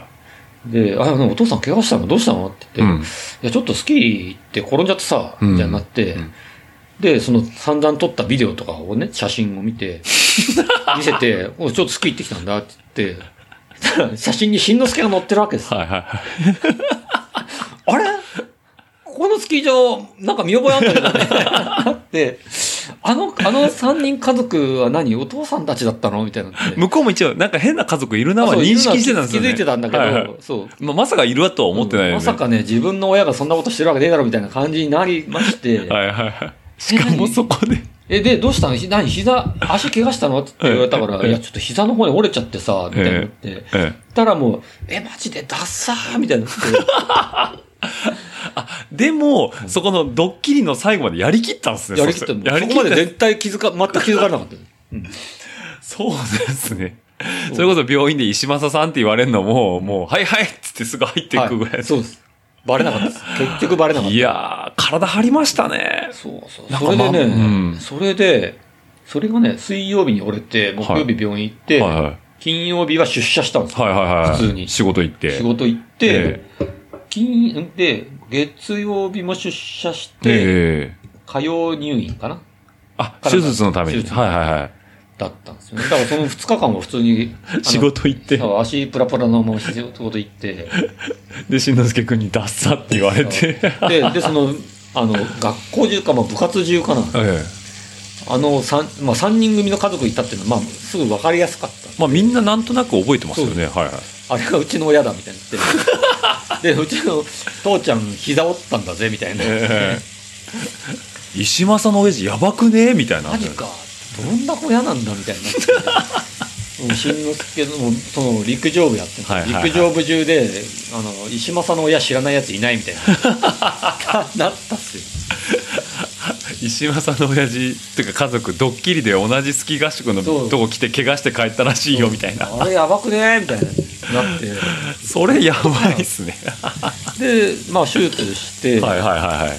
Speaker 3: で、あ、お父さん怪我したのどうしたのって
Speaker 2: い。う
Speaker 3: 言って、
Speaker 2: ん。
Speaker 3: いや、ちょっとスキー行って転んじゃってさ、
Speaker 2: うん
Speaker 3: みたいになって、
Speaker 2: ん
Speaker 3: で、その散々撮ったビデオとかをね、写真を見 て、見せて、おちょっとスキー行ってきたんだって言って、そしたら写真にしんのすけが載ってるわけです。
Speaker 2: はいはいはい。
Speaker 3: あれここのスキー場、なんか見覚えあんだけどね。なって、あの、あの三人家族は何お父さんたちだったのみたいになって。
Speaker 2: 向こうも一応、なんか変な家族いるなは
Speaker 3: そう
Speaker 2: 認識してたんですよ、ね。
Speaker 3: 気づいてたんだけど、
Speaker 2: はいはい
Speaker 3: そう。
Speaker 2: まあ、まさかいるわとは思ってないよね。
Speaker 3: まさかね、自分の親がそんなことしてるわけねえだろみたいな感じになりまして、
Speaker 2: はいはいはい。しか もそこで。
Speaker 3: え、で、どうしたのひ何膝、足怪我したのって言われたか
Speaker 2: え
Speaker 3: ら、
Speaker 2: え
Speaker 3: いや、ちょっと膝の方に折れちゃってさ、みたいになって。
Speaker 2: ええ
Speaker 3: たらもう、え、マジでダッサーみたいになって。
Speaker 2: でも、そこのドッキリの最後までやりきったんですね。
Speaker 3: やりきった
Speaker 2: そ
Speaker 3: もん。
Speaker 2: うや
Speaker 3: そ
Speaker 2: り
Speaker 3: こ
Speaker 2: き
Speaker 3: ま
Speaker 2: っ
Speaker 3: で
Speaker 2: た。
Speaker 3: 絶対気づか、全く気づかなかった。
Speaker 2: そうですね。それこそ病院で石政さんって言われるのも、もう、はいはいっつってすぐ入っていくぐらい
Speaker 3: は。そうです。バレなかったです。結局バレなかった。
Speaker 2: いやー、体張りましたね。
Speaker 3: そうそう。
Speaker 2: なん
Speaker 3: そ
Speaker 2: か
Speaker 3: れ
Speaker 2: まあ
Speaker 3: でね、
Speaker 2: うん
Speaker 3: それで、それがね、水曜日に折れて、木曜日病院行って、
Speaker 2: はいはい。
Speaker 3: 金曜日は出社したんですよ
Speaker 2: はいはいはい。
Speaker 3: 普通に
Speaker 2: 仕事行って。
Speaker 3: 仕事行って、
Speaker 2: え
Speaker 3: 金、で、月曜日も出社し
Speaker 2: え
Speaker 3: て、
Speaker 2: ええ
Speaker 3: 火曜入院かな
Speaker 2: あ、手術のために。
Speaker 3: 手術
Speaker 2: はいはいはい。
Speaker 3: だったんですよね。だからその2日間は普通に、あ の
Speaker 2: 仕事行って
Speaker 3: そう足プラプラのまま仕事行 って、
Speaker 2: でしんのすけ君に「ダッサ」って言われて
Speaker 3: で、で、その、あの、学校中か、まあ部活中かな。
Speaker 2: ええ
Speaker 3: あの、三まあ三人組の家族いたっていうのは、まあすぐ分かりやすかった。
Speaker 2: まあみんななんとなく覚えてますよねはい
Speaker 3: あれがうちの親だみたいに なって。で、うちの父ちゃん膝折ったんだぜみたいな。
Speaker 2: ええ 石政の親父やばくねみたいな
Speaker 3: マジかどんな親なんだみたいになってもう 新之助のもうその陸上部やってて、
Speaker 2: はいはいはい
Speaker 3: 陸上部中であの石政の親知らないやついないみたい ななったっすよ
Speaker 2: 石政の親父っていうか家族ドッキリで同じスキー合宿の
Speaker 3: そう
Speaker 2: とこ来て怪我して帰ったらしいよみたいな
Speaker 3: あれやばくねみたいななって
Speaker 2: それやばいっすね
Speaker 3: でまあ手術して、
Speaker 2: はいはいはいはい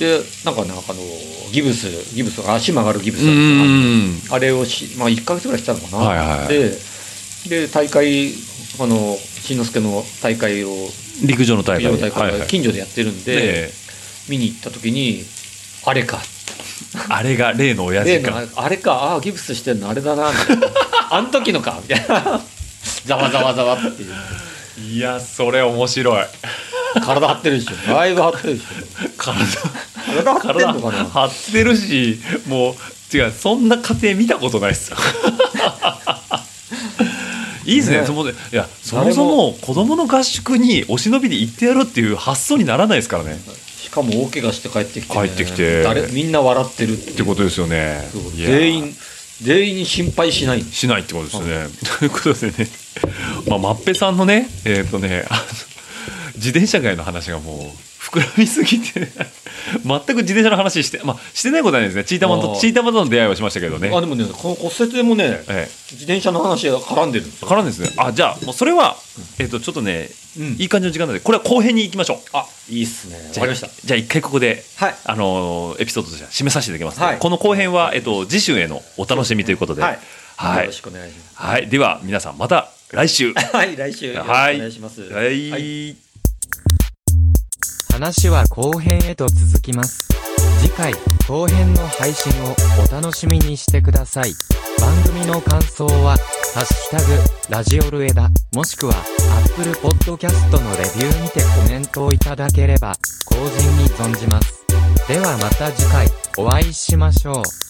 Speaker 3: でなんかねあのギブスギブス足曲がるギブス
Speaker 2: うーん
Speaker 3: あれをし、まあ、1か月ぐらいしたのかな、
Speaker 2: はいはい
Speaker 3: でで大会あの新之助の大会を
Speaker 2: 陸上の大
Speaker 3: 陸
Speaker 2: 会
Speaker 3: 上の大
Speaker 2: はい
Speaker 3: 会
Speaker 2: は
Speaker 3: が
Speaker 2: い
Speaker 3: 近所でやってるんで、
Speaker 2: で
Speaker 3: 見に行った時にあれか
Speaker 2: あれが例の親
Speaker 3: 例
Speaker 2: 父
Speaker 3: の
Speaker 2: か
Speaker 3: ああれかああギブスしてんのあれだなみ たいなあん時のかみたいなざわざわざわっていう
Speaker 2: いやそれ面白い
Speaker 3: 体張ってるでしょだいぶ張ってるでしょ
Speaker 2: 体
Speaker 3: 体張ってん
Speaker 2: 体
Speaker 3: のかな
Speaker 2: 張ってるしもう違うそんな家庭見たことないっ すよいいですね
Speaker 3: ね
Speaker 2: そもいやそもそも子供の合宿にお忍びで行ってやろうっていう発想にならないですからねっ
Speaker 3: しかも大怪我して帰ってきて、
Speaker 2: 帰ってきて
Speaker 3: 誰みんな笑ってるって
Speaker 2: てことですよね
Speaker 3: そう
Speaker 2: いや
Speaker 3: 全員全員心配しない
Speaker 2: しないってことですね。 ということでね、まあ、マッペさんのね、えっ、とね、あの自転車街の話がもう膨らみすぎて、 全く自転車の話して、まあ、してないことはないですね。チータマン
Speaker 3: あ
Speaker 2: と、
Speaker 3: ー
Speaker 2: チータマンとの出会いはしましたけどね。
Speaker 3: あでもねこの骨折でもね
Speaker 2: ええ
Speaker 3: 自転車の話が絡んでるんですよ
Speaker 2: 絡んでですね。あ、じゃあ、もうそれは、えっ、と、ちょっとね、
Speaker 3: うん
Speaker 2: いい感じの時間なので、これは後編に行きましょう。あ、
Speaker 3: いいっすねわ
Speaker 2: じゃ
Speaker 3: か
Speaker 2: あ
Speaker 3: りました
Speaker 2: じゃあ一回ここで、
Speaker 3: はい
Speaker 2: あのーエピソードとしては締めさせていただきます、
Speaker 3: はい
Speaker 2: この後編は、えっと、次週へのお楽しみということで、
Speaker 3: はい、
Speaker 2: は
Speaker 3: よ
Speaker 2: い
Speaker 3: ろしくお願いします
Speaker 2: はいでは皆さんまた来週
Speaker 3: はい来週よろしくお
Speaker 2: はい
Speaker 3: 願いします、
Speaker 2: はい、
Speaker 3: はい
Speaker 4: 話は後編へと続きます次回後編の配信をお楽しみにしてください番組の感想は「ハッシュタグラジオルエダ」もしくは Apple Podcast のレビューにてコメントをいただければ後人に存じますではまた次回お会いしましょう